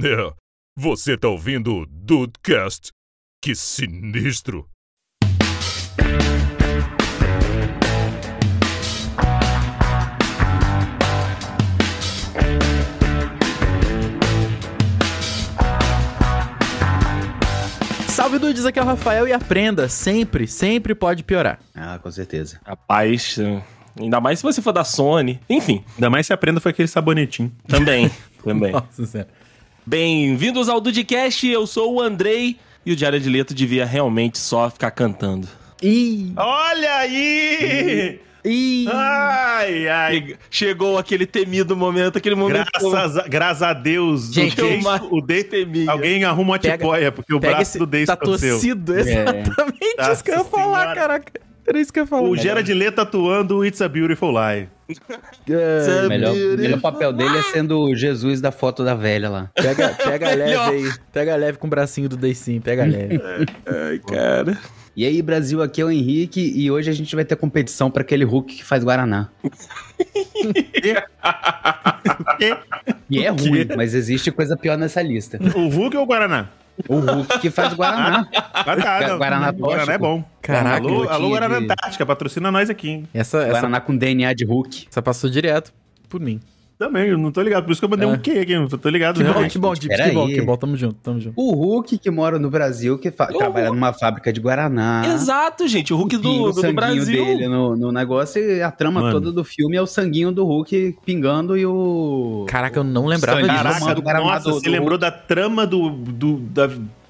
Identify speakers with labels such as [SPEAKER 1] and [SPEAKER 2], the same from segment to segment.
[SPEAKER 1] É, você tá ouvindo o Dudecast? Que sinistro!
[SPEAKER 2] Salve Dudes, aqui é o Rafael e aprenda, sempre, sempre pode piorar.
[SPEAKER 3] Ah, com certeza.
[SPEAKER 4] Rapaz, né? ainda mais se você for da Sony. Enfim,
[SPEAKER 5] Ainda mais se aprenda foi aquele sabonetinho.
[SPEAKER 4] também, também.
[SPEAKER 2] Nossa senhora.
[SPEAKER 4] Bem-vindos ao Dudcast, eu sou o Andrei e o Diário de Leto devia realmente só ficar cantando.
[SPEAKER 2] Ih,
[SPEAKER 5] Olha aí!
[SPEAKER 2] ih.
[SPEAKER 5] Ai, ai.
[SPEAKER 4] Che- Chegou aquele temido momento, aquele momento
[SPEAKER 5] Graças a, graças a Deus.
[SPEAKER 2] Gente,
[SPEAKER 5] o Deis-
[SPEAKER 4] eu mais
[SPEAKER 5] o Deis-
[SPEAKER 4] temia.
[SPEAKER 5] alguém arruma uma
[SPEAKER 2] Pega-
[SPEAKER 5] tipóia, porque o
[SPEAKER 2] Pega
[SPEAKER 5] braço
[SPEAKER 2] esse
[SPEAKER 5] do Deis
[SPEAKER 2] tá
[SPEAKER 5] torceu.
[SPEAKER 2] torcido, exatamente
[SPEAKER 5] Nossa
[SPEAKER 2] isso que eu ia falar,
[SPEAKER 5] senhora.
[SPEAKER 2] caraca. Era isso que eu ia falar.
[SPEAKER 5] O Gerard Leto atuando It's a Beautiful Life.
[SPEAKER 2] É,
[SPEAKER 3] O melhor, o melhor papel dele é sendo o Jesus da foto da velha lá.
[SPEAKER 2] Pega, pega leve
[SPEAKER 4] Melhor.
[SPEAKER 2] aí. Pega leve com o bracinho do Day Sim, pega leve.
[SPEAKER 4] Ai, cara.
[SPEAKER 3] E aí, Brasil, aqui é o Henrique e hoje a gente vai ter competição pra aquele Hulk que faz Guaraná. E é ruim, mas existe coisa pior nessa lista.
[SPEAKER 5] O Hulk ou o Guaraná?
[SPEAKER 3] O Hulk que faz Guaraná.
[SPEAKER 5] Ah, tá, não.
[SPEAKER 3] Guaraná
[SPEAKER 5] O Guaraná é
[SPEAKER 3] tóxico.
[SPEAKER 5] bom.
[SPEAKER 2] Caraca,
[SPEAKER 5] alô,
[SPEAKER 3] eu
[SPEAKER 5] alô
[SPEAKER 3] tive-
[SPEAKER 5] Guaraná Antártica, patrocina nós aqui, hein?
[SPEAKER 2] Essa, essa,
[SPEAKER 3] Guaraná com DNA de Hulk.
[SPEAKER 2] essa passou direto por mim.
[SPEAKER 5] Também, eu não tô ligado. Por isso que eu mandei
[SPEAKER 2] É.
[SPEAKER 5] um quê aqui, eu não tô, tô ligado.
[SPEAKER 2] Que bom,
[SPEAKER 5] realmente.
[SPEAKER 2] que bom,
[SPEAKER 3] gente,
[SPEAKER 2] Dips,
[SPEAKER 3] pera
[SPEAKER 2] que bom,
[SPEAKER 3] aí.
[SPEAKER 2] que bom, tamo junto, tamo junto.
[SPEAKER 3] O Hulk que mora no Brasil, que fa-
[SPEAKER 4] O
[SPEAKER 3] trabalha
[SPEAKER 4] Hulk.
[SPEAKER 3] numa fábrica de Guaraná.
[SPEAKER 5] Ah.
[SPEAKER 4] Exato, gente, o Hulk
[SPEAKER 3] Pinga
[SPEAKER 4] do,
[SPEAKER 3] o
[SPEAKER 4] do, do
[SPEAKER 3] sanguinho
[SPEAKER 4] Brasil.
[SPEAKER 3] dele no, no negócio e a trama
[SPEAKER 5] Mano.
[SPEAKER 3] toda do filme é o sanguinho do Hulk pingando e o...
[SPEAKER 2] Caraca, eu não lembrava
[SPEAKER 3] Stanley.
[SPEAKER 2] disso.
[SPEAKER 3] Guaraná
[SPEAKER 5] Caraca,
[SPEAKER 3] do Guaraná
[SPEAKER 5] nossa,
[SPEAKER 3] do-
[SPEAKER 5] você
[SPEAKER 3] do-
[SPEAKER 5] lembrou da trama do, do, da-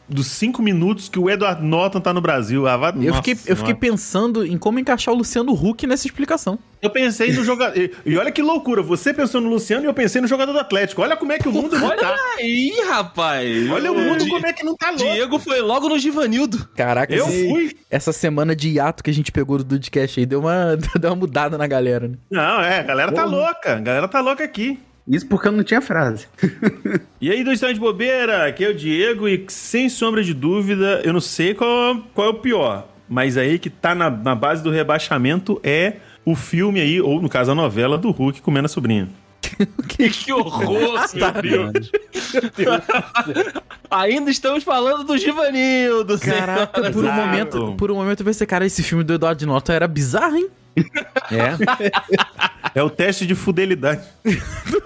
[SPEAKER 5] dos cinco minutos que o Edward Norton tá no Brasil. Ah, vá-
[SPEAKER 2] Eu
[SPEAKER 5] nossa
[SPEAKER 2] fiquei, eu fiquei
[SPEAKER 5] senhora.
[SPEAKER 2] pensando em como encaixar o Luciano Huck nessa explicação.
[SPEAKER 5] Eu pensei no jogador. E, e olha que loucura, você pensou no Luciano e eu pensei no jogador do Atlético. Olha como é que o mundo não tá.
[SPEAKER 4] Aí, rapaz.
[SPEAKER 5] Olha o mundo como é que não tá louco.
[SPEAKER 4] Diego foi logo no Givanildo.
[SPEAKER 2] Caraca,
[SPEAKER 5] Eu
[SPEAKER 2] esse-
[SPEAKER 5] fui.
[SPEAKER 2] essa semana de hiato que a gente pegou do Dudcast aí deu uma, deu uma mudada na galera, né?
[SPEAKER 5] Não, é, a galera tá
[SPEAKER 2] Porra.
[SPEAKER 5] louca. A galera tá louca aqui.
[SPEAKER 3] Isso porque eu não tinha frase.
[SPEAKER 5] E aí, dois tão de bobeira, aqui é o Diego e sem sombra de dúvida, eu não sei qual, qual é o pior, mas aí que tá na, na base do rebaixamento é o filme aí, ou no caso a novela do Hulk comendo a sobrinha.
[SPEAKER 4] Que horror, meu Deus. Ainda estamos falando do Givanildo,
[SPEAKER 2] Caraca, por um,
[SPEAKER 5] Exato.
[SPEAKER 2] momento, por um momento eu pensei, cara, esse filme do Eduardo Norton era bizarro, hein?
[SPEAKER 3] É.
[SPEAKER 5] É o teste de fidelidade.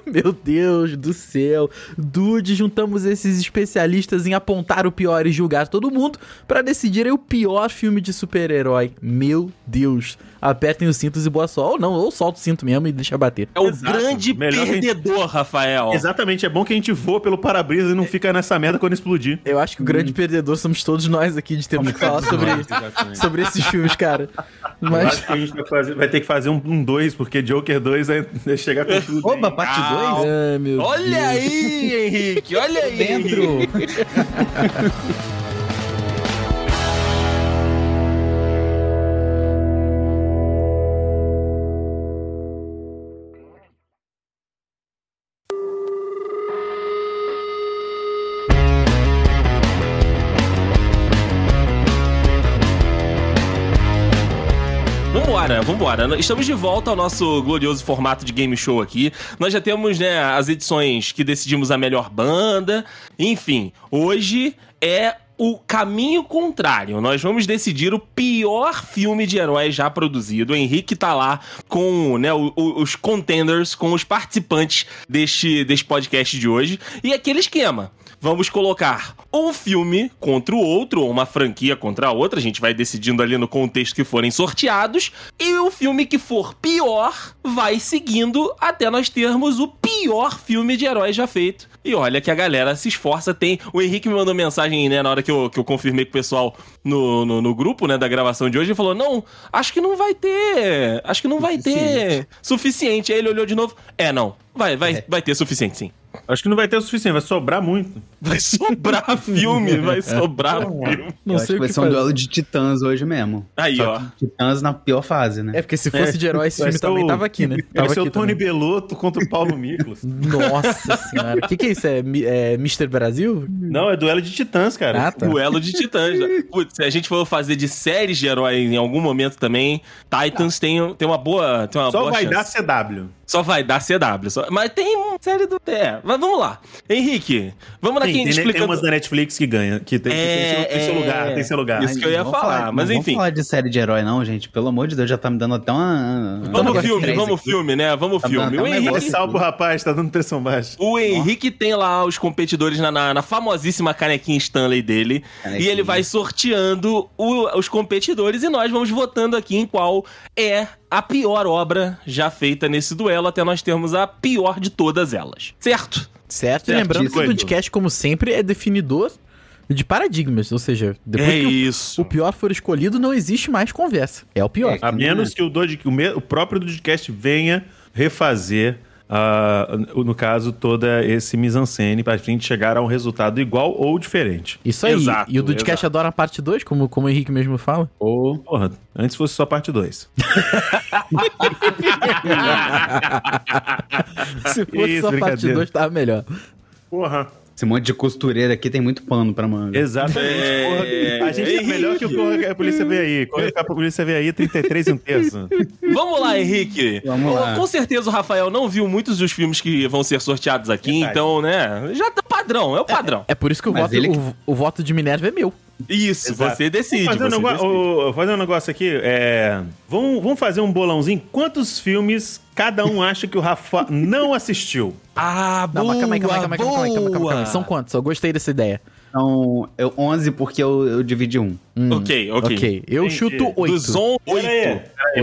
[SPEAKER 2] Meu Deus do céu. Dude, juntamos esses especialistas em apontar o pior e julgar todo mundo pra decidir aí o pior filme de super-herói. Meu Deus. Apertem os cintos e boa sorte. Ou não, ou solta o cinto mesmo e deixa bater.
[SPEAKER 4] É o
[SPEAKER 5] Exato.
[SPEAKER 4] grande
[SPEAKER 5] Melhor que a gente-
[SPEAKER 4] perdedor, Rafael.
[SPEAKER 5] Exatamente, é bom que a gente voa pelo para-brisa e não fica nessa merda quando explodir.
[SPEAKER 2] Eu acho que o
[SPEAKER 5] Hum.
[SPEAKER 2] grande perdedor somos todos nós aqui de termos que falar sobre, sobre esses filmes, cara.
[SPEAKER 5] Eu
[SPEAKER 2] Mas.
[SPEAKER 5] acho que a gente vai, fazer- vai ter que fazer um 2, porque Joker 2 vai chegar com tudo. hein?
[SPEAKER 3] Oba, parte
[SPEAKER 4] Ah,
[SPEAKER 3] 2?
[SPEAKER 2] Ai, meu
[SPEAKER 4] Olha
[SPEAKER 2] Deus.
[SPEAKER 4] aí, Henrique, olha aí.
[SPEAKER 3] Dentro.
[SPEAKER 4] Vambora, vambora. Estamos de volta ao nosso glorioso formato de game show aqui. Nós já temos, né, as edições que decidimos a melhor banda. Enfim, hoje é o caminho contrário. Nós vamos decidir o pior filme de herói já produzido. O Henrique tá lá com né, o- o- os contenders, com os participantes deste, deste podcast de hoje. E aquele esquema. Vamos colocar um filme contra o outro, ou uma franquia contra a outra, a gente vai decidindo ali no contexto que forem sorteados, e o filme que for pior vai seguindo até nós termos o pior filme de herói já feito. E olha que a galera se esforça, tem. O Henrique me mandou mensagem, né, na hora que eu, que eu confirmei com o pessoal no, no, no grupo, né, da gravação de hoje, ele falou: Não, acho que não vai ter. Acho que não vai ter suficiente. Aí ele olhou de novo: É, não, vai, vai, vai ter suficiente sim.
[SPEAKER 5] Acho que não vai ter o suficiente, vai sobrar muito.
[SPEAKER 4] Vai sobrar filme, vai sobrar filme.
[SPEAKER 2] Não
[SPEAKER 3] Eu
[SPEAKER 2] sei
[SPEAKER 3] acho que
[SPEAKER 2] o
[SPEAKER 3] vai
[SPEAKER 2] que
[SPEAKER 3] ser um
[SPEAKER 2] fazer.
[SPEAKER 3] duelo de titãs hoje mesmo.
[SPEAKER 4] Aí,
[SPEAKER 3] Só
[SPEAKER 4] ó.
[SPEAKER 3] que Titãs na pior fase, né?
[SPEAKER 2] É, porque se fosse de herói, esse
[SPEAKER 5] Vai
[SPEAKER 2] filme
[SPEAKER 5] ser
[SPEAKER 2] também
[SPEAKER 5] o-
[SPEAKER 2] tava aqui, né?
[SPEAKER 5] Vai
[SPEAKER 2] Tava
[SPEAKER 5] ser o
[SPEAKER 2] aqui
[SPEAKER 5] Tony
[SPEAKER 2] também.
[SPEAKER 5] Belotto contra o Paulo Miklos.
[SPEAKER 2] Nossa senhora. O que, que é isso? É, mi- é Mr. Brasil?
[SPEAKER 5] Não, é duelo de titãs, cara.
[SPEAKER 2] Ah, tá.
[SPEAKER 4] Duelo de titãs. né? Putz, se a gente for fazer de séries de herói em algum momento também, Titans tem, tem uma boa. Tem uma
[SPEAKER 5] Só
[SPEAKER 4] boa
[SPEAKER 5] vai
[SPEAKER 4] chance.
[SPEAKER 5] dar CW.
[SPEAKER 4] Só vai dar CW. só- Mas tem série do. É, mas vamos lá. Henrique, vamos
[SPEAKER 5] Tem,
[SPEAKER 4] naquele
[SPEAKER 5] tem,
[SPEAKER 4] quem
[SPEAKER 5] tem
[SPEAKER 4] explicando.
[SPEAKER 5] umas da Netflix que ganha, que tem, que
[SPEAKER 4] É,
[SPEAKER 5] tem seu- tem seu
[SPEAKER 4] é.
[SPEAKER 5] lugar, tem seu lugar.
[SPEAKER 4] Isso que eu ia
[SPEAKER 3] Vamos
[SPEAKER 4] falar, mas
[SPEAKER 3] não
[SPEAKER 4] enfim.
[SPEAKER 3] Vamos falar de série de herói, não, gente. Pelo amor de Deus, já tá me dando até uma.
[SPEAKER 4] Vamos
[SPEAKER 3] uma-
[SPEAKER 4] filme,
[SPEAKER 3] Tá três
[SPEAKER 4] vamos
[SPEAKER 3] aqui.
[SPEAKER 4] filme, né? Vamos
[SPEAKER 3] Tá
[SPEAKER 4] filme.
[SPEAKER 3] dando- tá
[SPEAKER 4] O
[SPEAKER 3] um
[SPEAKER 5] Olha,
[SPEAKER 4] Henrique,
[SPEAKER 3] negócio-
[SPEAKER 5] salve pro rapaz, tá dando pressão baixa.
[SPEAKER 4] o Henrique tem lá os competidores na, na- na famosíssima canequinha Stanley dele. E
[SPEAKER 3] Canequinha.
[SPEAKER 4] ele vai sorteando o- os competidores e nós vamos votando aqui em qual é a pior obra já feita nesse duelo, até nós termos a pior de todas elas. Certo?
[SPEAKER 2] Certo, e lembrando que o
[SPEAKER 5] Certíssimo.
[SPEAKER 2] podcast, como sempre, é definidor de paradigmas. Ou seja, depois
[SPEAKER 4] é
[SPEAKER 2] que o-
[SPEAKER 4] isso.
[SPEAKER 2] o pior for escolhido, não existe mais conversa. É o pior.
[SPEAKER 3] É.
[SPEAKER 5] A menos que o, Dodge, que o, me- o próprio Dodcast venha refazer, ah, no caso, toda esse mise-en-scène pra gente chegar a um resultado igual ou diferente.
[SPEAKER 2] Isso aí.
[SPEAKER 4] Exato,
[SPEAKER 2] e o Dudcast
[SPEAKER 4] exato.
[SPEAKER 2] adora a parte 2, como, como o Henrique mesmo fala.
[SPEAKER 3] Ou-
[SPEAKER 5] Porra, antes fosse só parte 2.
[SPEAKER 2] Se fosse
[SPEAKER 5] Isso,
[SPEAKER 2] só a parte
[SPEAKER 5] brincadeira.
[SPEAKER 2] 2, tava melhor.
[SPEAKER 5] Porra.
[SPEAKER 3] Esse monte de costureira aqui tem muito pano pra manga.
[SPEAKER 5] Exatamente.
[SPEAKER 4] É,
[SPEAKER 5] porra. A gente é
[SPEAKER 4] Henrique.
[SPEAKER 5] melhor que o Corra que a Polícia Vem Aí. Corra que a Polícia Vem Aí, 33 e um terço.
[SPEAKER 4] Vamos lá, Henrique.
[SPEAKER 3] Vamos
[SPEAKER 4] Com-
[SPEAKER 3] lá.
[SPEAKER 4] Com certeza o Rafael não viu muitos dos filmes que vão ser sorteados aqui,
[SPEAKER 5] Verdade.
[SPEAKER 4] então, né? Já tá padrão, é o padrão.
[SPEAKER 2] É por isso que o,
[SPEAKER 3] Mas
[SPEAKER 2] voto,
[SPEAKER 3] ele que-
[SPEAKER 2] o, o voto de Minerva é meu.
[SPEAKER 4] Isso,
[SPEAKER 5] Exato.
[SPEAKER 4] você decide.
[SPEAKER 5] Vamos fazer, um
[SPEAKER 4] você
[SPEAKER 5] negócio,
[SPEAKER 4] decide.
[SPEAKER 5] ô, fazer um negócio aqui. É, vamos, vamos fazer um bolãozinho. Quantos filmes cada um acha que o Rafa não assistiu?
[SPEAKER 4] Ah,
[SPEAKER 2] Não,
[SPEAKER 4] boa,
[SPEAKER 2] mas calma aí, calma aí, calma aí, calma aí, calma aí, calma aí, calma aí. São
[SPEAKER 4] boa.
[SPEAKER 2] quantos? Eu gostei dessa ideia.
[SPEAKER 3] Então, eu, 11 porque eu, eu dividi um.
[SPEAKER 2] Hum,
[SPEAKER 4] Ok, ok.
[SPEAKER 2] Ok, eu
[SPEAKER 5] Entendi.
[SPEAKER 2] chuto
[SPEAKER 4] Dos
[SPEAKER 2] 8.
[SPEAKER 4] 8.
[SPEAKER 5] Pera aí.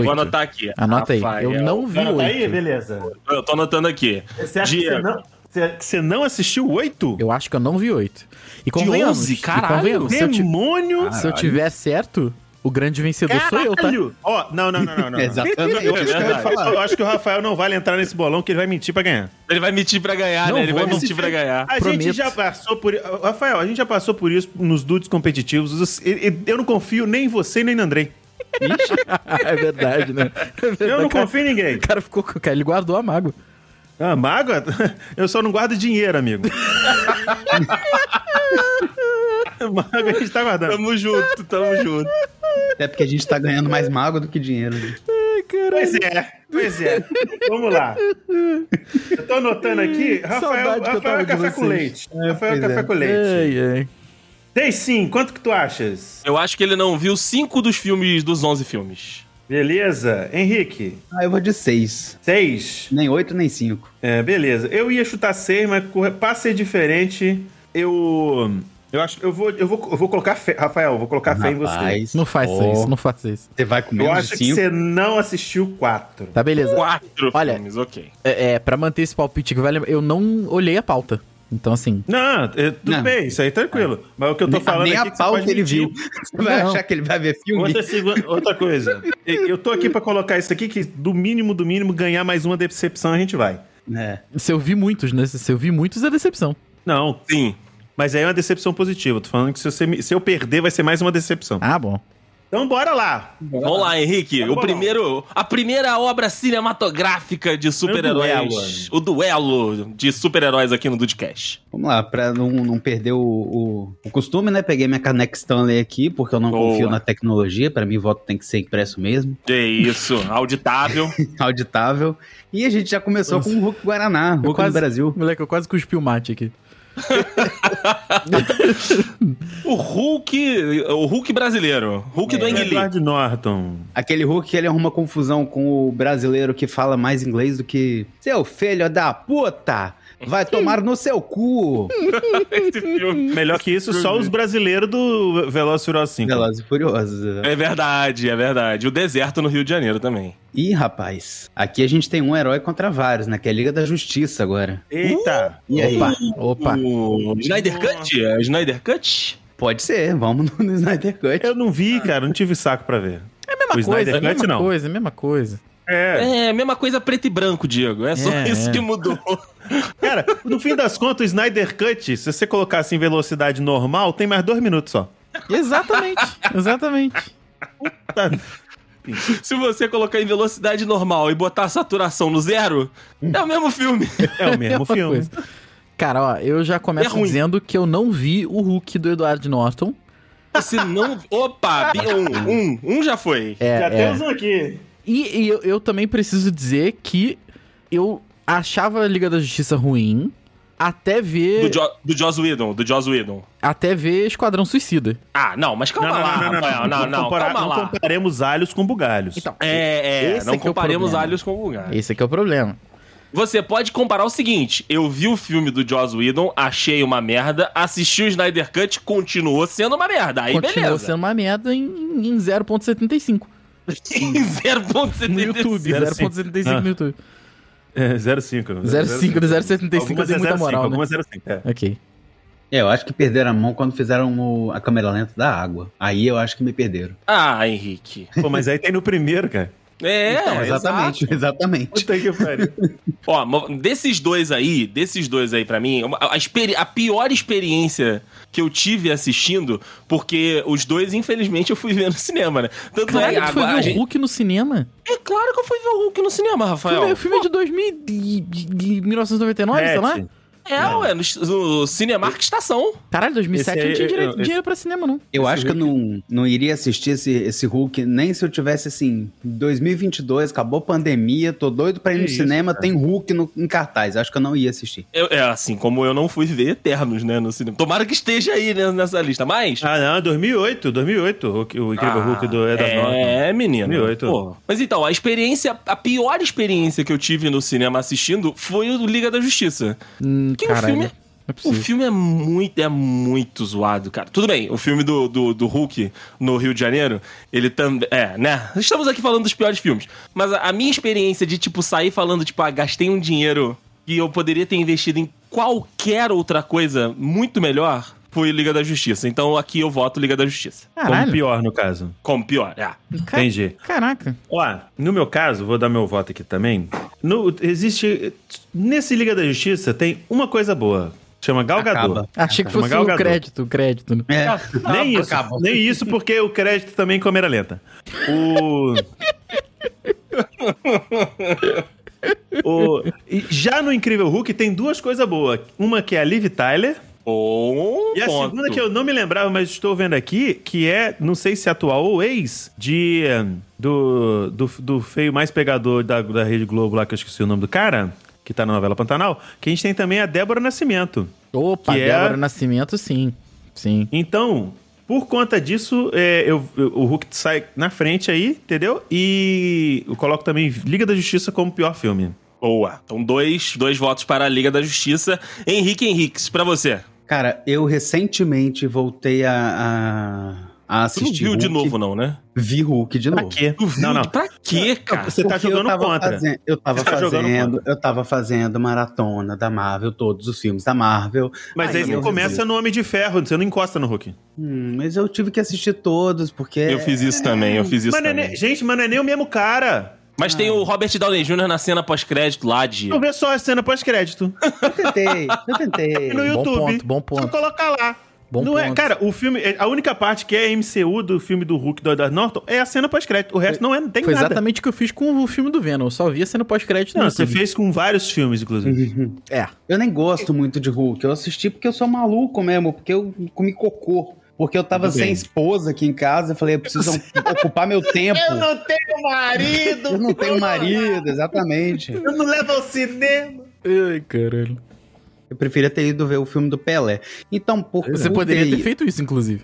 [SPEAKER 4] Vou
[SPEAKER 2] Oito.
[SPEAKER 4] anotar aqui.
[SPEAKER 2] Anota aí. Eu
[SPEAKER 4] Rafael.
[SPEAKER 2] não vi
[SPEAKER 5] Cara, tá aí?
[SPEAKER 2] 8.
[SPEAKER 5] Beleza.
[SPEAKER 4] Eu tô anotando aqui.
[SPEAKER 5] Você acha que
[SPEAKER 4] Diego.
[SPEAKER 5] você não, você- que você não assistiu oito?
[SPEAKER 2] Eu acho que eu não vi 8. E convenhamos.
[SPEAKER 4] 11?
[SPEAKER 2] e
[SPEAKER 4] Caralho.
[SPEAKER 2] convenhamos, se eu, ti-
[SPEAKER 5] Demônio!
[SPEAKER 2] se eu tiver certo, o grande vencedor sou eu, tá?
[SPEAKER 5] Caralho! Ó, não, não, não, não. não.
[SPEAKER 3] Exatamente,
[SPEAKER 4] é
[SPEAKER 5] Eu, eu- eu-
[SPEAKER 4] verdade.
[SPEAKER 5] eu acho que o Rafael não vale entrar nesse bolão que ele vai mentir pra ganhar.
[SPEAKER 4] Ele vai mentir pra ganhar,
[SPEAKER 2] Não
[SPEAKER 4] né? Ele
[SPEAKER 2] vou,
[SPEAKER 4] vai
[SPEAKER 2] não.
[SPEAKER 4] mentir pra ganhar.
[SPEAKER 5] A gente
[SPEAKER 2] Prometo.
[SPEAKER 5] já passou por. Rafael, a gente já passou por isso nos dudes competitivos. E- e- Eu não confio nem em você nem no Andrei.
[SPEAKER 2] é verdade, né?
[SPEAKER 5] Eu não
[SPEAKER 2] O cara-
[SPEAKER 5] confio em ninguém.
[SPEAKER 2] O cara ficou com. Ele guardou a mágoa.
[SPEAKER 5] Ah, mágoa? Eu só não guardo dinheiro, amigo. mágoa a gente tá guardando.
[SPEAKER 4] Tamo junto, tamo junto.
[SPEAKER 3] Até porque a gente tá ganhando mais mago do que dinheiro. gente.
[SPEAKER 5] Pois é, pois é. Vamos lá. Eu tô anotando aqui. Rafael,
[SPEAKER 2] Saudade que eu tava
[SPEAKER 5] Rafael
[SPEAKER 2] de
[SPEAKER 5] café
[SPEAKER 2] vocês.
[SPEAKER 5] com leite.
[SPEAKER 3] É,
[SPEAKER 5] Rafael
[SPEAKER 3] pois
[SPEAKER 5] café
[SPEAKER 3] é.
[SPEAKER 5] com leite.
[SPEAKER 2] Ei, ei.
[SPEAKER 5] Tem sim, quanto que tu achas?
[SPEAKER 4] Eu acho que ele não viu cinco dos filmes, dos 11 filmes.
[SPEAKER 5] Beleza. Henrique,
[SPEAKER 3] Ah, eu vou de 6.
[SPEAKER 5] seis.
[SPEAKER 3] Nem 8, nem 5.
[SPEAKER 5] É, beleza. Eu ia chutar seis, mas corre- pra ser diferente, eu. Eu acho eu vou, eu vou, eu vou colocar fé. Rafael, eu vou colocar fé em você.
[SPEAKER 2] Tá Não faz
[SPEAKER 3] Ó,
[SPEAKER 2] isso, não faz isso.
[SPEAKER 3] Você vai com
[SPEAKER 5] Eu
[SPEAKER 3] menos
[SPEAKER 5] acho
[SPEAKER 3] de
[SPEAKER 5] que
[SPEAKER 3] 5.
[SPEAKER 5] você não assistiu quatro.
[SPEAKER 2] Tá, beleza.
[SPEAKER 4] Quatro
[SPEAKER 2] Olha-
[SPEAKER 4] filmes, ok.
[SPEAKER 2] É, é, pra manter esse palpite que vai lembrar, eu não olhei a pauta. Então, assim.
[SPEAKER 5] Não, é, tudo
[SPEAKER 3] Não.
[SPEAKER 5] bem, isso aí tranquilo. Mas o que eu tô
[SPEAKER 3] Nem,
[SPEAKER 5] falando
[SPEAKER 3] nem
[SPEAKER 5] aqui é
[SPEAKER 3] a
[SPEAKER 5] que você
[SPEAKER 3] pau
[SPEAKER 5] pode
[SPEAKER 3] que ele
[SPEAKER 5] mentir.
[SPEAKER 3] viu. Você vai
[SPEAKER 2] Não.
[SPEAKER 3] achar que ele vai ver filme?
[SPEAKER 5] Outra, segunda- outra coisa, eu tô aqui pra colocar isso aqui que do mínimo, do mínimo, ganhar mais uma decepção a gente vai.
[SPEAKER 3] É.
[SPEAKER 2] Se eu vi muitos, né? Se eu vi muitos, é decepção.
[SPEAKER 5] Não,
[SPEAKER 4] Sim.
[SPEAKER 5] mas aí é uma decepção positiva. Tô falando que se, você me- se eu perder vai ser mais uma decepção.
[SPEAKER 2] Ah, bom.
[SPEAKER 5] Então bora lá.
[SPEAKER 4] Vamos lá, Henrique.
[SPEAKER 5] Vamos
[SPEAKER 4] o
[SPEAKER 5] lá.
[SPEAKER 4] primeiro, a primeira obra cinematográfica de super-heróis. O duelo de super-heróis aqui no Dudcast.
[SPEAKER 3] Vamos lá, pra não, não perder o, o, o costume, né? Peguei minha caneca Stanley aqui, porque eu não
[SPEAKER 4] Boa.
[SPEAKER 3] confio na tecnologia. Pra mim, voto tem que ser impresso mesmo.
[SPEAKER 4] Que isso, auditável.
[SPEAKER 3] auditável. E a gente já começou com o Hulk Guaraná, Hulk
[SPEAKER 2] quase-
[SPEAKER 3] do Brasil.
[SPEAKER 2] Moleque, eu quase cuspi o mate aqui.
[SPEAKER 4] O Hulk, o Hulk brasileiro. Hulk do Ang Lee.
[SPEAKER 5] Edward Norton.
[SPEAKER 3] Aquele Hulk que ele arruma confusão com o brasileiro que fala mais inglês do que seu filho da puta, vai tomar no seu cu.
[SPEAKER 5] Hum.
[SPEAKER 4] Esse filme.
[SPEAKER 5] Melhor que isso, só os brasileiros do Veloz e Furioso 5.
[SPEAKER 3] Velozes e Furiosos.
[SPEAKER 4] É verdade, é verdade. O deserto no Rio de Janeiro também.
[SPEAKER 3] Ih, rapaz, aqui a gente tem um herói contra vários, né? Que é a Liga da Justiça agora.
[SPEAKER 5] Eita.
[SPEAKER 3] E aí?
[SPEAKER 2] Opa, opa.
[SPEAKER 4] O Snyder
[SPEAKER 5] Nossa.
[SPEAKER 4] Cut? É o Snyder Cut?
[SPEAKER 3] Pode ser, vamos no, no Snyder Cut.
[SPEAKER 5] Eu não vi, cara, não tive saco pra ver.
[SPEAKER 2] É a mesma
[SPEAKER 5] O
[SPEAKER 2] coisa,
[SPEAKER 5] Snyder
[SPEAKER 2] é a mesma
[SPEAKER 5] Cut, não.
[SPEAKER 2] coisa, é a mesma coisa.
[SPEAKER 5] É.
[SPEAKER 4] É, mesma coisa preto e branco, Diego. É só
[SPEAKER 2] É,
[SPEAKER 4] isso
[SPEAKER 2] é.
[SPEAKER 4] que mudou.
[SPEAKER 5] Cara, no fim das contas, o Snyder Cut, se você colocasse em velocidade normal, tem mais dois minutos só.
[SPEAKER 2] Exatamente, exatamente.
[SPEAKER 5] Tá.
[SPEAKER 4] Se você colocar em velocidade normal e botar a saturação no zero, é o mesmo filme.
[SPEAKER 5] É o mesmo
[SPEAKER 2] Mesma
[SPEAKER 5] filme.
[SPEAKER 2] coisa. Cara, ó, eu já
[SPEAKER 4] É
[SPEAKER 2] começo
[SPEAKER 4] ruim.
[SPEAKER 2] dizendo que eu não vi o Hulk do Edward Norton.
[SPEAKER 4] Você não. Opa, bi- um, um, um já foi.
[SPEAKER 2] É,
[SPEAKER 5] Já
[SPEAKER 2] é.
[SPEAKER 5] temos um aqui.
[SPEAKER 2] E, e eu, eu também preciso dizer que eu achava a Liga da Justiça ruim até
[SPEAKER 4] Do,
[SPEAKER 2] ver,
[SPEAKER 4] jo, do Joss Whedon, do Joss Whedon.
[SPEAKER 2] até ver Esquadrão Suicida.
[SPEAKER 4] Ah, não, mas calma
[SPEAKER 5] não,
[SPEAKER 4] lá,
[SPEAKER 5] não, não,
[SPEAKER 4] Rafael.
[SPEAKER 5] não, não, não,
[SPEAKER 4] calma
[SPEAKER 5] compara- não
[SPEAKER 4] lá.
[SPEAKER 5] comparemos alhos com bugalhos.
[SPEAKER 2] Então,
[SPEAKER 4] É, é,
[SPEAKER 2] Esse é
[SPEAKER 4] não
[SPEAKER 2] que é o
[SPEAKER 4] comparemos
[SPEAKER 2] problema.
[SPEAKER 4] alhos com o lugar.
[SPEAKER 2] esse aqui é o problema.
[SPEAKER 4] Você pode comparar o seguinte: eu vi o filme do Joss Whedon, achei uma merda, assisti o Snyder Cut, continuou sendo uma merda. Aí
[SPEAKER 2] Continuou
[SPEAKER 4] beleza.
[SPEAKER 2] sendo uma merda em, em 0.75
[SPEAKER 4] Em
[SPEAKER 2] Uhum. no
[SPEAKER 4] 0.75.
[SPEAKER 2] YouTube.
[SPEAKER 5] 0.75.
[SPEAKER 2] 0.75 no YouTube.
[SPEAKER 5] É, 05.
[SPEAKER 2] 0.5 do 0.75 eu
[SPEAKER 5] Algumas
[SPEAKER 2] dei muita
[SPEAKER 5] 05,
[SPEAKER 2] moral, né?
[SPEAKER 5] algumas 05, é.
[SPEAKER 2] Ok.
[SPEAKER 3] É, eu acho que perderam a mão quando fizeram o- a câmera lenta da água. Aí eu acho que me perderam.
[SPEAKER 4] Ah, Henrique.
[SPEAKER 5] Pô, mas aí tem no primeiro, cara.
[SPEAKER 4] É,
[SPEAKER 2] Então,
[SPEAKER 3] Não,
[SPEAKER 4] exatamente.
[SPEAKER 3] exatamente, exatamente.
[SPEAKER 5] Puta que pariu.
[SPEAKER 4] Ó, mo- desses dois aí, desses dois aí pra mim, uma- a, experi- a pior experiência que eu tive assistindo, porque os dois, infelizmente, eu fui ver no cinema, né? Tanto é,
[SPEAKER 2] Caralho, tu foi
[SPEAKER 4] agora, a
[SPEAKER 2] ver o
[SPEAKER 4] gente-
[SPEAKER 2] Hulk no cinema?
[SPEAKER 4] é claro que eu fui ver o Hulk no cinema, Rafael.
[SPEAKER 2] Filme- é um filme de 2000 e- e- e 1999, sei lá?
[SPEAKER 5] Pet,
[SPEAKER 4] É, ué, no, no Cinemark Estação.
[SPEAKER 2] Caralho, 2007
[SPEAKER 5] Esse
[SPEAKER 2] não
[SPEAKER 5] aí,
[SPEAKER 2] tinha
[SPEAKER 5] eu-
[SPEAKER 2] direito,
[SPEAKER 5] esse-
[SPEAKER 2] dinheiro pra cinema, não.
[SPEAKER 3] Eu acho que eu não, não iria assistir esse, esse Hulk nem se eu tivesse assim. 2022, acabou a pandemia, tô doido pra ir no
[SPEAKER 5] Que isso,
[SPEAKER 3] cinema, tem Hulk no- em cartaz. Acho que eu não ia assistir.
[SPEAKER 4] Eu- é, assim, como eu não fui ver Eternos, né, no cinema. Tomara que esteja aí né, nessa lista, mas...
[SPEAKER 5] Ah, não, 2008, 2008. O, o Incrível Hulk do Edward Norton.
[SPEAKER 4] Ah, É, menino.
[SPEAKER 5] 2008.
[SPEAKER 4] Pô. Mas então, a experiência, a pior experiência que eu tive no cinema assistindo foi o Liga da Justiça.
[SPEAKER 2] Hum,
[SPEAKER 4] Que o
[SPEAKER 2] caralho.
[SPEAKER 4] filme-
[SPEAKER 2] Não é
[SPEAKER 4] O
[SPEAKER 2] possível.
[SPEAKER 4] filme é muito, é muito zoado, cara. Tudo bem, o filme do, do, do Hulk no Rio de Janeiro, ele também. É, né? Estamos aqui falando dos piores filmes. Mas a, a minha experiência de, tipo, sair falando, tipo, ah, gastei um dinheiro que eu poderia ter investido em qualquer outra coisa muito melhor foi Liga da Justiça. Então aqui eu voto Liga da Justiça.
[SPEAKER 5] Como
[SPEAKER 2] Caralho.
[SPEAKER 5] pior, no caso.
[SPEAKER 4] Como pior. É.
[SPEAKER 2] Ca-
[SPEAKER 5] Entendi.
[SPEAKER 2] Caraca.
[SPEAKER 5] Ó, no meu caso, vou dar meu voto aqui também. No- existe. Nesse Liga da Justiça tem uma coisa boa. Chama Galgador.
[SPEAKER 3] Acaba.
[SPEAKER 2] Achei que
[SPEAKER 5] Chama
[SPEAKER 2] fosse
[SPEAKER 5] Gal
[SPEAKER 2] o
[SPEAKER 5] Gadot.
[SPEAKER 2] crédito, o crédito. né?
[SPEAKER 3] É.
[SPEAKER 5] Nem isso.
[SPEAKER 3] acabou.
[SPEAKER 5] Nem isso, porque o crédito também em câmera lenta. O. O- e já no Incrível Hulk tem duas coisas boas. Uma que é a Liv Tyler.
[SPEAKER 4] Bom
[SPEAKER 5] E a
[SPEAKER 4] ponto.
[SPEAKER 5] segunda que eu não me lembrava, mas estou vendo aqui, que é, não sei se atual ou ex, de. Do, do, do feio mais pegador da, da Rede Globo lá, que eu esqueci o nome do cara, que tá na novela Pantanal, que a gente tem também a Débora Nascimento.
[SPEAKER 2] Opa,
[SPEAKER 5] Que é-
[SPEAKER 2] Débora Nascimento, sim. Sim.
[SPEAKER 5] Então, por conta disso, é, eu, eu- o Hulk sai na frente aí, entendeu? E eu coloco também Liga da Justiça como pior filme.
[SPEAKER 4] Boa. Então, dois, dois votos para a Liga da Justiça. Henrique Henriques, pra você.
[SPEAKER 3] Cara, eu recentemente voltei a, a, a
[SPEAKER 4] Você não
[SPEAKER 3] assistir.
[SPEAKER 4] viu de
[SPEAKER 3] Hulk.
[SPEAKER 4] novo, não, né?
[SPEAKER 3] Vi Hulk de
[SPEAKER 5] Pra
[SPEAKER 3] novo.
[SPEAKER 5] quê? Não, não.
[SPEAKER 4] Pra quê, cara?
[SPEAKER 5] Você tá
[SPEAKER 3] Porque eu
[SPEAKER 5] jogando
[SPEAKER 3] tava
[SPEAKER 5] contra.
[SPEAKER 3] fazendo- eu tava
[SPEAKER 5] Você tá jogando
[SPEAKER 3] fazendo, eu tava fazendo maratona da Marvel, todos os filmes da Marvel.
[SPEAKER 5] Mas aí
[SPEAKER 3] eu
[SPEAKER 5] você
[SPEAKER 3] não
[SPEAKER 5] começa no Homem de Ferro, você não encosta no Hulk.
[SPEAKER 3] Hum, mas eu tive que assistir todos, porque.
[SPEAKER 4] Eu fiz isso também, eu fiz isso
[SPEAKER 5] Mas ah. não é
[SPEAKER 4] também.
[SPEAKER 5] nem- gente, mas não é nem o mesmo cara.
[SPEAKER 4] Mas tem o Robert Downey Jr. na cena pós-crédito lá de...
[SPEAKER 5] Eu vê só a cena pós-crédito.
[SPEAKER 3] Eu tentei, eu tentei.
[SPEAKER 5] E no
[SPEAKER 2] bom
[SPEAKER 5] YouTube.
[SPEAKER 2] ponto, bom ponto.
[SPEAKER 5] Só colocar lá.
[SPEAKER 2] Bom
[SPEAKER 5] não é,
[SPEAKER 2] ponto.
[SPEAKER 5] cara, o filme, a única parte que é MCU do filme do Hulk do Edward Norton é a cena pós-crédito. O resto não é, não tem
[SPEAKER 2] Foi
[SPEAKER 5] nada.
[SPEAKER 2] exatamente o que eu fiz com o filme do Venom. Eu só via sendo pós-crédito no
[SPEAKER 5] Não, você
[SPEAKER 2] YouTube.
[SPEAKER 5] fez com vários filmes, inclusive.
[SPEAKER 2] É.
[SPEAKER 3] Eu nem gosto muito de Hulk. Eu assisti porque eu sou maluco mesmo, porque eu comi cocô. Porque eu tava
[SPEAKER 5] Tudo
[SPEAKER 3] sem
[SPEAKER 5] bem.
[SPEAKER 3] esposa aqui em casa, eu falei, eu preciso ocupar meu tempo. Eu não tenho marido! Eu não tenho marido, exatamente.
[SPEAKER 5] Eu não levo ao cinema.
[SPEAKER 2] Ai, caralho.
[SPEAKER 3] Eu preferia ter ido ver o filme do Pelé. Então, por
[SPEAKER 2] Você
[SPEAKER 3] por
[SPEAKER 2] poderia ter feito isso, inclusive.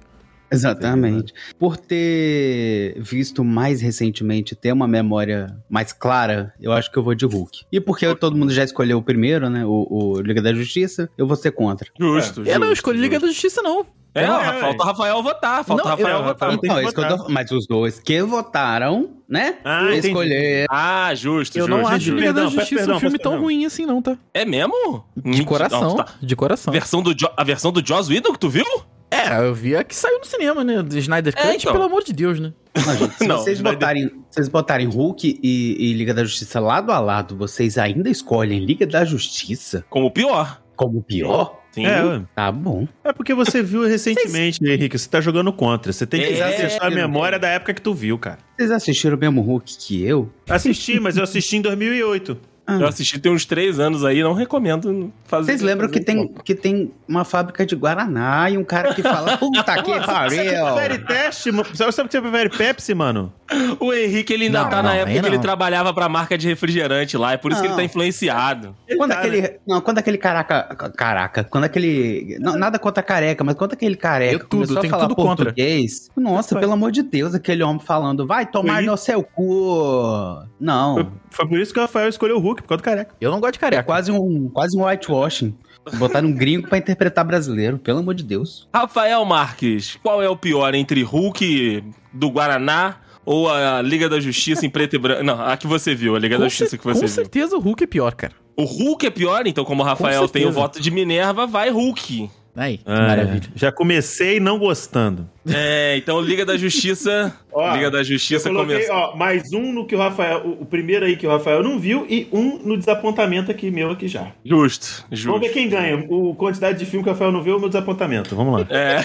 [SPEAKER 3] Exatamente.
[SPEAKER 5] né?
[SPEAKER 3] Por ter visto mais recentemente, ter uma memória mais clara, eu acho que eu vou de Hulk. E porque todo mundo já escolheu o primeiro, né? O, o Liga da Justiça, eu vou ser contra.
[SPEAKER 4] Justo,
[SPEAKER 2] Eu não escolhi Liga da Justiça, não.
[SPEAKER 4] É, ó,
[SPEAKER 5] É,
[SPEAKER 4] Rafa, falta o Rafael votar. Falta o
[SPEAKER 2] Não,
[SPEAKER 4] Rafael
[SPEAKER 5] eu-
[SPEAKER 4] votar.
[SPEAKER 5] eu- Ah, tem que
[SPEAKER 3] Então, é isso que eu
[SPEAKER 5] votar.
[SPEAKER 3] tô... Mas os dois que votaram, né?
[SPEAKER 5] Ah, entendi.
[SPEAKER 3] escolheram.
[SPEAKER 4] Ah, justo,
[SPEAKER 2] Eu
[SPEAKER 4] justo.
[SPEAKER 2] não acho
[SPEAKER 5] justo.
[SPEAKER 2] Liga da
[SPEAKER 5] Perdão,
[SPEAKER 2] Justiça
[SPEAKER 5] perdão,
[SPEAKER 2] um filme
[SPEAKER 5] perdão. Hum,
[SPEAKER 2] tão ruim assim, não, tá?
[SPEAKER 4] É mesmo?
[SPEAKER 2] De coração,
[SPEAKER 4] Não, tá.
[SPEAKER 2] de
[SPEAKER 4] A
[SPEAKER 2] coração.
[SPEAKER 4] Versão do Jo- a versão do Joss Whedon que tu viu?
[SPEAKER 2] É, eu vi a que saiu no cinema, né? Do Snyder
[SPEAKER 4] É,
[SPEAKER 2] Cut,
[SPEAKER 4] então.
[SPEAKER 2] pelo amor de Deus, né?
[SPEAKER 3] Não, gente, se
[SPEAKER 4] Não,
[SPEAKER 3] vocês,
[SPEAKER 4] vai
[SPEAKER 3] botarem, se vocês botarem Hulk e, e Liga da Justiça lado a lado, vocês ainda escolhem Liga da Justiça
[SPEAKER 4] Como o pior.
[SPEAKER 3] como pior?
[SPEAKER 2] Uhum.
[SPEAKER 4] Sim.
[SPEAKER 5] É, ué.
[SPEAKER 3] Tá bom.
[SPEAKER 5] é porque você viu recentemente, né, Henrique. Você tá jogando contra. Você tem que
[SPEAKER 4] É,
[SPEAKER 5] acessar a
[SPEAKER 3] eu-
[SPEAKER 5] memória da época que tu viu, cara.
[SPEAKER 3] Vocês assistiram o mesmo Hulk que eu?
[SPEAKER 5] Assisti, mas eu assisti em 2008.
[SPEAKER 4] Eu assisti tem uns três anos aí, não recomendo fazer.
[SPEAKER 3] Vocês lembram que tem, que tem uma fábrica de Guaraná e um cara que fala, puta que
[SPEAKER 5] Prefere
[SPEAKER 3] pariu.
[SPEAKER 5] teste, mano. Sabe sabe que você prefere Pepsi, mano?
[SPEAKER 4] O Henrique, ele ainda
[SPEAKER 2] Não,
[SPEAKER 4] tá na
[SPEAKER 2] não,
[SPEAKER 4] época
[SPEAKER 2] aí
[SPEAKER 4] que ele
[SPEAKER 2] não.
[SPEAKER 4] trabalhava pra marca de refrigerante lá, é por isso que ele
[SPEAKER 3] Não.
[SPEAKER 4] tá influenciado.
[SPEAKER 3] Quando
[SPEAKER 5] Tá,
[SPEAKER 3] aquele,
[SPEAKER 2] né?
[SPEAKER 3] não, quando aquele caraca, caraca, quando aquele, não, nada contra careca, mas quando aquele careca
[SPEAKER 2] Eu tudo, tenho tudo contra.
[SPEAKER 3] português, nossa, pelo amor de Deus, aquele homem falando, vai tomar
[SPEAKER 5] Ui.
[SPEAKER 3] no seu cu.
[SPEAKER 5] Foi,
[SPEAKER 3] Não,
[SPEAKER 5] foi por isso que o Rafael escolheu o Hulk, por causa do careca.
[SPEAKER 2] Eu não gosto de
[SPEAKER 3] é
[SPEAKER 2] careca.
[SPEAKER 3] quase um, quase um whitewashing. Botaram um gringo pra interpretar brasileiro, pelo amor de Deus.
[SPEAKER 4] Rafael Marques, qual é o pior entre Hulk do Guaraná ou a Liga da Justiça em preto e branco? Não, a que você viu, a Liga da
[SPEAKER 2] Com,
[SPEAKER 4] Justiça
[SPEAKER 2] cer-
[SPEAKER 4] que você
[SPEAKER 2] com
[SPEAKER 4] viu.
[SPEAKER 2] certeza o Hulk é pior, cara.
[SPEAKER 4] O Hulk é pior, então como o Rafael tem o
[SPEAKER 2] certeza.
[SPEAKER 4] voto de Minerva, vai Hulk.
[SPEAKER 2] Aí, que
[SPEAKER 5] Ah,
[SPEAKER 2] maravilha.
[SPEAKER 5] é. Já comecei não gostando.
[SPEAKER 4] É, então Liga da Justiça,
[SPEAKER 5] Ó,
[SPEAKER 4] Liga da
[SPEAKER 5] Eu
[SPEAKER 4] Justiça
[SPEAKER 5] coloquei,
[SPEAKER 4] começa.
[SPEAKER 5] ó, mais um no que o Rafael, o, o primeiro aí que o Rafael não viu e um no desapontamento aqui meu aqui já.
[SPEAKER 4] Justo,
[SPEAKER 5] Vamos
[SPEAKER 4] justo.
[SPEAKER 5] ver quem ganha. O quantidade de filme que o Rafael não viu ou meu desapontamento. Vamos lá.
[SPEAKER 4] É.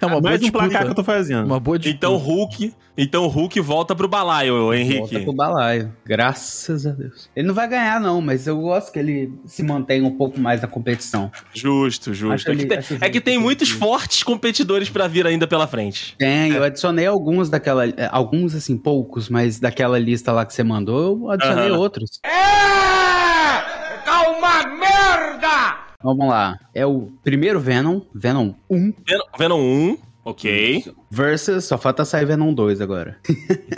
[SPEAKER 2] É uma boa
[SPEAKER 5] mais um
[SPEAKER 2] disputa.
[SPEAKER 5] placar que eu tô fazendo.
[SPEAKER 2] Uma boa disputa.
[SPEAKER 4] Então Hulk, então Hulk volta pro balaio,
[SPEAKER 3] Volta
[SPEAKER 4] Henrique.
[SPEAKER 3] pro balaio. Graças a Deus. Ele não vai ganhar, não, mas eu gosto que ele se mantenha um pouco mais na competição.
[SPEAKER 4] Justo, justo.
[SPEAKER 3] Acho
[SPEAKER 4] É que,
[SPEAKER 3] ele-
[SPEAKER 4] tem,
[SPEAKER 3] acho
[SPEAKER 4] é que
[SPEAKER 3] justo,
[SPEAKER 4] tem
[SPEAKER 3] acho
[SPEAKER 4] muitos
[SPEAKER 3] justo.
[SPEAKER 4] fortes competidores pra vir ainda pela frente.
[SPEAKER 3] Tem, eu adicionei alguns daquela. eh, Alguns, assim, poucos, mas daquela lista lá que você mandou, eu adicionei
[SPEAKER 4] Aham.
[SPEAKER 3] outros. É! Tá uma merda! Vamos lá. É o primeiro Venom, Venom 1,
[SPEAKER 4] Ven- Venom 1, ok.
[SPEAKER 3] versus. Só falta sair Venom 2 agora.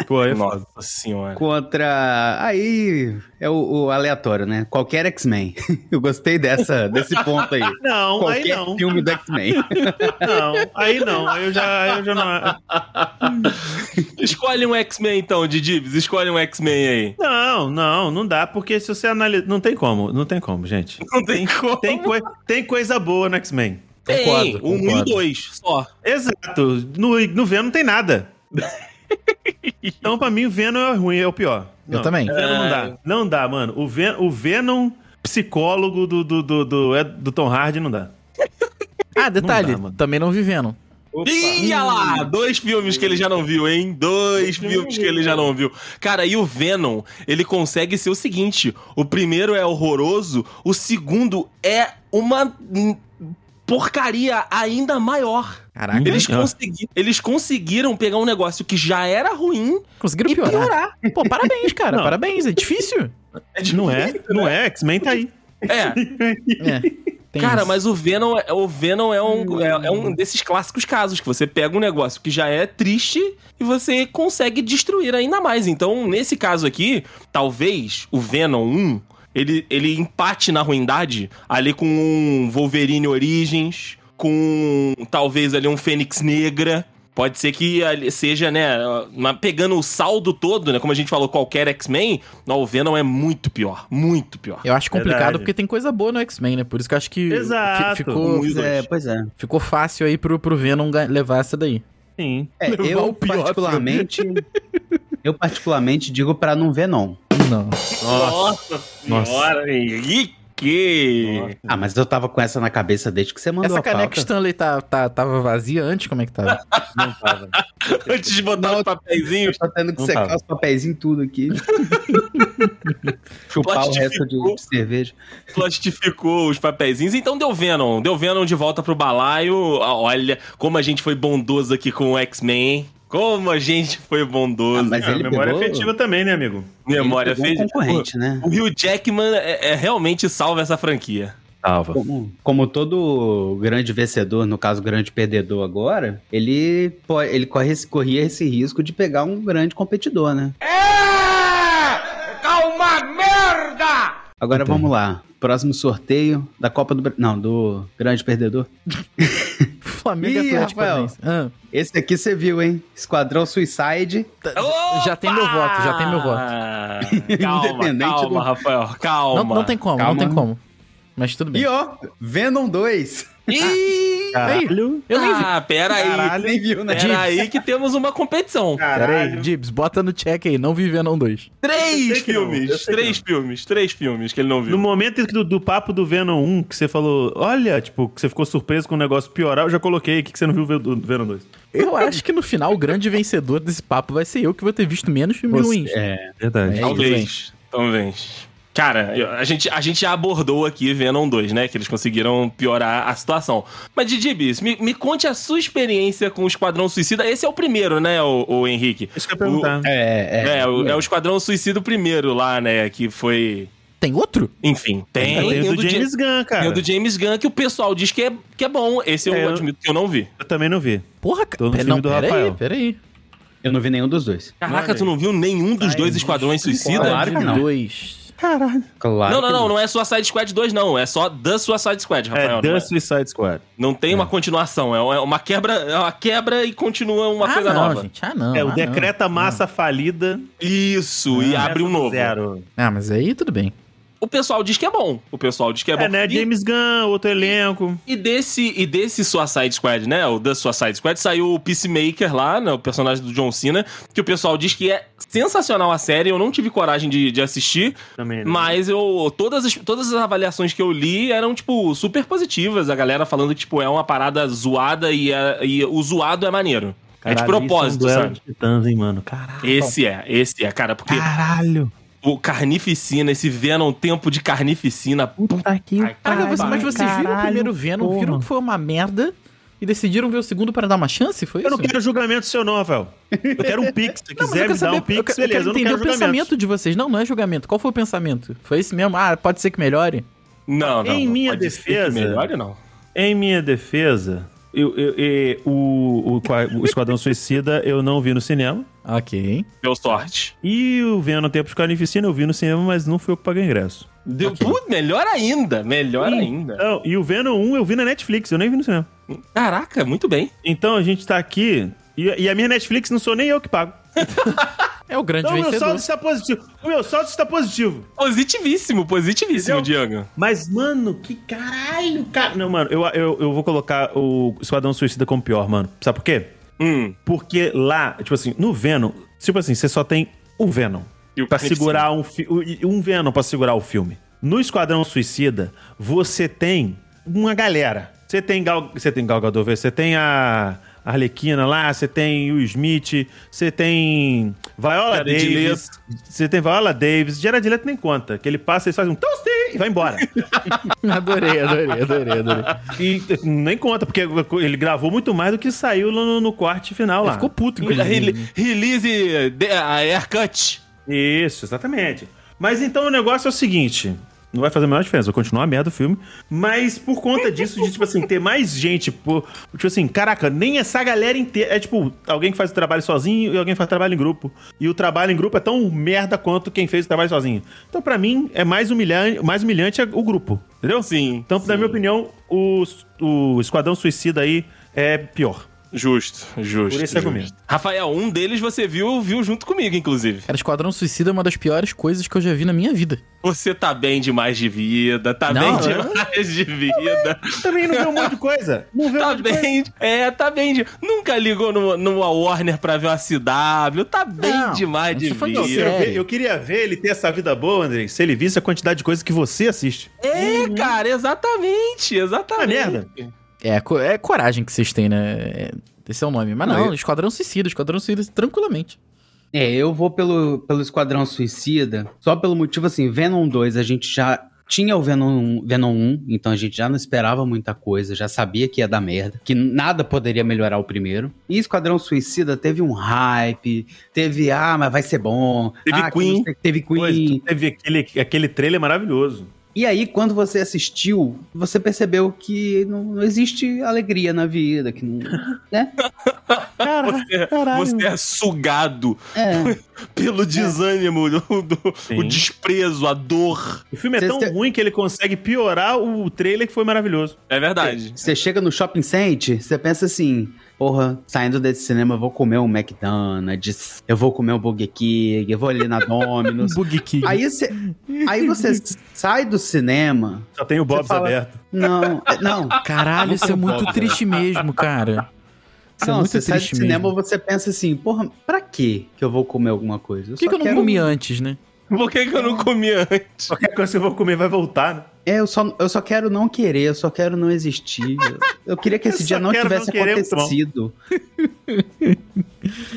[SPEAKER 5] Pô, aí é foda.
[SPEAKER 4] Nossa senhora.
[SPEAKER 3] Contra. Aí é o, o aleatório, né? Qualquer X-Men. Eu gostei dessa, desse ponto aí.
[SPEAKER 5] Não, aí
[SPEAKER 3] Qualquer
[SPEAKER 5] não.
[SPEAKER 3] filme do X-Men.
[SPEAKER 5] Não, aí não. Aí eu já, aí eu já não.
[SPEAKER 4] Escolhe um X-Men então, Didibs. Escolhe um X-Men aí.
[SPEAKER 5] Não, não, não dá, porque se você analisa. Não tem como, não tem como, gente.
[SPEAKER 4] Não tem como.
[SPEAKER 5] Tem, coi- tem coisa boa no X-Men.
[SPEAKER 4] Tem,
[SPEAKER 2] Concordo,
[SPEAKER 4] um e um
[SPEAKER 2] concordo.
[SPEAKER 4] dois só.
[SPEAKER 5] Exato. No, no Venom não tem nada. Então, pra mim, o Venom é ruim, é o pior.
[SPEAKER 2] Eu
[SPEAKER 5] Não, É,
[SPEAKER 2] também.
[SPEAKER 5] o Venom não dá.
[SPEAKER 4] É.
[SPEAKER 5] Não dá, mano. O, Ven o Venom psicólogo do, do, do, do, é do Tom Hardy não dá.
[SPEAKER 2] Ah, detalhe,
[SPEAKER 5] Não dá, mano.
[SPEAKER 2] também não vivendo.
[SPEAKER 4] Ih, olha lá! Dois filmes que ele já não viu, hein? Dois filmes que ele já não viu. Cara, e o Venom, ele consegue ser o seguinte: o primeiro é horroroso, o segundo é uma hum, porcaria ainda maior.
[SPEAKER 2] Caraca,
[SPEAKER 4] Eles,
[SPEAKER 5] Hum, ó.
[SPEAKER 4] consegui- eles conseguiram pegar um negócio que já era ruim
[SPEAKER 2] conseguiram
[SPEAKER 4] e
[SPEAKER 2] piorar.
[SPEAKER 4] piorar.
[SPEAKER 2] Pô, parabéns, cara.
[SPEAKER 5] Não.
[SPEAKER 2] Parabéns. É difícil.
[SPEAKER 5] Não é, não é. X-Men tá aí.
[SPEAKER 4] É,
[SPEAKER 2] É. Tem
[SPEAKER 4] Cara,
[SPEAKER 2] isso. Hum.
[SPEAKER 4] mas o Venom, é- o Venom é, um, é, é um desses clássicos casos que você pega um negócio que já é triste e você consegue destruir ainda mais. Então, nesse caso aqui, talvez o Venom 1 ele, ele empate na ruindade ali com um Wolverine Origins, com talvez ali um Fênix Negra. Pode ser que ali seja, né, uma- pegando o saldo todo, né, como a gente falou, qualquer X-Men, não, o Venom é muito pior, muito pior.
[SPEAKER 2] Eu acho complicado
[SPEAKER 5] Verdade.
[SPEAKER 2] porque tem coisa boa no X-Men, né? Por isso que eu acho que
[SPEAKER 5] Exato.
[SPEAKER 2] fi- ficou,
[SPEAKER 4] Um e
[SPEAKER 3] Pois é,
[SPEAKER 4] dois.
[SPEAKER 3] pois é.
[SPEAKER 2] ficou fácil aí pro, pro Venom ga- levar essa daí.
[SPEAKER 5] Sim.
[SPEAKER 3] É,
[SPEAKER 2] Levar
[SPEAKER 3] eu
[SPEAKER 2] o pior pra
[SPEAKER 3] particularmente, eu particularmente digo pra não ver não.
[SPEAKER 2] Não.
[SPEAKER 4] Nossa, senhora, Henrique!
[SPEAKER 3] Ah, mas eu tava com essa na cabeça desde que você mandou
[SPEAKER 2] Essa
[SPEAKER 3] a
[SPEAKER 2] caneca
[SPEAKER 3] pauta.
[SPEAKER 2] Stanley tá, tá- tava vazia antes? Como é que tava?
[SPEAKER 4] Antes de botar
[SPEAKER 3] Não,
[SPEAKER 4] os papeizinhos,
[SPEAKER 3] Eu
[SPEAKER 2] tá
[SPEAKER 3] tô tendo que
[SPEAKER 5] Não
[SPEAKER 3] secar
[SPEAKER 5] tava.
[SPEAKER 3] os papéis em tudo aqui. Chupar o resto de
[SPEAKER 4] Plastificou.
[SPEAKER 3] cerveja.
[SPEAKER 4] plastificou os papeizinhos. Então deu Venom. Deu Venom de volta pro balaio. Ah, Olha como a gente foi bondoso aqui com o X-Men, hein? Como a gente foi bondoso.
[SPEAKER 3] Ah, mas
[SPEAKER 5] É,
[SPEAKER 3] ele
[SPEAKER 5] memória
[SPEAKER 3] pegou-
[SPEAKER 5] afetiva também, né, amigo?
[SPEAKER 4] Memória
[SPEAKER 3] Ele pegou um
[SPEAKER 4] fez.
[SPEAKER 3] concorrente, né?
[SPEAKER 4] O Hugh Jackman é, é- realmente salva essa franquia.
[SPEAKER 5] Salva.
[SPEAKER 3] Como, como todo grande vencedor, no caso grande perdedor agora, ele, po- ele corre, esse- corria esse risco de pegar um grande competidor, né? É! Tá uma
[SPEAKER 4] É! Tá
[SPEAKER 3] merda! Agora
[SPEAKER 2] Entendi.
[SPEAKER 3] vamos lá. Próximo sorteio da Copa do Brasil. Não, do grande perdedor.
[SPEAKER 2] Flamengo
[SPEAKER 3] Ih,
[SPEAKER 2] e Atlético
[SPEAKER 3] Rafael.
[SPEAKER 2] Paranaense. Ah,
[SPEAKER 3] Esse aqui você viu, hein? Esquadrão Suicide.
[SPEAKER 2] tá- já tem meu voto, já tem meu voto.
[SPEAKER 4] voto. Calma,
[SPEAKER 3] Independente
[SPEAKER 4] calma,
[SPEAKER 3] do-
[SPEAKER 4] Rafael. Calma.
[SPEAKER 2] Não, não tem como,
[SPEAKER 3] Calma.
[SPEAKER 2] não tem como. Mas tudo bem.
[SPEAKER 3] E ó, Venom 2.
[SPEAKER 4] Ih!
[SPEAKER 5] Caralho.
[SPEAKER 2] Eu nem vi.
[SPEAKER 4] Ah, pera aí.
[SPEAKER 3] Caralho, nem viu, né?
[SPEAKER 4] Pera aí que temos uma competição.
[SPEAKER 2] Peraí, Dibs, bota no check aí, não vive não dois.
[SPEAKER 5] Eu
[SPEAKER 4] Três
[SPEAKER 5] sei que não, eu
[SPEAKER 4] filmes,
[SPEAKER 5] sei que
[SPEAKER 4] três filmes, três filmes que ele não viu.
[SPEAKER 5] No momento do, do papo do Venom 1, que você falou, olha, tipo, que você ficou surpreso com o negócio piorar, eu já coloquei aqui que você não viu o Ven- do Venom 2.
[SPEAKER 2] Eu acho que no final o grande vencedor
[SPEAKER 5] é.
[SPEAKER 2] desse papo vai ser eu que vou ter visto menos filmes
[SPEAKER 5] Você-
[SPEAKER 2] ruins.
[SPEAKER 3] É,
[SPEAKER 5] Verdade.
[SPEAKER 2] É.
[SPEAKER 4] Talvez. Talvez. Cara, eu- a gente, a gente já abordou aqui Venom 2, né? Que eles conseguiram piorar a situação. Mas, Didi Bis, me, me conte a sua experiência com o Esquadrão Suicida. Esse é o primeiro, né, o, Henrique?
[SPEAKER 5] Isso que eu ia perguntar.
[SPEAKER 3] É,
[SPEAKER 4] É, o, é o Esquadrão Suicida o primeiro lá, né? Que foi.
[SPEAKER 2] Tem outro?
[SPEAKER 4] Enfim, tem.
[SPEAKER 5] Tem É o do
[SPEAKER 4] Ja-
[SPEAKER 5] James Gunn, cara.
[SPEAKER 4] tem o É do James Gunn, que o pessoal diz que é, que é bom. Esse eu
[SPEAKER 5] É, eu-
[SPEAKER 4] admito que eu não vi.
[SPEAKER 5] Eu também não vi.
[SPEAKER 2] Porra, cara.
[SPEAKER 5] Tô no
[SPEAKER 2] Pera, não,
[SPEAKER 5] filme do
[SPEAKER 2] peraí,
[SPEAKER 5] Rafael.
[SPEAKER 2] peraí.
[SPEAKER 3] Eu não vi nenhum dos dois.
[SPEAKER 4] Caraca, tu não viu nenhum dos dois Esquadrões Suicida?
[SPEAKER 3] Claro que não.
[SPEAKER 2] Dois.
[SPEAKER 5] Caralho.
[SPEAKER 3] Claro.
[SPEAKER 4] Não, não,
[SPEAKER 3] que
[SPEAKER 4] não, não é Suicide Squad 2, não. É só The Suicide Squad, Rafael.
[SPEAKER 5] é
[SPEAKER 4] não,
[SPEAKER 5] The
[SPEAKER 4] é-
[SPEAKER 5] Suicide Squad.
[SPEAKER 4] não tem uma continuação, é uma quebra, é uma quebra e continua uma
[SPEAKER 2] ah,
[SPEAKER 4] coisa
[SPEAKER 2] não,
[SPEAKER 4] nova.
[SPEAKER 2] gente. Ah, não.
[SPEAKER 5] É,
[SPEAKER 2] ah,
[SPEAKER 5] o
[SPEAKER 2] não.
[SPEAKER 5] Decreta Massa Falida.
[SPEAKER 4] Isso, e abre um novo.
[SPEAKER 5] Ah, Zero.
[SPEAKER 2] Ah, mas aí tudo bem.
[SPEAKER 4] O pessoal diz que é bom. O pessoal diz que é bom.
[SPEAKER 5] É, né?
[SPEAKER 4] E-
[SPEAKER 5] James Gunn, outro elenco.
[SPEAKER 4] E desse, e desse Suicide Squad, né? O da Suicide Squad saiu o Peacemaker lá, né? O personagem do John Cena, que o pessoal diz que é sensacional a série. Eu não tive coragem de, de assistir,
[SPEAKER 5] Também, né?
[SPEAKER 4] mas eu todas as, todas as avaliações que eu li eram, tipo, super positivas. A galera falando que, tipo, é uma parada zoada e, é- e o zoado é maneiro. é de
[SPEAKER 5] Caralho,
[SPEAKER 4] propósito,
[SPEAKER 5] isso é um duelo
[SPEAKER 4] sabe?
[SPEAKER 5] de titãs, hein, mano? Caralho.
[SPEAKER 4] Esse é, esse é, cara, porque
[SPEAKER 5] Caralho.
[SPEAKER 4] o Carnificina, esse Venom, um tempo de Carnificina.
[SPEAKER 5] Puta que
[SPEAKER 4] Ai,
[SPEAKER 2] Caraca,
[SPEAKER 4] Ai,
[SPEAKER 2] você- mas
[SPEAKER 4] pai,
[SPEAKER 2] vocês viram o primeiro Venom,
[SPEAKER 5] porra.
[SPEAKER 2] viram que foi uma merda e decidiram ver o segundo para dar uma chance? Foi
[SPEAKER 5] Eu
[SPEAKER 2] isso?
[SPEAKER 5] não quero julgamento seu, não, Rafael. Eu quero um pix.
[SPEAKER 2] Não, mas
[SPEAKER 5] Se
[SPEAKER 2] eu
[SPEAKER 5] quiser
[SPEAKER 2] quero
[SPEAKER 5] me dar
[SPEAKER 2] saber,
[SPEAKER 5] um
[SPEAKER 2] eu
[SPEAKER 5] pix,
[SPEAKER 2] quero- eu quero
[SPEAKER 5] beleza. Eu não
[SPEAKER 2] entender
[SPEAKER 5] quero
[SPEAKER 2] o pensamento de vocês. Não, não é julgamento. Qual foi o pensamento? Foi esse mesmo? Ah, pode ser que melhore?
[SPEAKER 4] Não, não.
[SPEAKER 5] Em
[SPEAKER 4] não
[SPEAKER 5] minha
[SPEAKER 4] pode ser que
[SPEAKER 5] defesa-
[SPEAKER 4] Melhor não.
[SPEAKER 5] Em minha defesa, eu, eu- eu- o, o qua- o Esquadrão Suicida eu não vi no cinema.
[SPEAKER 2] Ok.
[SPEAKER 4] Deu sorte.
[SPEAKER 5] E o Venom Tempo de Carnificina eu vi no cinema, mas não fui eu que paguei ingresso.
[SPEAKER 4] Deu, Pô, melhor ainda, melhor ainda.
[SPEAKER 5] Então, e o Venom 1 eu vi na Netflix, eu nem vi no cinema.
[SPEAKER 4] Caraca, muito bem.
[SPEAKER 5] Então a gente tá aqui, e, e a minha Netflix não sou nem eu que pago.
[SPEAKER 2] É o grande
[SPEAKER 5] Então o meu saldo
[SPEAKER 2] vencedor.
[SPEAKER 5] está positivo. O meu saldo está positivo.
[SPEAKER 4] Positivíssimo, positivíssimo, Diego.
[SPEAKER 5] Mas, mano, que caralho, cara. Não, mano, eu, eu, eu vou colocar o Esquadrão Suicida como pior, mano. Sabe por quê?
[SPEAKER 4] Hum,
[SPEAKER 5] Porque lá, tipo assim, no Venom, tipo assim, você só tem o Venom.
[SPEAKER 4] E o
[SPEAKER 5] Pra
[SPEAKER 4] Carnificina.
[SPEAKER 5] segurar um, fi- o- um Venom pra segurar o filme. No Esquadrão Suicida, você tem uma galera. Você tem Gal, você tem Gal Gadot, você tem a Arlequina lá, você tem o Smith, você tem Viola
[SPEAKER 4] Jared
[SPEAKER 5] Davis. Você tem Viola Davis, Gerard Leto nem conta, que ele passa e faz um toast e vai embora.
[SPEAKER 2] Adorei, adorei, adorei, adorei.
[SPEAKER 5] e nem conta, porque ele gravou muito mais do que saiu no, no corte final lá.
[SPEAKER 2] Ficou puto,
[SPEAKER 4] Rele-
[SPEAKER 2] inclusive.
[SPEAKER 4] release the, a haircut.
[SPEAKER 5] Isso, exatamente. Mas então o negócio é o seguinte. Não vai fazer a menor diferença, vai continuar a merda o filme. Mas por conta disso, de, tipo assim, ter mais gente, por, tipo assim, caraca, nem essa galera inteira. É tipo, alguém que faz o trabalho sozinho e alguém que faz o trabalho em grupo. E o trabalho em grupo é tão merda quanto quem fez o trabalho sozinho. Então, pra mim, é mais humilhante, mais humilhante é o grupo, entendeu?
[SPEAKER 4] Sim,
[SPEAKER 5] Então, na minha opinião, o, o Esquadrão Suicida aí é pior.
[SPEAKER 4] Justo, justo.
[SPEAKER 5] Por esse
[SPEAKER 4] justo.
[SPEAKER 5] argumento.
[SPEAKER 4] Rafael, um deles você viu, viu junto comigo, inclusive.
[SPEAKER 2] Cara, Esquadrão Suicida é uma das piores coisas que eu já vi na minha vida.
[SPEAKER 4] Você tá bem demais de vida, tá
[SPEAKER 2] Não,
[SPEAKER 4] bem
[SPEAKER 2] eu-
[SPEAKER 4] demais de vida.
[SPEAKER 5] Também não vê um monte de coisa. Não vê um
[SPEAKER 4] Tá
[SPEAKER 5] monte de coisa.
[SPEAKER 4] bem, é, tá bem. de- Nunca ligou numa, numa Warner pra ver uma CW, tá bem
[SPEAKER 2] Não,
[SPEAKER 4] demais de
[SPEAKER 2] isso foi
[SPEAKER 4] vida.
[SPEAKER 5] Eu quero
[SPEAKER 2] Sério?
[SPEAKER 5] ver- eu queria ver ele ter essa vida boa, Andrei, se ele visse a quantidade de coisa que você assiste.
[SPEAKER 4] É, cara, exatamente, exatamente.
[SPEAKER 5] Ah, merda.
[SPEAKER 2] É, co- é coragem que vocês têm, né? É, Esse é o nome. Mas
[SPEAKER 5] Não,
[SPEAKER 2] não, Esquadrão Suicida, Esquadrão Suicida, tranquilamente.
[SPEAKER 3] É, eu vou pelo, pelo Esquadrão Suicida, só pelo motivo assim, Venom 2 a gente já tinha o Venom, Venom 1, então a gente já não esperava muita coisa, já sabia que ia dar merda, que nada poderia melhorar o primeiro. E Esquadrão Suicida teve um hype, teve, ah, mas vai ser bom.
[SPEAKER 4] Teve
[SPEAKER 3] ah, que
[SPEAKER 4] Queen.
[SPEAKER 3] não sei- Teve Queen.
[SPEAKER 5] Pois, tu teve aquele, aquele trailer maravilhoso.
[SPEAKER 3] E aí, quando você assistiu, você percebeu que não, não existe alegria na vida, que não, né?
[SPEAKER 5] Caralho,
[SPEAKER 4] Você, você é sugado
[SPEAKER 3] É.
[SPEAKER 4] pelo desânimo, o- do-
[SPEAKER 5] Sim.
[SPEAKER 4] o desprezo, a dor.
[SPEAKER 5] O filme é
[SPEAKER 3] Vocês
[SPEAKER 5] tão
[SPEAKER 3] te-
[SPEAKER 5] ruim que ele consegue piorar o trailer que foi maravilhoso.
[SPEAKER 4] É verdade.
[SPEAKER 3] Você chega no shopping center, você pensa assim, porra, saindo desse cinema eu vou comer um McDonald's, eu vou comer um Burger King, eu vou ali na Domino's.
[SPEAKER 2] Bug King.
[SPEAKER 3] aí, você, aí você sai do cinema,
[SPEAKER 5] Só tem o Bob's
[SPEAKER 3] fala-
[SPEAKER 5] aberto.
[SPEAKER 3] não, não,
[SPEAKER 2] Caralho, isso é muito triste mesmo, cara. Isso é
[SPEAKER 3] não,
[SPEAKER 2] muito
[SPEAKER 3] você sai do
[SPEAKER 2] triste
[SPEAKER 3] cinema
[SPEAKER 2] mesmo.
[SPEAKER 3] você pensa assim, porra, pra quê que eu vou comer alguma coisa?
[SPEAKER 2] Por que,
[SPEAKER 3] só
[SPEAKER 2] que eu não
[SPEAKER 3] quero-
[SPEAKER 2] comi antes, né?
[SPEAKER 4] Por que, que eu não comi antes?
[SPEAKER 5] Qualquer coisa que eu vou comer vai voltar, né?
[SPEAKER 3] É, eu só, eu só quero não querer, eu só quero não existir. Eu, eu queria que
[SPEAKER 5] Eu
[SPEAKER 3] esse
[SPEAKER 5] só
[SPEAKER 3] dia não
[SPEAKER 5] quero não
[SPEAKER 3] tivesse
[SPEAKER 5] querer, muito bom.
[SPEAKER 3] acontecido.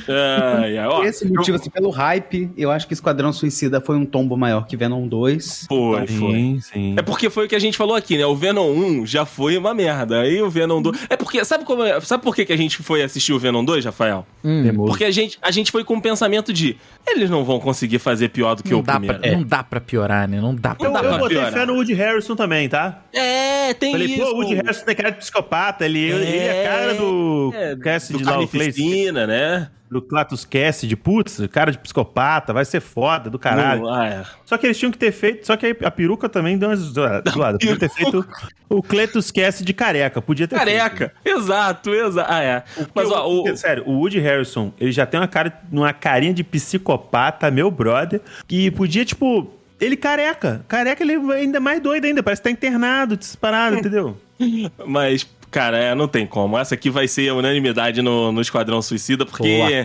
[SPEAKER 4] Ai, ai, ó,
[SPEAKER 3] Por esse motivo, assim, pelo hype, eu acho que Esquadrão Suicida foi um tombo maior que Venom 2.
[SPEAKER 4] Foi, foi.
[SPEAKER 5] sim.
[SPEAKER 4] É porque foi o que a gente falou aqui, né? O Venom 1 já foi uma merda. Aí o Venom 2. É porque. Sabe, como, é- sabe por que, que a gente foi assistir o Venom 2, Rafael?
[SPEAKER 2] Teimoso.
[SPEAKER 4] Porque a gente, a gente foi com o pensamento de. Eles não vão conseguir fazer pior do que
[SPEAKER 2] Não
[SPEAKER 4] o
[SPEAKER 2] dá,
[SPEAKER 4] primeiro.
[SPEAKER 2] pra, não dá pra piorar, né? Não dá pra
[SPEAKER 5] Eu,
[SPEAKER 4] dá
[SPEAKER 5] eu
[SPEAKER 4] pra
[SPEAKER 2] piorar.
[SPEAKER 5] botei
[SPEAKER 4] piorar.
[SPEAKER 5] fé no Woody Harrison também, tá?
[SPEAKER 4] É, tem
[SPEAKER 5] Falei,
[SPEAKER 4] isso.
[SPEAKER 5] pô, o Woody Harrison tem cara de psicopata, ele ele é, a cara do
[SPEAKER 4] É,
[SPEAKER 5] Cassidy
[SPEAKER 4] do
[SPEAKER 5] lá, o Clay,
[SPEAKER 4] Carnificina, né?
[SPEAKER 5] do Clatus Cassidy, putz, cara de psicopata, vai ser foda do caralho.
[SPEAKER 4] Não, ah, é.
[SPEAKER 5] Só que eles tinham que ter feito. Só que aí a peruca também deu uma zoada. zoada. Podia ter feito o Cletus Cassidy de careca. Podia ter feito.
[SPEAKER 4] Careca. Exato, exato. Ah, é. Mas, ó, o,
[SPEAKER 5] Porque, Sério, o Woody Harrison, ele já tem uma, cara, uma carinha de psicopata, meu brother, que podia, tipo. Ele careca. Careca, ele é ainda mais doido ainda. Parece que tá internado,
[SPEAKER 4] Hum.
[SPEAKER 5] disparado, entendeu?
[SPEAKER 4] Mas, cara, é, não tem como. Essa aqui vai ser a unanimidade no, no Esquadrão Suicida, porque.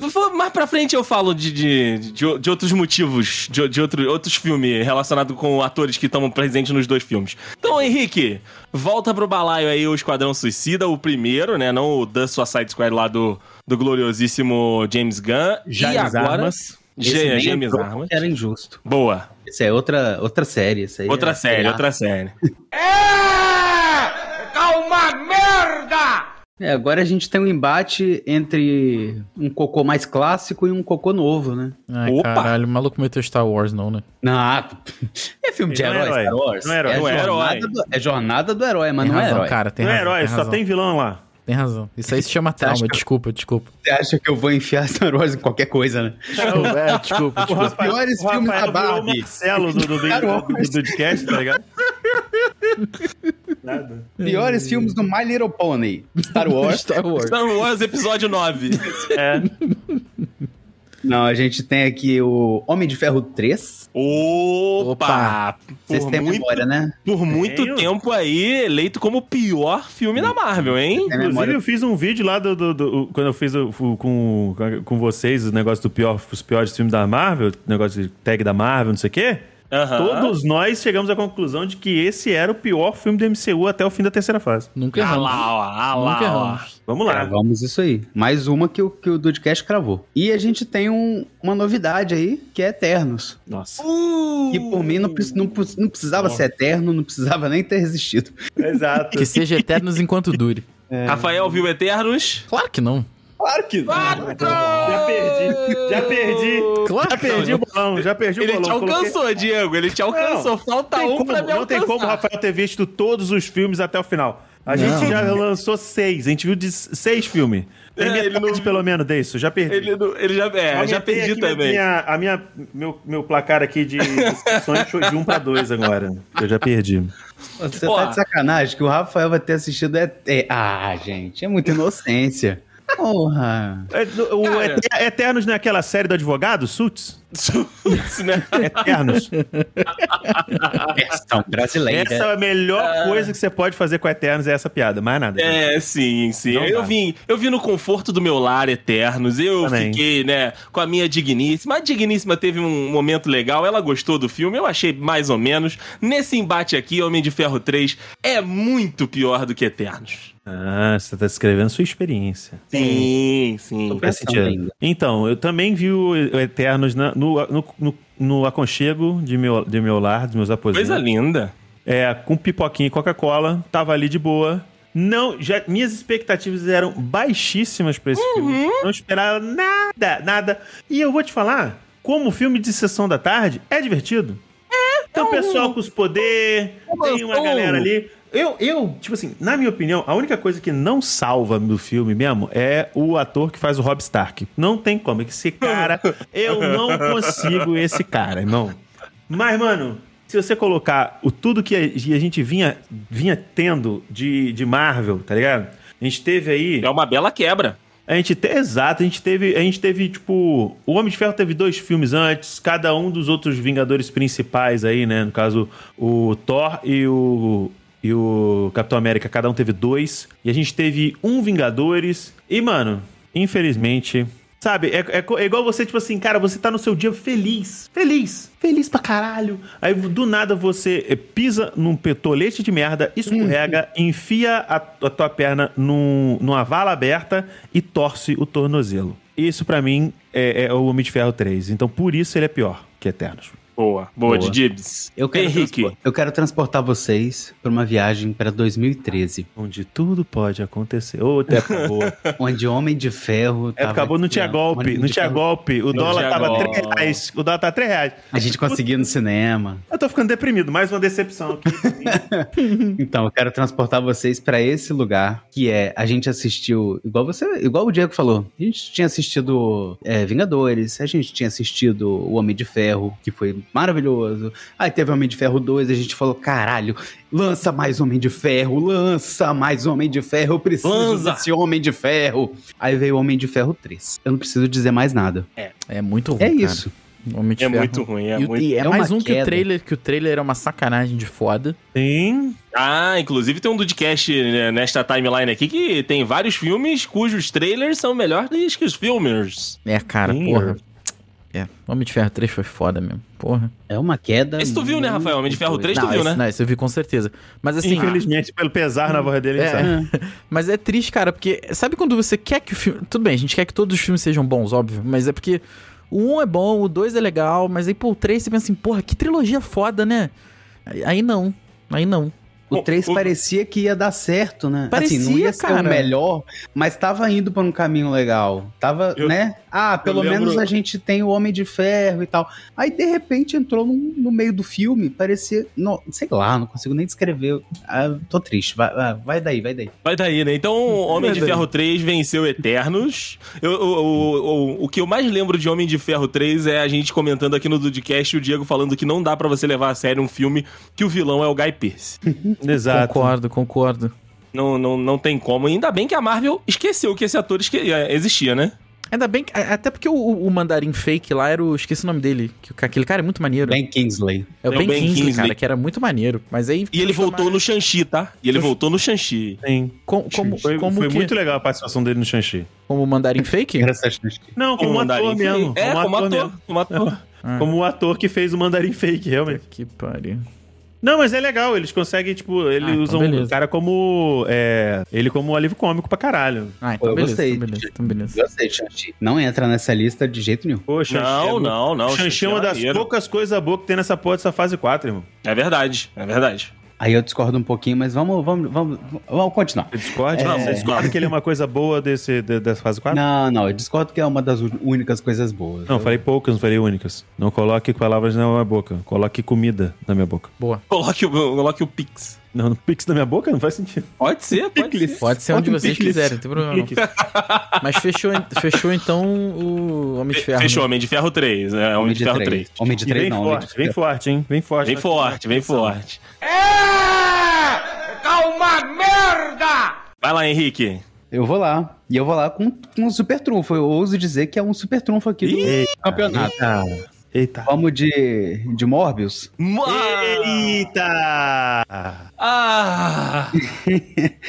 [SPEAKER 4] Vou- Mais pra frente eu falo de, de, de, de outros motivos, de, de outro, outros filmes relacionados com atores que estão presentes nos dois filmes. Então, Henrique, volta pro balaio aí o Esquadrão Suicida, o primeiro, né? Não o The Suicide Squad lá do, do gloriosíssimo James Gunn. e
[SPEAKER 5] James
[SPEAKER 4] agora...
[SPEAKER 5] Armas.
[SPEAKER 4] Ja-
[SPEAKER 3] Esse nem
[SPEAKER 4] James
[SPEAKER 3] entrou
[SPEAKER 4] Armas.
[SPEAKER 3] porque Era injusto.
[SPEAKER 4] Boa.
[SPEAKER 3] Isso é outra, outra série. Isso aí
[SPEAKER 4] Outra
[SPEAKER 3] é, sei
[SPEAKER 4] série,
[SPEAKER 3] lá.
[SPEAKER 4] outra série.
[SPEAKER 3] É, agora a gente tem um embate entre um cocô mais clássico e um cocô novo, né?
[SPEAKER 2] Ai,
[SPEAKER 4] Opa!
[SPEAKER 2] caralho, o maluco meteu Star Wars, não, né?
[SPEAKER 3] Não, é filme de
[SPEAKER 5] Não é
[SPEAKER 3] herói,
[SPEAKER 5] herói.
[SPEAKER 3] Star Wars.
[SPEAKER 5] Não é herói. Não
[SPEAKER 4] é
[SPEAKER 3] jornada
[SPEAKER 4] herói.
[SPEAKER 3] Do, é jornada do herói, mas
[SPEAKER 2] tem
[SPEAKER 3] não é
[SPEAKER 2] razão,
[SPEAKER 3] herói.
[SPEAKER 2] cara, tem
[SPEAKER 5] não é
[SPEAKER 2] razão.
[SPEAKER 5] herói,
[SPEAKER 2] tem
[SPEAKER 5] só
[SPEAKER 2] razão.
[SPEAKER 5] tem vilão lá.
[SPEAKER 2] Tem razão. Isso aí se chama
[SPEAKER 3] acha
[SPEAKER 2] trauma,
[SPEAKER 3] que-
[SPEAKER 2] desculpa, desculpa.
[SPEAKER 3] Você acha que eu vou enfiar Star Wars em qualquer coisa, né?
[SPEAKER 2] Desculpa, é, desculpa,
[SPEAKER 5] O
[SPEAKER 2] desculpa.
[SPEAKER 5] Rafael-
[SPEAKER 3] piores
[SPEAKER 5] o Rafael
[SPEAKER 3] filmes da
[SPEAKER 5] virou o
[SPEAKER 3] tá Barbie.
[SPEAKER 5] Marcelo do, do, do,
[SPEAKER 3] Star
[SPEAKER 5] do,
[SPEAKER 3] Wars.
[SPEAKER 5] do, podcast, tá ligado? Nada.
[SPEAKER 3] Piores filmes do My Little Pony. Star Wars.
[SPEAKER 2] Star Wars.
[SPEAKER 4] Star Wars Episódio 9.
[SPEAKER 5] É.
[SPEAKER 3] Não, a gente tem aqui o Homem de Ferro 3.
[SPEAKER 4] Opa!
[SPEAKER 3] Vocês
[SPEAKER 4] Por
[SPEAKER 3] têm
[SPEAKER 4] muito
[SPEAKER 3] memória, né?
[SPEAKER 4] Por muito
[SPEAKER 5] Tenho.
[SPEAKER 4] tempo aí, eleito como o pior filme da Marvel, hein?
[SPEAKER 3] Tem
[SPEAKER 5] Inclusive,
[SPEAKER 3] memória.
[SPEAKER 5] eu fiz um vídeo lá do, do- do- quando eu fiz o- o- com, com vocês o negócio do pior, os piores filmes da Marvel, negócio de tag da Marvel, não sei o quê.
[SPEAKER 4] Aham.
[SPEAKER 5] Todos nós chegamos à conclusão de que esse era o pior filme do MCU até o fim da terceira fase.
[SPEAKER 2] Nunca
[SPEAKER 4] Ah
[SPEAKER 2] erramos.
[SPEAKER 4] lá, ó, ah
[SPEAKER 2] Nunca
[SPEAKER 4] lá, ó.
[SPEAKER 2] erramos.
[SPEAKER 5] Vamos lá.
[SPEAKER 3] Vamos isso aí. Mais uma que, o- que o Dudcast cravou. E a gente tem um- uma novidade aí, que é Eternos.
[SPEAKER 5] Nossa.
[SPEAKER 4] Uh!
[SPEAKER 3] Que por mim não, precis- não precis- não precisava ser eterno, não precisava nem ter resistido.
[SPEAKER 5] Exato.
[SPEAKER 2] Que seja eternos enquanto dure.
[SPEAKER 5] É.
[SPEAKER 4] Rafael viu Eternos?
[SPEAKER 2] Claro que não.
[SPEAKER 3] Claro que
[SPEAKER 5] Já perdi. Já perdi.
[SPEAKER 2] Claro
[SPEAKER 5] Já
[SPEAKER 2] que não.
[SPEAKER 5] perdi o bolão. Já perdi o
[SPEAKER 4] Ele te
[SPEAKER 5] bolão. Coloquei-
[SPEAKER 4] alcançou, Diego. Ele te alcançou. Falta
[SPEAKER 5] tem
[SPEAKER 4] um
[SPEAKER 5] como,
[SPEAKER 4] pra me
[SPEAKER 5] Não tem como o
[SPEAKER 4] alcançar.
[SPEAKER 5] Rafael ter visto todos os filmes até o final. A gente já lançou seis. A gente viu de seis filmes. Tem
[SPEAKER 4] É, ele
[SPEAKER 5] metade,
[SPEAKER 4] não viu.
[SPEAKER 5] pelo menos, disso. Já perdi.
[SPEAKER 4] Ele, não- ele já, é,
[SPEAKER 5] Aumentei
[SPEAKER 4] já perdi
[SPEAKER 5] aqui minha-
[SPEAKER 4] também.
[SPEAKER 5] Minha, a minha, meu, meu placar aqui de sonhos foi de um pra dois agora. Eu já perdi.
[SPEAKER 3] Você
[SPEAKER 4] Ó.
[SPEAKER 3] tá de sacanagem que o Rafael vai ter assistido é, é- Ah, gente, é muita inocência. Porra.
[SPEAKER 5] É, O
[SPEAKER 4] Cara.
[SPEAKER 5] Eter- Eternos não é aquela série do advogado, Suits?
[SPEAKER 4] Isso, né?
[SPEAKER 5] Eternos.
[SPEAKER 3] Versão brasileira.
[SPEAKER 5] essa é a melhor coisa que você pode fazer com Eternos, é essa piada. Mais nada. gente.
[SPEAKER 4] Ah. É, sim, sim.
[SPEAKER 5] Não
[SPEAKER 4] eu
[SPEAKER 5] dá.
[SPEAKER 4] vim, eu vim no conforto do meu lar eternos. Eu
[SPEAKER 5] Também.
[SPEAKER 4] fiquei, né, com a minha digníssima. A digníssima teve um momento legal, ela gostou do filme, eu achei mais ou menos. Nesse embate aqui, Homem de Ferro 3 é muito pior do que Eternos.
[SPEAKER 5] Ah, você tá escrevendo sua experiência.
[SPEAKER 4] Sim, sim.
[SPEAKER 3] Tô
[SPEAKER 5] Faz sentido.
[SPEAKER 3] ainda.
[SPEAKER 5] Então, eu também vi o Eternos na- no, no, no- no aconchego de meu, de meu lar, dos meus aposentos.
[SPEAKER 4] Coisa linda.
[SPEAKER 5] é, com pipoquinha e Coca-Cola, tava ali de boa. Não, já, minhas expectativas eram baixíssimas pra esse filme. Não esperava nada, nada. E eu vou te falar, como filme de sessão da tarde, é divertido. É, Tem o pessoal com os poderes, tem uma
[SPEAKER 4] gostoso.
[SPEAKER 5] galera ali. Eu, eu, tipo assim, na minha opinião, a única coisa que não salva do filme mesmo é o ator que faz o Rob Stark. Não tem como, é que esse cara, eu não consigo esse cara, irmão. Mas, mano, se você colocar o tudo que a, que a gente vinha, vinha tendo de, de Marvel, tá ligado? A gente teve aí.
[SPEAKER 4] É uma bela quebra.
[SPEAKER 5] A gente te, exato, a gente teve. A gente teve, tipo. O Homem de Ferro teve dois filmes antes, cada um dos outros Vingadores principais aí, né? No caso, o Thor e o. E o Capitão América, cada um teve dois. E a gente teve um Vingadores. E, mano, infelizmente, Sabe? É, é co- é igual você, tipo assim, cara, você tá no seu dia feliz. Feliz. Feliz pra caralho. Aí do nada você eh, pisa num petolete de merda, escorrega, enfia a, a tua perna num- numa vala aberta e torce o tornozelo. Isso pra mim é, é o Homem de Ferro 3. Então por isso ele é pior que Eternos.
[SPEAKER 4] Boa,
[SPEAKER 3] Boa.
[SPEAKER 4] boa, de Dibs.
[SPEAKER 3] Eu quero,
[SPEAKER 4] Henrique.
[SPEAKER 3] transpor- eu quero transportar vocês pra uma viagem pra 2013,
[SPEAKER 5] Onde tudo pode acontecer. Ô, até acabou.
[SPEAKER 3] onde Homem de Ferro.
[SPEAKER 5] É,
[SPEAKER 3] tava-
[SPEAKER 5] acabou, não tinha golpe,
[SPEAKER 3] Homem
[SPEAKER 5] não
[SPEAKER 3] de
[SPEAKER 5] tinha
[SPEAKER 3] Ferro-
[SPEAKER 5] golpe. O dólar
[SPEAKER 4] tinha
[SPEAKER 5] tava
[SPEAKER 4] golpe.
[SPEAKER 5] 3 reais. O dólar tá 3 reais.
[SPEAKER 3] A gente conseguia no cinema.
[SPEAKER 5] Eu tô ficando deprimido, mais uma decepção aqui.
[SPEAKER 3] Então, eu quero transportar vocês pra esse lugar, que é a gente assistiu, igual você, igual o Diego falou, a gente tinha assistido é, Vingadores, a gente tinha assistido O Homem de Ferro, que foi maravilhoso. Aí teve Homem de Ferro 2, a gente falou, caralho, lança mais Homem de Ferro, lança mais Homem de Ferro, eu preciso
[SPEAKER 4] Lança!
[SPEAKER 3] desse Homem de Ferro. Aí veio o Homem de Ferro 3. Eu não preciso dizer mais nada.
[SPEAKER 2] É muito ruim.
[SPEAKER 3] É
[SPEAKER 2] cara.
[SPEAKER 3] isso.
[SPEAKER 2] Homem de
[SPEAKER 4] É
[SPEAKER 2] Ferro.
[SPEAKER 4] muito ruim, é
[SPEAKER 2] e, o-
[SPEAKER 4] muito.
[SPEAKER 2] e é,
[SPEAKER 3] é uma
[SPEAKER 2] mais um que o
[SPEAKER 3] queda.
[SPEAKER 2] trailer, que o trailer é uma sacanagem de foda.
[SPEAKER 5] Sim.
[SPEAKER 4] Ah, inclusive tem um podcast né, nesta timeline aqui que tem vários filmes cujos trailers são melhores que os filmes.
[SPEAKER 2] É, cara,
[SPEAKER 5] Sim.
[SPEAKER 2] porra. É, Homem de Ferro 3 foi foda mesmo, porra.
[SPEAKER 3] É uma queda.
[SPEAKER 4] Esse tu viu, né,
[SPEAKER 3] muito
[SPEAKER 4] Rafael? Homem de Ferro
[SPEAKER 3] doida.
[SPEAKER 4] 3 tu
[SPEAKER 2] não,
[SPEAKER 4] viu,
[SPEAKER 2] esse,
[SPEAKER 4] né?
[SPEAKER 2] não, esse eu vi com certeza. Mas assim,
[SPEAKER 5] Infelizmente, pelo pesar na voz dele,
[SPEAKER 2] É.
[SPEAKER 5] é. sabe.
[SPEAKER 2] Mas é triste, cara, porque sabe quando você quer que o filme. Tudo bem, a gente quer que todos os filmes sejam bons, óbvio, mas é porque o 1 é bom, o 2 é legal, mas aí, pô, o 3 você pensa assim, porra, que trilogia foda, né? Aí- Aí não, aí não.
[SPEAKER 3] O 3
[SPEAKER 4] O- o-
[SPEAKER 3] parecia que ia dar certo, né?
[SPEAKER 2] Parecia,
[SPEAKER 3] assim, não ia ser
[SPEAKER 2] cara.
[SPEAKER 3] o melhor, mas tava indo por um caminho legal. Tava,
[SPEAKER 5] Eu-
[SPEAKER 3] né? Ah, pelo
[SPEAKER 5] lembro-
[SPEAKER 3] menos a gente tem o Homem de Ferro e tal. Aí, de repente, entrou num- no, meio do filme, parecia... Não, sei lá, não consigo nem descrever. Ah, tô triste, vai, vai- vai daí, vai daí.
[SPEAKER 4] Vai daí, né? Então, Homem de
[SPEAKER 5] daí.
[SPEAKER 4] Ferro 3 venceu Eternos. Eu, o, o, o, o que eu mais lembro de Homem de Ferro 3 é a gente comentando aqui no podcast o Diego falando que não dá pra você levar a sério um filme que o vilão é o Guy Pearce.
[SPEAKER 5] Exato.
[SPEAKER 2] Concordo, concordo.
[SPEAKER 4] Não, não, não tem como. Ainda bem que a Marvel esqueceu que esse ator esque- eh, existia, né?
[SPEAKER 2] Ainda bem que. a- Até porque o, o mandarim fake lá era o. Esqueci o nome dele. Que, o- aquele cara é muito maneiro.
[SPEAKER 3] Ben Kingsley.
[SPEAKER 2] é o Ben, Kingsley, cara,
[SPEAKER 4] Kingsley.
[SPEAKER 2] que era muito maneiro. Mas aí.
[SPEAKER 4] E ele voltou no Shang-Chi, tá? E ele voltou no Shang-Chi.
[SPEAKER 5] Sim.
[SPEAKER 2] Com- como,
[SPEAKER 5] Foi,
[SPEAKER 2] como,
[SPEAKER 5] foi
[SPEAKER 2] que- é?
[SPEAKER 5] muito legal a participação dele no Shang-Chi.
[SPEAKER 2] como mandarim fake?
[SPEAKER 3] Engraçado.
[SPEAKER 5] Não, como,
[SPEAKER 4] Como
[SPEAKER 5] ator
[SPEAKER 4] mandarim
[SPEAKER 5] mesmo.
[SPEAKER 4] fake. É, como ator.
[SPEAKER 5] mesmo.
[SPEAKER 4] Como ator.
[SPEAKER 2] Ah,
[SPEAKER 5] Como o ator que fez o Mandarim Fake, realmente.
[SPEAKER 2] Que pariu.
[SPEAKER 5] Não, mas é legal, eles conseguem, tipo, ele
[SPEAKER 2] Ah, então
[SPEAKER 5] usa
[SPEAKER 2] beleza.
[SPEAKER 5] o cara como. é, ele como um alívio cômico pra caralho.
[SPEAKER 2] Ah, então
[SPEAKER 3] Eu
[SPEAKER 2] beleza,
[SPEAKER 3] gostei.
[SPEAKER 2] então beleza, então beleza.
[SPEAKER 3] Gostei, Shang-Chi. Não entra nessa lista de jeito nenhum.
[SPEAKER 5] Poxa,
[SPEAKER 4] Não, não, não.
[SPEAKER 5] é Shang-Chi é uma das
[SPEAKER 4] maneiro.
[SPEAKER 5] poucas coisas boas que tem nessa porra dessa fase 4, irmão.
[SPEAKER 4] É verdade, é verdade.
[SPEAKER 3] Aí eu discordo um pouquinho, mas vamos, vamos, vamos, vamos continuar.
[SPEAKER 5] Você discorde?
[SPEAKER 4] É.
[SPEAKER 5] Não, você discorda que ele é uma coisa boa desse, de- dessa fase 4?
[SPEAKER 3] Não, não, eu discordo que é uma das únicas coisas boas.
[SPEAKER 5] Não, falei poucas, não falei únicas. Não coloque palavras na minha boca. Coloque comida na minha boca.
[SPEAKER 2] Boa.
[SPEAKER 4] Coloque o, coloque o Pix.
[SPEAKER 5] Não, pix na minha boca não faz sentido.
[SPEAKER 4] Pode ser, pode ser.
[SPEAKER 2] Pode ser onde
[SPEAKER 5] Pode
[SPEAKER 2] vocês
[SPEAKER 5] clicar.
[SPEAKER 2] quiserem, não tem problema. não.
[SPEAKER 5] Clique.
[SPEAKER 2] Mas fechou, fechou então o Homem de Ferro.
[SPEAKER 4] Fechou,
[SPEAKER 2] né?
[SPEAKER 4] Homem de Ferro 3, né? Homem, de Ferro 3.
[SPEAKER 3] três. Homem de
[SPEAKER 5] E
[SPEAKER 3] 3
[SPEAKER 5] vem
[SPEAKER 3] não, Homem de
[SPEAKER 5] forte, vem forte, hein? Vem forte.
[SPEAKER 4] Vem forte, vem forte. É! Tá uma merda! Vai lá, Henrique.
[SPEAKER 3] Eu vou lá. E eu vou lá com, com um super trunfo. Eu ouso dizer que é um super trunfo aqui do campeonato.
[SPEAKER 5] Eita. Eita.
[SPEAKER 3] Vamos de, de Morbius.
[SPEAKER 5] Eita!
[SPEAKER 4] Ah!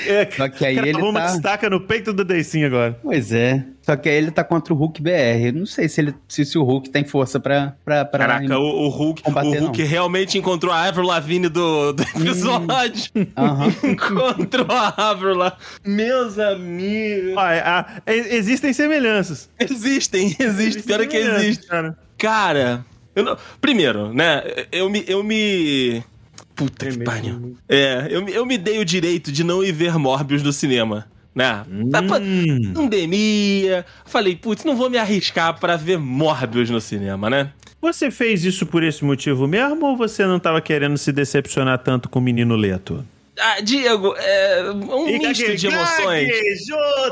[SPEAKER 5] É,
[SPEAKER 3] Só que aí
[SPEAKER 5] cara,
[SPEAKER 3] ele
[SPEAKER 5] Roma
[SPEAKER 3] tá-
[SPEAKER 5] destaca no peito do Deicinho agora.
[SPEAKER 3] Pois é. Só que aí ele tá contra o Hulk BR. Eu não sei se, ele, se, se o Hulk tem força pra. pra, pra
[SPEAKER 4] Caraca, o, o Hulk,
[SPEAKER 3] combater,
[SPEAKER 4] o Hulk realmente encontrou a Avril Lavigne do, do episódio.
[SPEAKER 3] Aham.
[SPEAKER 4] encontrou a Avril lá. Meus amigos.
[SPEAKER 5] Ó, é- a- e- existem semelhanças.
[SPEAKER 4] Existem, existem. Pior é que
[SPEAKER 5] Semelhanças,
[SPEAKER 4] existe.
[SPEAKER 5] Cara.
[SPEAKER 4] Cara, eu não- primeiro, né? Eu me. Eu me... Puta que pariu. É, eu, me- eu me dei o direito de não ir ver Morbius no cinema. Né? Tá pa- Pandemia. Falei, putz, não vou me arriscar pra ver Morbius no cinema, né?
[SPEAKER 5] Você fez isso por esse motivo mesmo ou você não tava querendo se decepcionar tanto com o menino Leto?
[SPEAKER 4] Ah, Diego, é um misto de emoções.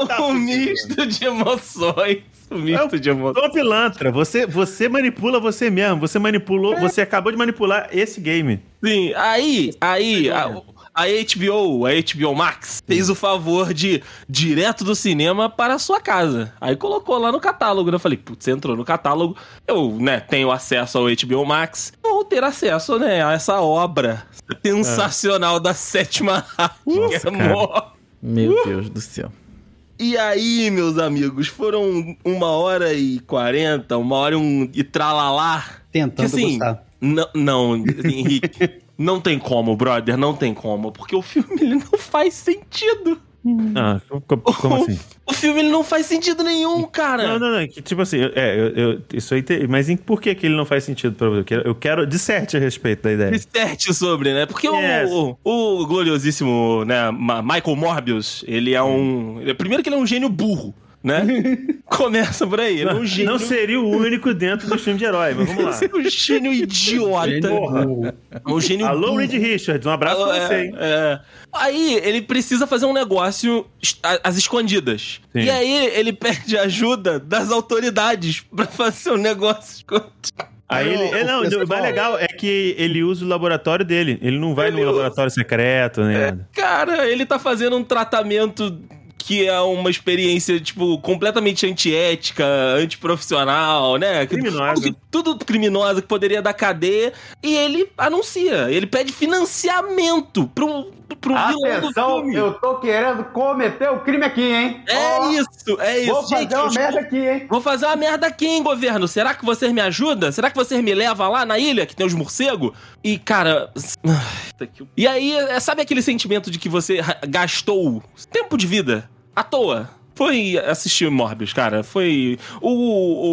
[SPEAKER 5] tá
[SPEAKER 4] Um misto de emoções. Um
[SPEAKER 5] É
[SPEAKER 4] misto de emoções.
[SPEAKER 5] Tom Pilantra, você, você manipula você mesmo. Você
[SPEAKER 4] É.
[SPEAKER 5] manipulou, você acabou de manipular esse game.
[SPEAKER 4] Sim, aí, aí, a, a HBO, a HBO Max, fez o favor de ir direto do cinema para a sua casa. Aí colocou lá no catálogo, né? Eu falei, putz, entrou no catálogo, eu, né, tenho acesso ao HBO Max, vou ter acesso, né, a essa obra sensacional da sétima arte, que é
[SPEAKER 5] cara.
[SPEAKER 4] Mor-
[SPEAKER 5] Uh!
[SPEAKER 2] Meu Deus do céu.
[SPEAKER 4] E aí, meus amigos, foram uma hora e quarenta, uma hora e um, e tralalá.
[SPEAKER 3] Tentando
[SPEAKER 4] que, assim,
[SPEAKER 3] gostar.
[SPEAKER 4] Não, não, Henrique, não tem como, brother, não tem como. Porque o filme ele não faz sentido.
[SPEAKER 5] Ah, como, como assim?
[SPEAKER 4] O filme ele não faz sentido nenhum, cara.
[SPEAKER 5] Não, não, não. que, tipo assim, eu- é, eu, eu- isso aí tem. Mas em- por que, que ele não faz sentido pra você? Eu quero, eu quero disserte a respeito da ideia.
[SPEAKER 4] Disserte sobre, né? Porque o-
[SPEAKER 5] Yes.
[SPEAKER 4] o, o gloriosíssimo, né, Ma- Michael Morbius, ele é um. ele- Primeiro que ele é um gênio burro, né? Começa por aí. Ele é um gênio.
[SPEAKER 5] Não seria o único dentro do filme de herói, mas vamos lá.
[SPEAKER 4] Um gênio idiota. Um gênio
[SPEAKER 5] Alô,
[SPEAKER 4] burro.
[SPEAKER 5] Reed Richards, um abraço
[SPEAKER 4] Alô,
[SPEAKER 5] pra você,
[SPEAKER 4] é,
[SPEAKER 5] hein?
[SPEAKER 4] é. Aí ele precisa fazer um negócio es- a- às escondidas.
[SPEAKER 5] Sim.
[SPEAKER 4] E aí ele pede ajuda das autoridades pra fazer um negócio escondido.
[SPEAKER 5] Aí ele, é, não,
[SPEAKER 3] pessoal-
[SPEAKER 5] o mais legal é que ele usa o laboratório dele. Ele não vai
[SPEAKER 4] Ele
[SPEAKER 5] no
[SPEAKER 4] usa.
[SPEAKER 5] laboratório secreto, né? nem nada.
[SPEAKER 4] Cara, ele tá fazendo um tratamento que é uma experiência, tipo, completamente antiética, antiprofissional, né? Que-
[SPEAKER 5] Criminosa.
[SPEAKER 4] que- Tudo criminosa que poderia dar cadeia. E ele anuncia, ele pede financiamento pro, pro vilão do
[SPEAKER 6] Atenção,
[SPEAKER 4] tá filme.
[SPEAKER 6] eu tô querendo cometer o crime aqui, hein?
[SPEAKER 4] É
[SPEAKER 6] Ó,
[SPEAKER 4] isso, é isso.
[SPEAKER 6] Vou fazer
[SPEAKER 4] Gente,
[SPEAKER 6] uma
[SPEAKER 4] os-
[SPEAKER 6] merda aqui, hein?
[SPEAKER 4] Vou fazer uma merda aqui, hein, governo? Será que vocês me ajudam? Será que vocês me levam lá na ilha que tem os morcegos? E, cara. puta que- E aí, é, sabe aquele sentimento de que você ra- gastou tempo de vida à toa? Foi assistir Morbius, cara. Foi. O,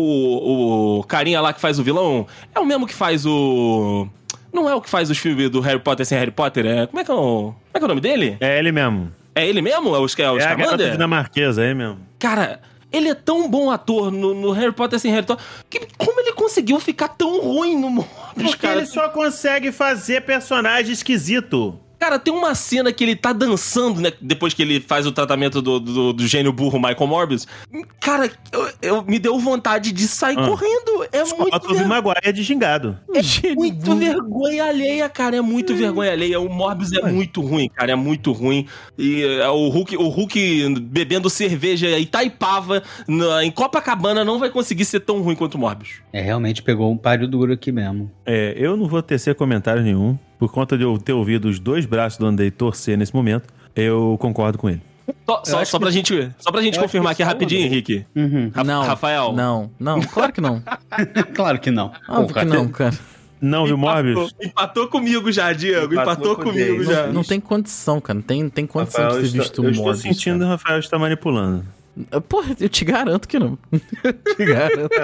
[SPEAKER 4] o, o carinha lá que faz o vilão é o mesmo que faz o. Não é o que faz os filmes do Harry Potter sem Harry Potter? É... Como, é que é o... Como é que é o nome dele?
[SPEAKER 5] É ele mesmo.
[SPEAKER 4] É ele mesmo? É o, Sca- é o
[SPEAKER 5] É a garota
[SPEAKER 4] Scamander?
[SPEAKER 5] dinamarquesa, é ele mesmo.
[SPEAKER 4] Cara, ele é tão bom ator no, no Harry Potter sem Harry Potter. Que, como ele conseguiu ficar tão ruim no Morbius,
[SPEAKER 5] Porque
[SPEAKER 4] cara?
[SPEAKER 5] ele só consegue fazer personagem esquisito.
[SPEAKER 4] Cara, tem uma cena que ele tá dançando, né? Depois que ele faz o tratamento do, do, do gênio burro Michael Morbius. Cara, eu, eu- me deu vontade de sair
[SPEAKER 5] Ah.
[SPEAKER 4] correndo. É
[SPEAKER 5] Foto do
[SPEAKER 4] muito, ver-
[SPEAKER 5] Maguire de gingado.
[SPEAKER 4] É muito vergonha alheia, cara. É muito vergonha alheia. O Morbius é muito ruim, cara. É muito ruim. E é, o Hulk, o Hulk bebendo cerveja em Itaipava, na- em Copacabana, não vai conseguir ser tão ruim quanto o Morbius.
[SPEAKER 3] É, realmente pegou um páreo duro aqui mesmo.
[SPEAKER 5] É, eu não vou tecer comentário nenhum. Por conta de eu ter ouvido os dois braços do Andei torcer nesse momento, eu concordo com ele.
[SPEAKER 4] Só, só, só, pra gente, só pra gente
[SPEAKER 3] eu acho
[SPEAKER 4] confirmar
[SPEAKER 3] que
[SPEAKER 4] aqui
[SPEAKER 3] só
[SPEAKER 4] rapidinho,
[SPEAKER 3] uma
[SPEAKER 4] Henrique.
[SPEAKER 3] Uhum.
[SPEAKER 4] Ra-
[SPEAKER 2] Não.
[SPEAKER 4] Rafael.
[SPEAKER 2] Não, não, claro que não.
[SPEAKER 3] claro que não.
[SPEAKER 2] Óbvio que não, cara.
[SPEAKER 5] Não, viu,
[SPEAKER 4] Empatou,
[SPEAKER 5] Morbius?
[SPEAKER 4] empatou comigo já, Diego. Empatou,
[SPEAKER 5] Empatou com
[SPEAKER 4] comigo
[SPEAKER 5] dez.
[SPEAKER 4] já.
[SPEAKER 2] Não, não tem condição, cara. Não tem, não tem condição
[SPEAKER 5] Rafael
[SPEAKER 2] de ser
[SPEAKER 5] está-
[SPEAKER 2] visto
[SPEAKER 5] eu
[SPEAKER 2] um
[SPEAKER 5] estou
[SPEAKER 2] Morbius.
[SPEAKER 5] sentindo que o Rafael está manipulando.
[SPEAKER 2] cara. Ah, Porra, eu te garanto que não. te garanto. que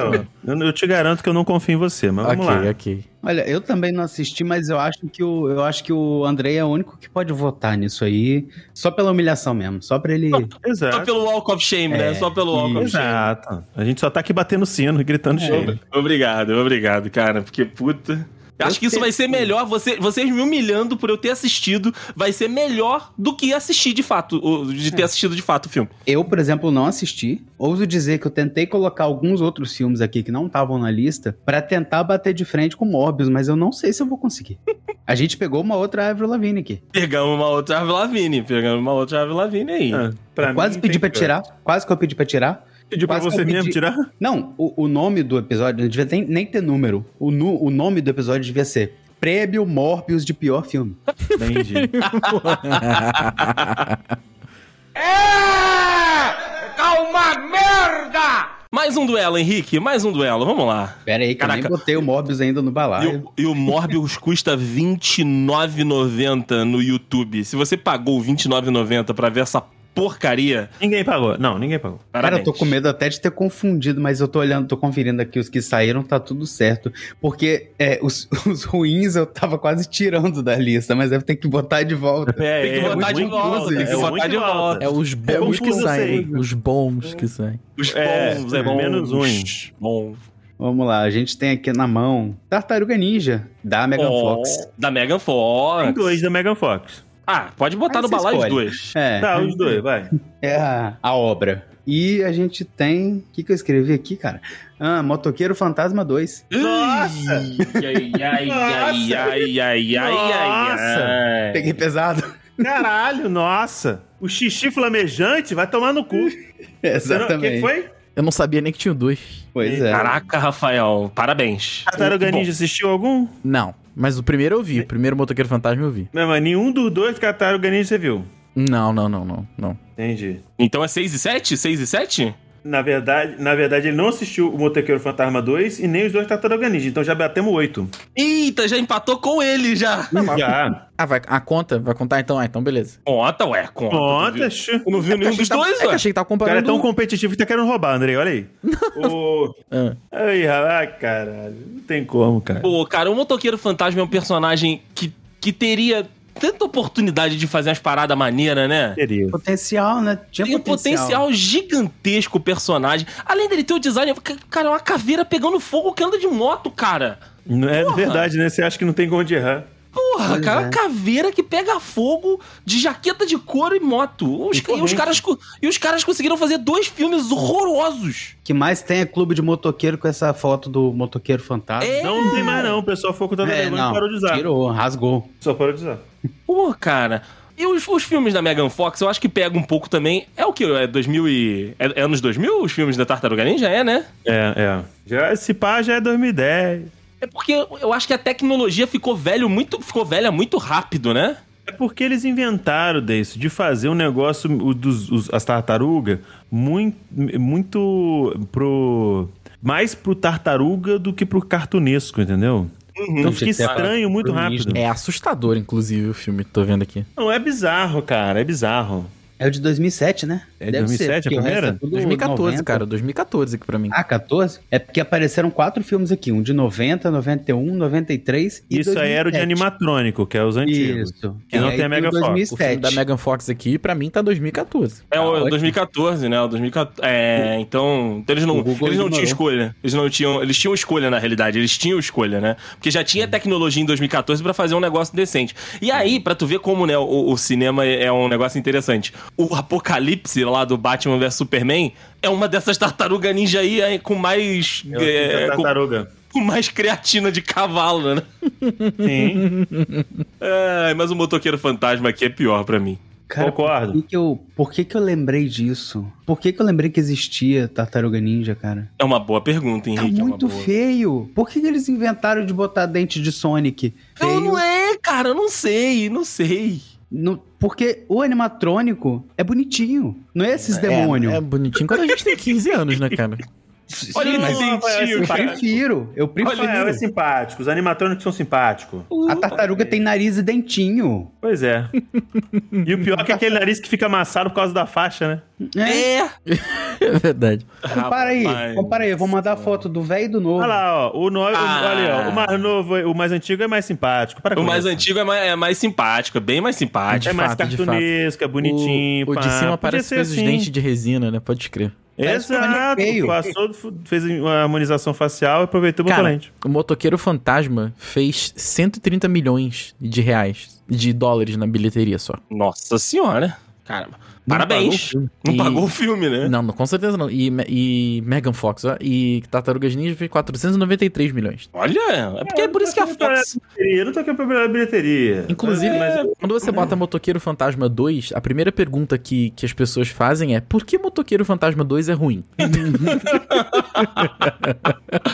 [SPEAKER 2] não.
[SPEAKER 5] Eu, eu te garanto que eu não confio em você, mas vamos
[SPEAKER 2] ok,
[SPEAKER 5] lá.
[SPEAKER 2] ok.
[SPEAKER 3] Olha, eu também não assisti, mas eu acho que o, eu acho que o Andrei é o único que pode votar nisso aí. Só pela humilhação mesmo. Só pra ele.
[SPEAKER 4] Só
[SPEAKER 5] Exato.
[SPEAKER 4] pelo Walk of Shame, né?
[SPEAKER 3] É,
[SPEAKER 4] Só pelo Walk of Shame.
[SPEAKER 5] Exato. É. A gente só tá aqui batendo sino e gritando cheio.
[SPEAKER 4] Obrigado, obrigado, cara. Porque puta. Eu Acho que isso vai ser melhor. Você, vocês me humilhando por eu ter assistido vai ser melhor do que assistir de fato, o- de ter assistido de fato o filme.
[SPEAKER 3] Eu, por exemplo, não assisti. Ouso dizer que eu tentei colocar alguns outros filmes aqui que não estavam na lista pra tentar bater de frente com Morbius, mas eu não sei se eu vou conseguir. A gente pegou uma outra Avril Lavigne aqui.
[SPEAKER 4] Pegamos uma outra Avril Lavigne, pegamos uma outra Avril Lavigne aí.
[SPEAKER 5] Ah,
[SPEAKER 3] Eu quase
[SPEAKER 5] mim,
[SPEAKER 3] pedi
[SPEAKER 5] tem
[SPEAKER 3] pra
[SPEAKER 5] que-
[SPEAKER 3] tirar, quase que eu pedi pra tirar.
[SPEAKER 5] Pediu pra
[SPEAKER 3] quase
[SPEAKER 5] você
[SPEAKER 3] que eu
[SPEAKER 5] mesmo
[SPEAKER 3] pedi.
[SPEAKER 5] tirar?
[SPEAKER 3] Não, o, o nome do episódio não devia nem, nem ter número. O, nu- o nome do episódio devia ser Prêmio Morbius de pior filme.
[SPEAKER 5] Entendi.
[SPEAKER 4] Mais um duelo, Henrique. Mais um duelo. Vamos lá.
[SPEAKER 3] Pera aí, que
[SPEAKER 4] Caraca.
[SPEAKER 3] eu nem botei o Morbius ainda no
[SPEAKER 4] E
[SPEAKER 3] balaio.
[SPEAKER 4] o, e o Morbius custa R$29,90 no YouTube. Se você pagou R$29,90 pra ver essa porcaria,
[SPEAKER 5] ninguém pagou. Não, ninguém pagou.
[SPEAKER 3] Cara, eu
[SPEAKER 4] parabéns.
[SPEAKER 3] tô com medo até de ter confundido, mas eu tô olhando, tô conferindo aqui os que saíram, tá tudo certo. Porque é, os, os ruins eu tava quase tirando da lista, mas eu tenho que botar de volta.
[SPEAKER 5] É,
[SPEAKER 4] Tem que
[SPEAKER 5] é
[SPEAKER 4] botar de
[SPEAKER 5] muito
[SPEAKER 4] volta,
[SPEAKER 5] incluso
[SPEAKER 4] tem que
[SPEAKER 5] isso.
[SPEAKER 4] botar
[SPEAKER 5] muito
[SPEAKER 4] de volta.
[SPEAKER 2] É os bons que
[SPEAKER 5] confuso, eu
[SPEAKER 2] saem.
[SPEAKER 5] sei.
[SPEAKER 2] Os bons que saem.
[SPEAKER 4] Os
[SPEAKER 5] É,
[SPEAKER 4] bons, é, bom.
[SPEAKER 5] menos uns.
[SPEAKER 4] Bom.
[SPEAKER 3] Vamos lá, a gente tem aqui na mão Tartaruga Ninja, da Megan
[SPEAKER 4] Oh,
[SPEAKER 3] Fox.
[SPEAKER 4] Da Megan Fox.
[SPEAKER 5] Tem dois da Megan Fox.
[SPEAKER 4] Ah, pode botar
[SPEAKER 3] Aí
[SPEAKER 4] no
[SPEAKER 3] você
[SPEAKER 4] balaio os
[SPEAKER 3] escolhe.
[SPEAKER 4] dois.
[SPEAKER 3] É,
[SPEAKER 5] Tá, os dois, vai.
[SPEAKER 3] é a, a obra. E a gente tem. O que, que eu escrevi aqui, cara? Ah, Motoqueiro Fantasma 2.
[SPEAKER 5] Nossa!
[SPEAKER 4] Ai, ai, ai, ai, ai, ai,
[SPEAKER 5] Nossa!
[SPEAKER 4] ai, ai.
[SPEAKER 3] Peguei pesado.
[SPEAKER 5] Caralho, nossa! O xixi flamejante vai tomar no cu.
[SPEAKER 3] Exatamente.
[SPEAKER 5] Quem foi?
[SPEAKER 2] Eu não sabia nem que tinha dois.
[SPEAKER 3] Pois é.
[SPEAKER 4] Caraca, Rafael, parabéns.
[SPEAKER 5] Tartaruga
[SPEAKER 2] Bom.
[SPEAKER 5] Ninja assistiu algum?
[SPEAKER 2] Não. Mas o primeiro eu vi. O primeiro Motoqueiro Fantasma eu vi.
[SPEAKER 5] Não, mas nenhum dos dois Tartaruga Ninja você viu.
[SPEAKER 2] Não, não, não, não, não.
[SPEAKER 5] Entendi.
[SPEAKER 4] Então é 6 e 7? 6 e 7?
[SPEAKER 5] Na verdade, na verdade, ele não assistiu o Motoqueiro Fantasma 2 e nem os dois Tartaruga Ninja, então já batemos oito.
[SPEAKER 4] Eita, já empatou com ele já.
[SPEAKER 5] Já.
[SPEAKER 2] Ah, vai, a conta? Vai contar então? Ah, então beleza.
[SPEAKER 4] Conta, ué, conta. Tu viu? um-
[SPEAKER 5] Contas.
[SPEAKER 4] Tu não viu nenhum dos
[SPEAKER 2] Tá- é
[SPEAKER 4] dois,
[SPEAKER 2] que
[SPEAKER 4] ué.
[SPEAKER 2] achei que tava
[SPEAKER 5] O cara é
[SPEAKER 2] comparando...
[SPEAKER 5] tão competitivo que tá querendo roubar, Andrei, olha aí. Ô.
[SPEAKER 2] Ah.
[SPEAKER 5] Ai, ah, caralho. Não tem como, cara.
[SPEAKER 4] Pô, cara, o Motoqueiro Fantasma é um personagem que, que teria tanta oportunidade de fazer umas paradas maneiras, né?
[SPEAKER 5] Seria.
[SPEAKER 3] Potencial, né? Tinha
[SPEAKER 4] Tem um potencial gigantesco o personagem. Além dele ter o design, ca- cara, é uma caveira pegando fogo que anda de moto, cara.
[SPEAKER 5] Não é
[SPEAKER 4] Porra.
[SPEAKER 5] verdade, né? Você acha que não tem como de errar.
[SPEAKER 4] Porra,
[SPEAKER 3] Pois
[SPEAKER 4] cara,
[SPEAKER 3] é.
[SPEAKER 4] uma caveira que pega fogo de jaqueta de couro e moto. Os- e,
[SPEAKER 5] E
[SPEAKER 4] os
[SPEAKER 5] corrente.
[SPEAKER 4] caras, co- e os caras conseguiram fazer dois filmes horrorosos.
[SPEAKER 3] O que mais tem é clube de motoqueiro com essa foto do motoqueiro fantasma.
[SPEAKER 4] É.
[SPEAKER 5] Não tem mais, não. O pessoal ficou com tanta
[SPEAKER 3] É,
[SPEAKER 5] vergonha e parou de usar.
[SPEAKER 3] tirou, rasgou.
[SPEAKER 5] Só parou de usar.
[SPEAKER 4] Pô, cara. E os, os filmes da Megan Fox, eu acho que pega um pouco também. É o que? É 2000 e... É, é anos 2000 os filmes da Tartaruga Ninja? É, né?
[SPEAKER 5] É, é. Já, esse pá já é 2010.
[SPEAKER 4] É porque eu acho que a tecnologia ficou velho muito... Ficou velha muito rápido, né?
[SPEAKER 5] É porque eles inventaram disso, de fazer um negócio, o dos, os- as tartarugas, muito, muito pro. Mais pro tartaruga do que pro cartunesco, entendeu? Então fica
[SPEAKER 3] Tinha que ter
[SPEAKER 5] estranho muito
[SPEAKER 3] cartunista.
[SPEAKER 5] rápido.
[SPEAKER 2] É assustador, inclusive, o filme que tô vendo aqui.
[SPEAKER 5] Não, é bizarro, cara, é bizarro.
[SPEAKER 3] É o de 2007, né?
[SPEAKER 5] É de 2007 a
[SPEAKER 3] porque o resto
[SPEAKER 5] primeira?
[SPEAKER 3] é tudo
[SPEAKER 2] 2014,
[SPEAKER 3] 90.
[SPEAKER 2] cara. 2014 aqui pra mim.
[SPEAKER 3] Ah, 14? É porque apareceram quatro filmes aqui. Um de 90, 91, 93 um, e
[SPEAKER 5] Isso aí era o de
[SPEAKER 3] 2007.
[SPEAKER 5] animatrônico, que é os antigos.
[SPEAKER 3] Isso.
[SPEAKER 5] Que não
[SPEAKER 3] É,
[SPEAKER 5] tem a
[SPEAKER 3] e
[SPEAKER 5] Mega
[SPEAKER 3] o
[SPEAKER 5] Fox.
[SPEAKER 2] o filme
[SPEAKER 3] 2007.
[SPEAKER 2] da Megan Fox aqui, pra mim, tá 2014.
[SPEAKER 4] É o
[SPEAKER 3] ótimo.
[SPEAKER 4] 2014, né? O 2014. É, então. então eles não,
[SPEAKER 3] O Google
[SPEAKER 4] eles não
[SPEAKER 3] ignorou.
[SPEAKER 4] tinham escolha. Eles não tinham. Eles tinham escolha, na realidade. Eles tinham escolha, né? Porque já tinha tecnologia em 2014 pra fazer um negócio decente. E aí, pra tu ver como, né, o, o cinema é um negócio interessante. O apocalipse lá do Batman vs Superman é uma dessas tartaruga ninja aí, aí, com mais.
[SPEAKER 5] É o filme
[SPEAKER 4] é,
[SPEAKER 5] da
[SPEAKER 4] com,
[SPEAKER 5] tartaruga.
[SPEAKER 4] com mais creatina de cavalo, né?
[SPEAKER 5] Sim,
[SPEAKER 4] É, mas o motoqueiro fantasma aqui é pior pra mim.
[SPEAKER 3] Cara,
[SPEAKER 5] concordo.
[SPEAKER 3] por que, que eu, por que que eu lembrei disso? Por que que eu lembrei que existia Tartaruga Ninja, cara?
[SPEAKER 4] É uma boa pergunta,
[SPEAKER 3] Tá
[SPEAKER 4] Henrique. é uma
[SPEAKER 3] muito
[SPEAKER 4] boa.
[SPEAKER 3] feio. Por que que eles inventaram de botar dente de Sonic?
[SPEAKER 4] Não,
[SPEAKER 5] Então
[SPEAKER 3] Feio.
[SPEAKER 4] não é, cara, eu não sei, não sei.
[SPEAKER 3] No- porque o animatrônico é bonitinho. Não é esses demônios.
[SPEAKER 2] É, é bonitinho quando a gente tem 15 anos, né, cara?
[SPEAKER 4] Olha
[SPEAKER 5] Não,
[SPEAKER 4] ele
[SPEAKER 5] Rafael,
[SPEAKER 4] sentiu,
[SPEAKER 3] eu
[SPEAKER 4] cara.
[SPEAKER 3] prefiro. Eu prefiro.
[SPEAKER 5] Olha, é simpático, os animatrônicos são simpáticos.
[SPEAKER 3] a tartaruga tem nariz e dentinho.
[SPEAKER 5] Pois é. E o pior é que é aquele nariz que fica amassado por causa da faixa, né?
[SPEAKER 3] É.
[SPEAKER 4] É.
[SPEAKER 2] É verdade.
[SPEAKER 3] Compara aí,
[SPEAKER 4] Rapaz.
[SPEAKER 3] compara aí. Eu vou mandar a foto do velho e do novo.
[SPEAKER 5] Olha lá, ó. O, no... o-
[SPEAKER 4] Ah.
[SPEAKER 5] olha, ó, o mais novo, o mais antigo é mais simpático. Para
[SPEAKER 4] O
[SPEAKER 5] com
[SPEAKER 4] mais
[SPEAKER 5] isso.
[SPEAKER 4] antigo é mais, é mais simpático, é bem mais simpático.
[SPEAKER 5] É
[SPEAKER 2] De
[SPEAKER 5] mais
[SPEAKER 2] fato, de
[SPEAKER 5] cartunesco, é bonitinho.
[SPEAKER 2] O, o de
[SPEAKER 5] pá.
[SPEAKER 2] cima
[SPEAKER 5] Podia
[SPEAKER 2] parece
[SPEAKER 5] ser
[SPEAKER 2] que fez os
[SPEAKER 5] assim.
[SPEAKER 2] dentes de resina, né? Pode crer.
[SPEAKER 3] Parece um
[SPEAKER 5] Exato.
[SPEAKER 3] feio.
[SPEAKER 5] Passou, f- fez uma harmonização facial e aproveitou o
[SPEAKER 2] Cara,
[SPEAKER 5] lente.
[SPEAKER 2] o Motoqueiro Fantasma fez 130 milhões de reais, de dólares na bilheteria só.
[SPEAKER 4] Nossa senhora. Caramba. Parabéns.
[SPEAKER 2] pagou o filme.
[SPEAKER 4] não
[SPEAKER 2] E-
[SPEAKER 4] pagou o filme,
[SPEAKER 5] É?
[SPEAKER 4] né?
[SPEAKER 2] Não, não, com certeza não. E, e Megan Fox, ó, e Tartarugas Ninja fez 493 milhões.
[SPEAKER 4] Olha, é porque é por isso que a Fox.
[SPEAKER 5] Eu não tô aqui pra a bilheteria.
[SPEAKER 2] Inclusive,
[SPEAKER 5] É.
[SPEAKER 2] quando você bota Motoqueiro Fantasma 2, a primeira pergunta que, que as pessoas fazem é por que Motoqueiro Fantasma 2 é ruim?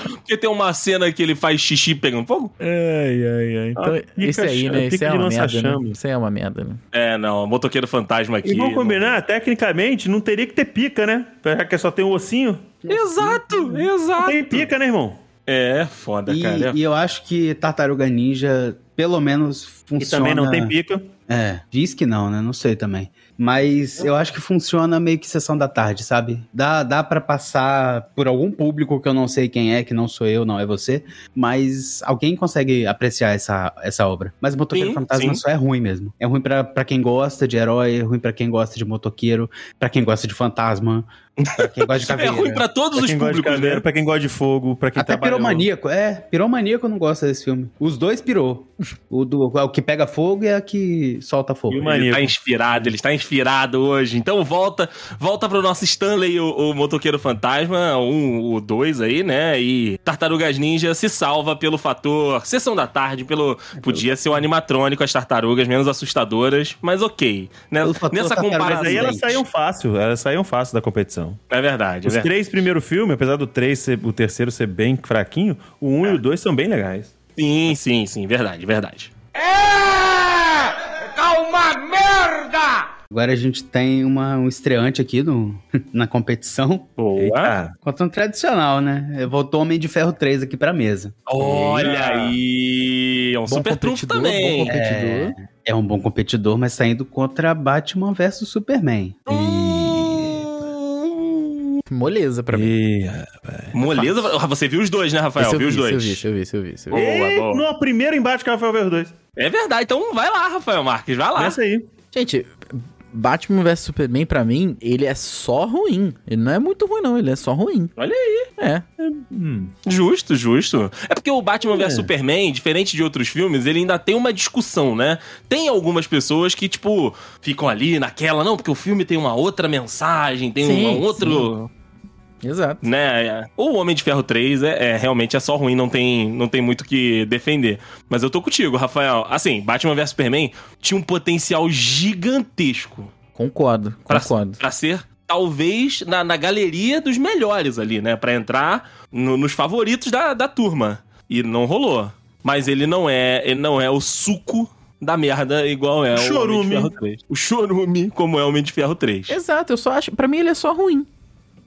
[SPEAKER 4] Porque tem uma cena que ele faz xixi pegando fogo?
[SPEAKER 2] Ai, ai, ai. Então,
[SPEAKER 5] Ah, pica-
[SPEAKER 2] esse aí, né?
[SPEAKER 5] pica
[SPEAKER 2] Esse é
[SPEAKER 5] de
[SPEAKER 2] uma merda,
[SPEAKER 5] lança-chama.
[SPEAKER 2] né? Isso aí é uma merda, né?
[SPEAKER 4] É, não, motoqueiro fantasma aqui.
[SPEAKER 5] E vamos
[SPEAKER 4] não-
[SPEAKER 5] combinar, tecnicamente, não teria que ter pica, né? Já que só tem um ossinho.
[SPEAKER 4] Exato,
[SPEAKER 5] Não
[SPEAKER 4] exato.
[SPEAKER 5] tem pica, né, irmão?
[SPEAKER 4] É, foda,
[SPEAKER 3] E,
[SPEAKER 4] cara.
[SPEAKER 3] e eu acho que Tartaruga Ninja, pelo menos,
[SPEAKER 5] E
[SPEAKER 3] funciona.
[SPEAKER 5] também não tem pica.
[SPEAKER 3] É, diz que não, né? Não sei também. Mas eu acho que funciona meio que sessão da tarde, sabe? Dá, dá para passar por algum público que eu não sei quem é, que não sou eu, não é você. Mas alguém consegue apreciar essa, essa obra. Mas o Motoqueiro
[SPEAKER 4] Sim,
[SPEAKER 3] Fantasma
[SPEAKER 4] sim.
[SPEAKER 3] só é ruim mesmo. É ruim pra pra quem gosta de herói, é ruim pra quem gosta de motoqueiro, pra quem gosta de fantasma, pra quem gosta de
[SPEAKER 4] É
[SPEAKER 3] caveira.
[SPEAKER 4] ruim pra todos
[SPEAKER 5] Pra
[SPEAKER 4] os
[SPEAKER 5] quem gosta de
[SPEAKER 4] públicos,
[SPEAKER 5] caveira,
[SPEAKER 4] né?
[SPEAKER 5] pra quem gosta de fogo, pra quem
[SPEAKER 3] Até
[SPEAKER 5] trabalhou.
[SPEAKER 3] piromaníaco, é. Piromaníaco não gosta desse filme. Os dois pirou. O, do, o que pega fogo e a que solta fogo.
[SPEAKER 5] E o
[SPEAKER 4] Ele
[SPEAKER 5] maníaco.
[SPEAKER 4] tá inspirado, ele está inspirado hoje. Então volta, volta pro nosso Stanley, o, o motoqueiro fantasma, um, o dois aí, né? E Tartarugas Ninja se salva pelo fator sessão da tarde, pelo podia ser o animatrônico as tartarugas menos assustadoras, mas OK, né?
[SPEAKER 3] Pelo fator
[SPEAKER 4] Nessa
[SPEAKER 3] tartaruga
[SPEAKER 5] Mas
[SPEAKER 4] comparação,
[SPEAKER 5] aí elas
[SPEAKER 3] Gente.
[SPEAKER 5] saíam fácil, elas saíam fácil da competição.
[SPEAKER 4] é verdade, é
[SPEAKER 5] Os
[SPEAKER 4] verdade.
[SPEAKER 5] três primeiros filmes, apesar do três ser, o terceiro ser bem fraquinho, o um e o dois são bem legais.
[SPEAKER 4] Sim, sim, sim, verdade, verdade.
[SPEAKER 7] É! Tá uma merda!
[SPEAKER 3] Agora a gente tem uma, um estreante aqui no, na competição.
[SPEAKER 4] Boa.
[SPEAKER 3] Contra um tradicional, né? Voltou Homem de Ferro 3 aqui pra mesa.
[SPEAKER 4] Olha aí. É um
[SPEAKER 2] Bom
[SPEAKER 4] super trunfo
[SPEAKER 2] competidor, bom
[SPEAKER 4] também.
[SPEAKER 2] competidor.
[SPEAKER 3] É um bom competidor, mas saindo contra Batman versus Superman.
[SPEAKER 5] É.
[SPEAKER 2] Moleza pra mim.
[SPEAKER 4] Moleza. Ah, Você viu os dois, né, Rafael?
[SPEAKER 2] Esse eu
[SPEAKER 4] viu os
[SPEAKER 2] vi, esse Eu
[SPEAKER 4] dois.
[SPEAKER 2] vi, esse eu vi, esse eu vi. esse eu vi.
[SPEAKER 4] Boa,
[SPEAKER 5] E
[SPEAKER 4] boa.
[SPEAKER 5] no primeiro embate que o Rafael fez os dois.
[SPEAKER 4] É verdade. Então vai lá, Rafael Marques. Vai lá.
[SPEAKER 5] Essa aí.
[SPEAKER 2] Gente, Batman vs Superman, pra mim, ele é só ruim. Ele não é muito ruim, não. Ele é só ruim.
[SPEAKER 4] Olha
[SPEAKER 2] aí. É.
[SPEAKER 5] Hum.
[SPEAKER 4] Justo, justo. É porque o Batman
[SPEAKER 5] É.
[SPEAKER 4] vs Superman, diferente de outros filmes, ele ainda tem uma discussão, né? Tem algumas pessoas que, tipo, ficam ali naquela, não, porque o filme tem uma outra mensagem, tem
[SPEAKER 2] Sim,
[SPEAKER 4] um outro.
[SPEAKER 2] Exato.
[SPEAKER 4] Né? É. O Homem de Ferro 3 é, é, realmente é só ruim, não tem, não tem muito o que defender. Mas eu tô contigo, Rafael. Assim, Batman vs Superman tinha um potencial gigantesco
[SPEAKER 2] Concordo,
[SPEAKER 4] Pra-
[SPEAKER 2] concordo.
[SPEAKER 4] Pra ser talvez na, na galeria dos melhores ali, né? Pra entrar no- nos favoritos da, da turma. E não rolou. Mas ele não é, ele não é o suco da merda igual é o Homem
[SPEAKER 5] Chorume.
[SPEAKER 4] de Ferro 3. O chorume como é o Homem de Ferro 3.
[SPEAKER 2] Exato, eu só acho. Pra mim, ele é só ruim.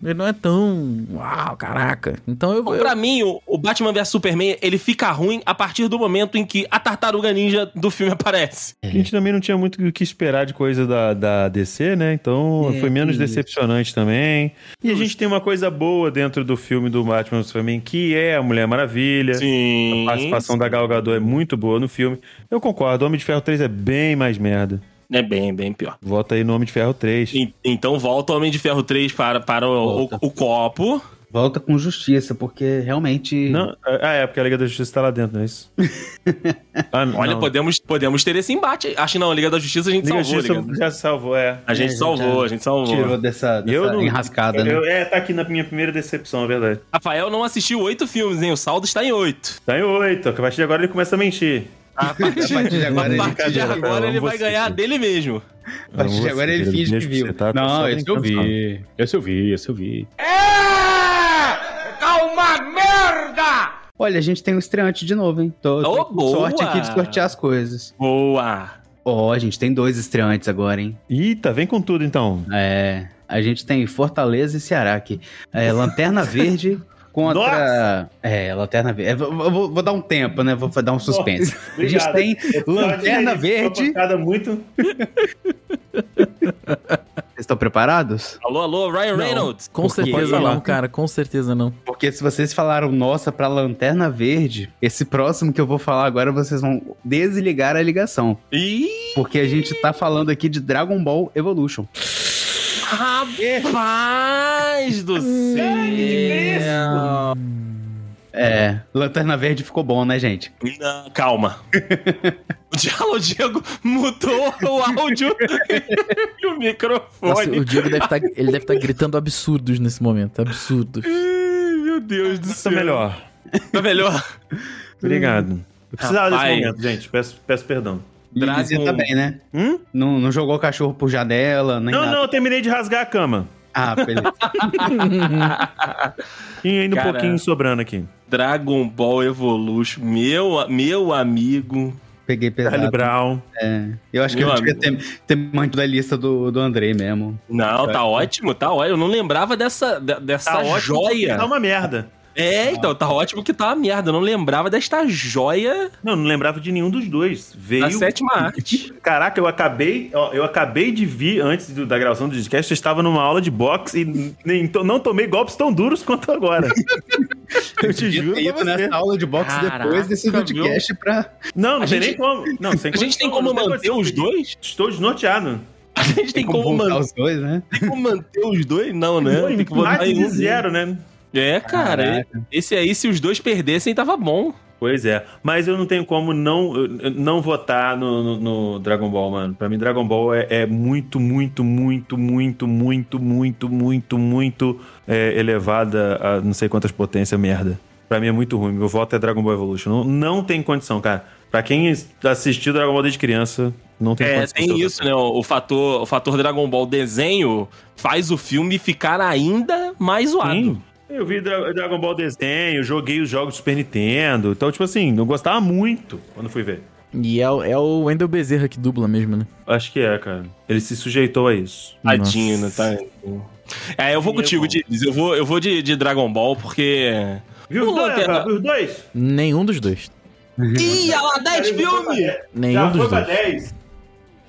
[SPEAKER 2] Ele não é tão. Uau, caraca. Então eu vou.
[SPEAKER 4] Pra mim, o, o Batman vs Superman, ele fica ruim a partir do momento em que a tartaruga ninja do filme aparece.
[SPEAKER 5] A gente também não tinha muito o que esperar de coisa da, da DC, né? Então
[SPEAKER 3] É,
[SPEAKER 5] foi menos
[SPEAKER 3] isso.
[SPEAKER 5] decepcionante também. E a gente tem uma coisa boa dentro do filme do Batman vs Superman, que é a Mulher Maravilha.
[SPEAKER 4] Sim.
[SPEAKER 5] A participação da Gal Gadot é muito boa no filme. Eu concordo, Homem de Ferro 3 é bem mais merda.
[SPEAKER 4] É bem, bem pior.
[SPEAKER 5] Vota aí no Homem de Ferro 3.
[SPEAKER 4] En- Então volta o Homem de Ferro 3 para, para o- o-
[SPEAKER 3] Volta.
[SPEAKER 4] o copo.
[SPEAKER 3] Volta com justiça, porque realmente.
[SPEAKER 5] Não, ah, é, porque a Liga da Justiça tá lá dentro, não é isso? Ah, não.
[SPEAKER 4] Olha, podemos, podemos ter esse embate. Acho que não, Liga da Justiça a gente
[SPEAKER 5] Liga da
[SPEAKER 4] salvou,
[SPEAKER 5] Justiça
[SPEAKER 4] Liga.
[SPEAKER 5] já salvou, é.
[SPEAKER 4] A gente
[SPEAKER 3] É,
[SPEAKER 4] salvou,
[SPEAKER 3] já
[SPEAKER 4] a gente salvou.
[SPEAKER 3] Tirou dessa, dessa
[SPEAKER 5] Eu não-
[SPEAKER 3] enrascada, né?
[SPEAKER 5] Eu- é, tá aqui na minha primeira decepção, é verdade.
[SPEAKER 4] Rafael não assistiu oito filmes, hein? O saldo está em oito.
[SPEAKER 5] Tá em oito, que a partir de agora ele começa a mentir.
[SPEAKER 4] A partir,
[SPEAKER 3] A partir de É, agora
[SPEAKER 4] a
[SPEAKER 3] ele-
[SPEAKER 4] partir de agora
[SPEAKER 5] Rafael,
[SPEAKER 4] ele
[SPEAKER 5] eu não
[SPEAKER 4] vai
[SPEAKER 5] vou
[SPEAKER 4] ganhar
[SPEAKER 5] assistir.
[SPEAKER 4] dele mesmo.
[SPEAKER 3] A partir de agora ele finge que viu.
[SPEAKER 5] tá
[SPEAKER 3] não, esse eu vi. Esse eu vi, esse eu vi. Olha, a gente tem um estreante de novo, hein? Tô,
[SPEAKER 5] Tá,
[SPEAKER 3] tô
[SPEAKER 4] Ô,
[SPEAKER 3] com
[SPEAKER 4] boa!
[SPEAKER 3] sorte aqui de sortear as coisas.
[SPEAKER 4] Boa!
[SPEAKER 3] Ó, a gente tem dois estreantes agora, hein?
[SPEAKER 5] Eita, vem com tudo então.
[SPEAKER 3] É, a gente tem Fortaleza e Ceará aqui. É, Lanterna Verde contra... É, Lanterna Verde. É, vou, vou- vou dar um tempo, né? Vou dar um suspense.
[SPEAKER 5] obrigado.
[SPEAKER 3] A gente tem Lanterna
[SPEAKER 5] Só de-
[SPEAKER 3] Verde...
[SPEAKER 5] Uma pancada muito.
[SPEAKER 3] Vocês estão preparados?
[SPEAKER 4] Alô, alô, Ryan
[SPEAKER 2] Não,
[SPEAKER 4] Reynolds.
[SPEAKER 2] Com certeza
[SPEAKER 3] ele-
[SPEAKER 2] não, cara, com certeza não.
[SPEAKER 3] Porque se vocês falaram nossa pra Lanterna Verde, esse próximo que eu vou falar agora vocês vão desligar a ligação.
[SPEAKER 4] Ih,
[SPEAKER 3] Porque a gente tá falando aqui de Dragon Ball Evolution.
[SPEAKER 4] rapaz do céu!
[SPEAKER 3] É, Lanterna Verde ficou bom, né, gente?
[SPEAKER 4] Não, calma. O Diallo Diego mudou o áudio e o
[SPEAKER 2] Nossa,
[SPEAKER 4] microfone.
[SPEAKER 2] o Diego deve estar ele deve estar gritando absurdos nesse momento, absurdos.
[SPEAKER 4] Ih, Meu Deus do
[SPEAKER 5] Isso
[SPEAKER 4] céu.
[SPEAKER 5] é melhor.
[SPEAKER 4] Tá melhor.
[SPEAKER 5] Obrigado. Hum. Eu precisava
[SPEAKER 4] Rapaz.
[SPEAKER 5] desse momento, gente. Peço, peço perdão.
[SPEAKER 3] E
[SPEAKER 4] Dragon-
[SPEAKER 3] você também, né?
[SPEAKER 5] Hum?
[SPEAKER 3] Não, não jogou o cachorro por janela, nem
[SPEAKER 5] Não,
[SPEAKER 3] nada.
[SPEAKER 5] não, eu terminei de rasgar a cama.
[SPEAKER 3] Ah, beleza.
[SPEAKER 5] E ainda
[SPEAKER 4] Cara.
[SPEAKER 5] um pouquinho sobrando aqui.
[SPEAKER 4] Dragon Ball Evolution, meu, meu amigo.
[SPEAKER 3] Peguei
[SPEAKER 5] Charlie
[SPEAKER 3] pesado. é.
[SPEAKER 5] Brown.
[SPEAKER 3] Tá Eu acho que
[SPEAKER 4] Meu
[SPEAKER 3] eu devia ter, ter mantido a lista do, do Andrei mesmo.
[SPEAKER 4] Não, tá ótimo, tá ótimo. Eu não lembrava dessa, de- dessa
[SPEAKER 5] Tá ótimo.
[SPEAKER 4] joia.
[SPEAKER 5] Tá uma merda.
[SPEAKER 4] É, então, tá ótimo que tá uma merda. Eu não lembrava desta joia
[SPEAKER 5] Não, não lembrava de nenhum dos dois. Veio.
[SPEAKER 4] da sétima arte.
[SPEAKER 5] Caraca, eu acabei, ó, eu acabei de vir antes do- da gravação do podcast, eu estava numa aula de boxe e nem, to- não tomei golpes tão duros quanto agora. eu te
[SPEAKER 3] Devia
[SPEAKER 5] juro
[SPEAKER 3] ter
[SPEAKER 5] pra
[SPEAKER 3] ido
[SPEAKER 5] você.
[SPEAKER 3] nessa aula de boxe
[SPEAKER 4] Caraca,
[SPEAKER 3] depois desse
[SPEAKER 4] viu?
[SPEAKER 3] podcast pra...
[SPEAKER 5] Não,
[SPEAKER 4] A
[SPEAKER 5] não tem
[SPEAKER 4] gente-
[SPEAKER 5] nem como. Não, sem
[SPEAKER 4] A gente tem
[SPEAKER 5] condição, não
[SPEAKER 4] como manter
[SPEAKER 5] condição.
[SPEAKER 4] os dois?
[SPEAKER 5] Estou desnorteado.
[SPEAKER 4] A gente tem como,
[SPEAKER 3] voltar
[SPEAKER 4] man-
[SPEAKER 3] os dois, né?
[SPEAKER 4] tem como manter os dois? Não, né? Tem que botar
[SPEAKER 5] Empate
[SPEAKER 4] em
[SPEAKER 5] de
[SPEAKER 4] um.
[SPEAKER 5] zero, né?
[SPEAKER 4] É, cara. Esse aí, se os dois perdessem, tava bom.
[SPEAKER 5] Pois é. Mas eu não tenho como não, eu- não votar no, no- no Dragon Ball, mano. Pra mim, Dragon Ball é, é muito, muito, muito, muito, muito, muito, muito, muito é, elevada a não sei quantas potências, merda. Pra mim é muito ruim. Meu voto é Dragon Ball Evolution. Não, não tem condição, cara. Pra quem assistiu Dragon Ball desde criança, não tem
[SPEAKER 4] É,
[SPEAKER 5] condição.
[SPEAKER 4] tem isso, né? O o fator, o fator Dragon Ball desenho faz o filme ficar ainda mais zoado.
[SPEAKER 5] Sim. Eu vi Dra- Dragon Ball desenho, joguei os jogos do Super Nintendo. Então, tipo assim, eu gostava muito quando fui ver.
[SPEAKER 2] E é, o- é o Wendel Bezerra que dubla mesmo, né?
[SPEAKER 5] Acho que é, cara. Ele se sujeitou a isso.
[SPEAKER 4] Tadinho, né?
[SPEAKER 2] Nossa.
[SPEAKER 4] Tadinho. É, eu vou contigo, Diz. Eu vou, eu vou de, de Dragon Ball, porque.
[SPEAKER 5] Viu os
[SPEAKER 4] Pula,
[SPEAKER 5] dois,
[SPEAKER 4] Terra.
[SPEAKER 5] rapaz? Viu os dois?
[SPEAKER 2] Nenhum dos dois.
[SPEAKER 4] Ih, olha lá, 10 filmes!
[SPEAKER 2] Nenhum dos
[SPEAKER 5] pra
[SPEAKER 2] dois.
[SPEAKER 5] 10.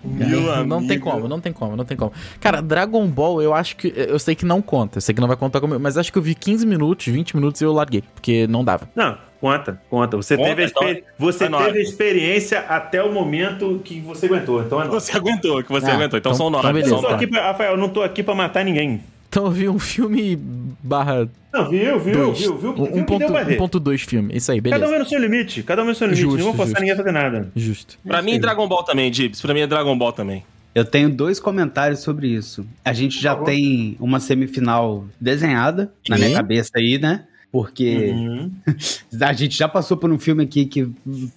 [SPEAKER 2] Não, não tem como, não tem como, não tem como. Cara, Dragon Ball, eu acho que. Eu sei que não conta, eu sei que não vai contar comigo, mas acho que eu vi 15 minutos, 20 minutos e eu larguei, porque não dava.
[SPEAKER 5] Não, conta, conta. Você
[SPEAKER 4] Conta,
[SPEAKER 5] teve, a
[SPEAKER 4] então.
[SPEAKER 5] experi- você
[SPEAKER 4] É nóis.
[SPEAKER 5] teve a experiência até o momento que você aguentou. Então é nóis.
[SPEAKER 4] Você aguentou, que você
[SPEAKER 2] Ah,
[SPEAKER 4] aguentou. Então,
[SPEAKER 2] então-
[SPEAKER 4] são
[SPEAKER 2] então
[SPEAKER 4] nove.
[SPEAKER 2] beleza.
[SPEAKER 5] Eu
[SPEAKER 4] são
[SPEAKER 5] tô
[SPEAKER 4] nove.
[SPEAKER 5] aqui pra, Rafael, eu não tô aqui pra matar ninguém.
[SPEAKER 2] Então eu vi um filme barra
[SPEAKER 5] Não, viu, viu,
[SPEAKER 2] 2.
[SPEAKER 5] viu, viu. viu
[SPEAKER 2] Um
[SPEAKER 5] o que deu pra ver.
[SPEAKER 2] 1.2 filme. Isso aí,
[SPEAKER 5] Cada um
[SPEAKER 2] beleza.
[SPEAKER 5] é no seu limite, cada um é no seu limite.
[SPEAKER 2] Justo,
[SPEAKER 5] não vou forçar
[SPEAKER 2] justo.
[SPEAKER 5] ninguém a fazer nada.
[SPEAKER 2] Justo.
[SPEAKER 4] Pra mim, Dragon Ball também, Dibs. Pra mim é Dragon Ball também.
[SPEAKER 3] Eu tenho dois comentários sobre isso. A gente já tem uma semifinal desenhada na
[SPEAKER 2] Sim.
[SPEAKER 3] minha cabeça aí, né? Porque
[SPEAKER 5] Uhum.
[SPEAKER 3] a gente já passou por um filme aqui que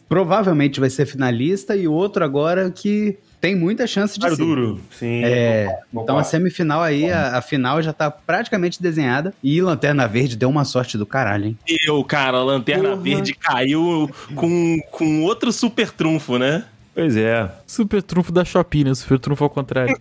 [SPEAKER 3] provavelmente vai ser finalista e outro agora que tem muita chance de
[SPEAKER 5] Claro,
[SPEAKER 3] ser.
[SPEAKER 5] duro. Sim.
[SPEAKER 3] É,
[SPEAKER 6] Vamos
[SPEAKER 3] então a
[SPEAKER 6] lá.
[SPEAKER 3] semifinal aí, a, a final já tá praticamente desenhada. E Lanterna Verde deu uma sorte do caralho, hein?
[SPEAKER 4] Eu, cara, a Lanterna Verde caiu com, com outro super trunfo, né?
[SPEAKER 5] Pois é.
[SPEAKER 2] Super trunfo da Shopee, né? Super trunfo ao contrário.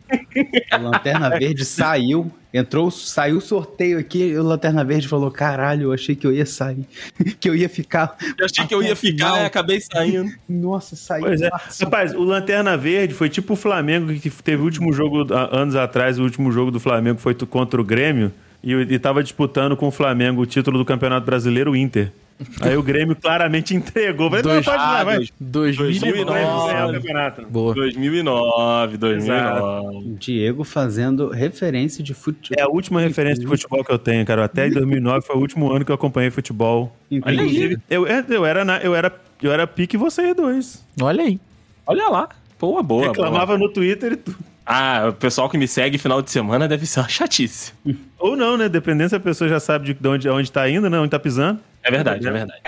[SPEAKER 3] A Lanterna Verde saiu, entrou, saiu o sorteio aqui e o Lanterna Verde falou: caralho, eu achei que eu ia sair, que eu ia ficar.
[SPEAKER 4] Eu achei que eu ia ficar, né? acabei saindo.
[SPEAKER 3] Nossa, saiu.
[SPEAKER 5] Pois é.
[SPEAKER 3] Nossa.
[SPEAKER 5] Rapaz, o Lanterna Verde foi tipo o Flamengo que teve o último jogo há anos atrás, o último jogo do Flamengo foi tu- contra o Grêmio e, o- e tava disputando com o Flamengo o título do Campeonato Brasileiro, o Inter. Aí o Grêmio claramente entregou. Falei, não,
[SPEAKER 2] Dois-
[SPEAKER 5] pode ir lá,
[SPEAKER 4] Ah,
[SPEAKER 5] vai.
[SPEAKER 4] dois-
[SPEAKER 5] Só pro Grêmio ganhar
[SPEAKER 2] 2009.
[SPEAKER 5] o campeonato.
[SPEAKER 2] Boa.
[SPEAKER 4] 2009, 2009.
[SPEAKER 3] Diego fazendo referência de futebol.
[SPEAKER 5] É a última referência de futebol que eu tenho, cara. Até 2009 foi o último ano que eu acompanhei futebol.
[SPEAKER 3] Entendi.
[SPEAKER 5] Inclusive, eu, é, eu era na- eu era eu era pique vocês dois.
[SPEAKER 2] Olha aí.
[SPEAKER 4] Olha lá. Boa, boa. boa.
[SPEAKER 5] Reclamava no Twitter e tudo.
[SPEAKER 4] Ah, o pessoal que me segue final de semana deve ser uma chatice.
[SPEAKER 5] Ou não, né? Dependendo se a pessoa já sabe de onde, onde tá indo, né? Onde tá pisando.
[SPEAKER 4] É verdade, é verdade.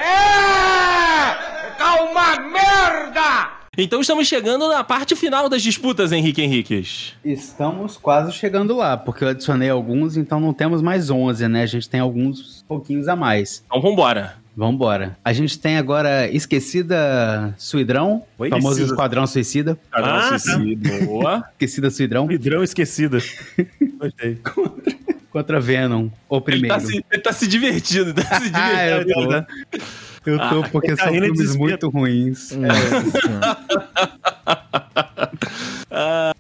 [SPEAKER 4] Então estamos chegando na parte final das disputas, Henrique Henriques.
[SPEAKER 3] Estamos quase chegando lá, porque eu adicionei alguns, então não temos mais 11, né? A gente tem alguns pouquinhos a mais.
[SPEAKER 4] Então vambora.
[SPEAKER 3] Vambora. A gente tem agora Esquecida Suidrão,
[SPEAKER 5] Oi,
[SPEAKER 3] famoso
[SPEAKER 5] Esquecida.
[SPEAKER 3] Esquadrão Suicida.
[SPEAKER 5] Ah, tá.
[SPEAKER 4] Suicida, Boa.
[SPEAKER 3] Esquecida Suidrão
[SPEAKER 5] Vidrão esquecida. Gostei.
[SPEAKER 3] contra Venom, o
[SPEAKER 4] Ele
[SPEAKER 3] primeiro.
[SPEAKER 4] tá,
[SPEAKER 5] assim.
[SPEAKER 4] se, ele tá se divertindo, ele tá se
[SPEAKER 3] Ah, eu
[SPEAKER 4] divertindo.
[SPEAKER 5] É,
[SPEAKER 3] tô.
[SPEAKER 5] né?
[SPEAKER 3] Eu tô, porque
[SPEAKER 5] tá
[SPEAKER 3] são
[SPEAKER 5] rindo de
[SPEAKER 3] filmes
[SPEAKER 5] desespero.
[SPEAKER 3] muito ruins.
[SPEAKER 2] Nossa senhora.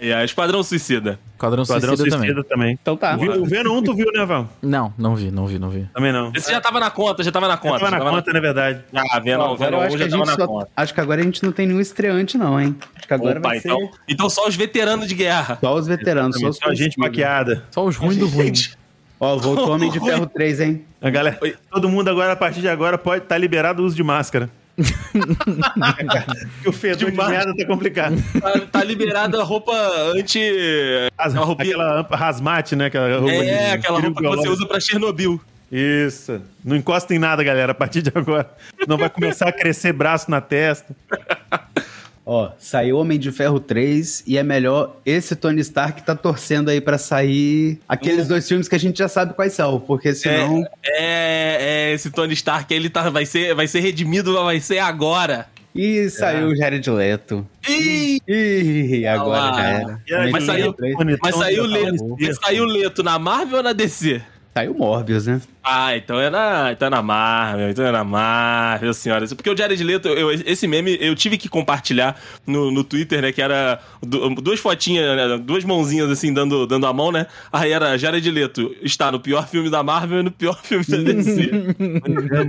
[SPEAKER 4] E a É, Esquadrão Suicida.
[SPEAKER 2] Quadrão,
[SPEAKER 5] Padrão
[SPEAKER 2] Suicida, também.
[SPEAKER 5] suicida também.
[SPEAKER 3] Então
[SPEAKER 4] Ah.
[SPEAKER 3] tá.
[SPEAKER 5] Viu- O Venom tu viu, né, Val?
[SPEAKER 2] Não, não vi, não vi, não vi.
[SPEAKER 5] Também não.
[SPEAKER 4] Esse já tava na conta, já tava na
[SPEAKER 5] Já
[SPEAKER 4] conta.
[SPEAKER 5] tava na conta, na verdade.
[SPEAKER 4] Ah,
[SPEAKER 3] Agora
[SPEAKER 4] Venom,
[SPEAKER 3] eu
[SPEAKER 4] Venom
[SPEAKER 3] acho,
[SPEAKER 4] 1
[SPEAKER 3] que a
[SPEAKER 4] já tava
[SPEAKER 3] gente
[SPEAKER 4] na
[SPEAKER 3] só-
[SPEAKER 4] conta.
[SPEAKER 3] acho que agora a gente não tem nenhum estreante, não, hein? Acho que agora
[SPEAKER 4] Opa,
[SPEAKER 3] vai ser
[SPEAKER 4] então, então só os veteranos de guerra.
[SPEAKER 3] só os veteranos, só os
[SPEAKER 5] Só a gente
[SPEAKER 3] conhecidos.
[SPEAKER 4] né?
[SPEAKER 5] maquiada.
[SPEAKER 2] Só os ruins do ruim.
[SPEAKER 3] Ó, voltou Homem de Ferro 3, hein?
[SPEAKER 5] A galera, todo mundo agora, a partir de agora, pode tá liberado o uso de máscara. Porque o fedor de,
[SPEAKER 4] De máscara.
[SPEAKER 5] merda tá complicado.
[SPEAKER 4] Tá, tá liberada a roupa anti.
[SPEAKER 5] As,
[SPEAKER 4] Aquela roupinha-
[SPEAKER 5] aquela ampa- rasmate, né? Aquela roupa
[SPEAKER 4] é,
[SPEAKER 5] de-
[SPEAKER 4] aquela roupa que você
[SPEAKER 5] biológica.
[SPEAKER 4] usa pra Chernobyl.
[SPEAKER 5] Isso. Não encosta em nada, galera, a partir de agora. Não vai começar a crescer braço na testa.
[SPEAKER 3] Ó, saiu Homem de Ferro 3 e é melhor esse Tony Stark tá torcendo aí pra sair
[SPEAKER 5] Hum.
[SPEAKER 3] aqueles dois filmes que a gente já sabe quais são, porque senão
[SPEAKER 4] É, é, esse Tony Stark, ele tá, vai, ser, vai ser redimido, mas vai ser agora.
[SPEAKER 3] e saiu o Jared Leto.
[SPEAKER 4] É. Ih!
[SPEAKER 3] Ih, agora
[SPEAKER 4] lá.
[SPEAKER 3] já era.
[SPEAKER 5] E aí,
[SPEAKER 3] Homem
[SPEAKER 4] Mas
[SPEAKER 3] de
[SPEAKER 4] saiu-
[SPEAKER 3] Ferro 3.
[SPEAKER 4] Mas saiu o Leto.
[SPEAKER 5] Leto.
[SPEAKER 4] Mas saiu o Leto na Marvel ou na DC?
[SPEAKER 3] Saiu Morbius, né?
[SPEAKER 4] Ah, então é na, então é na Marvel, então é na Marvel, senhoras. Porque o Jared Leto, eu, esse meme eu tive que compartilhar no, no Twitter, né? Que era du- duas fotinhas, né, duas mãozinhas assim, dando, dando a mão, né? Aí era Jared Leto está no pior filme da Marvel e no pior filme da DC. é,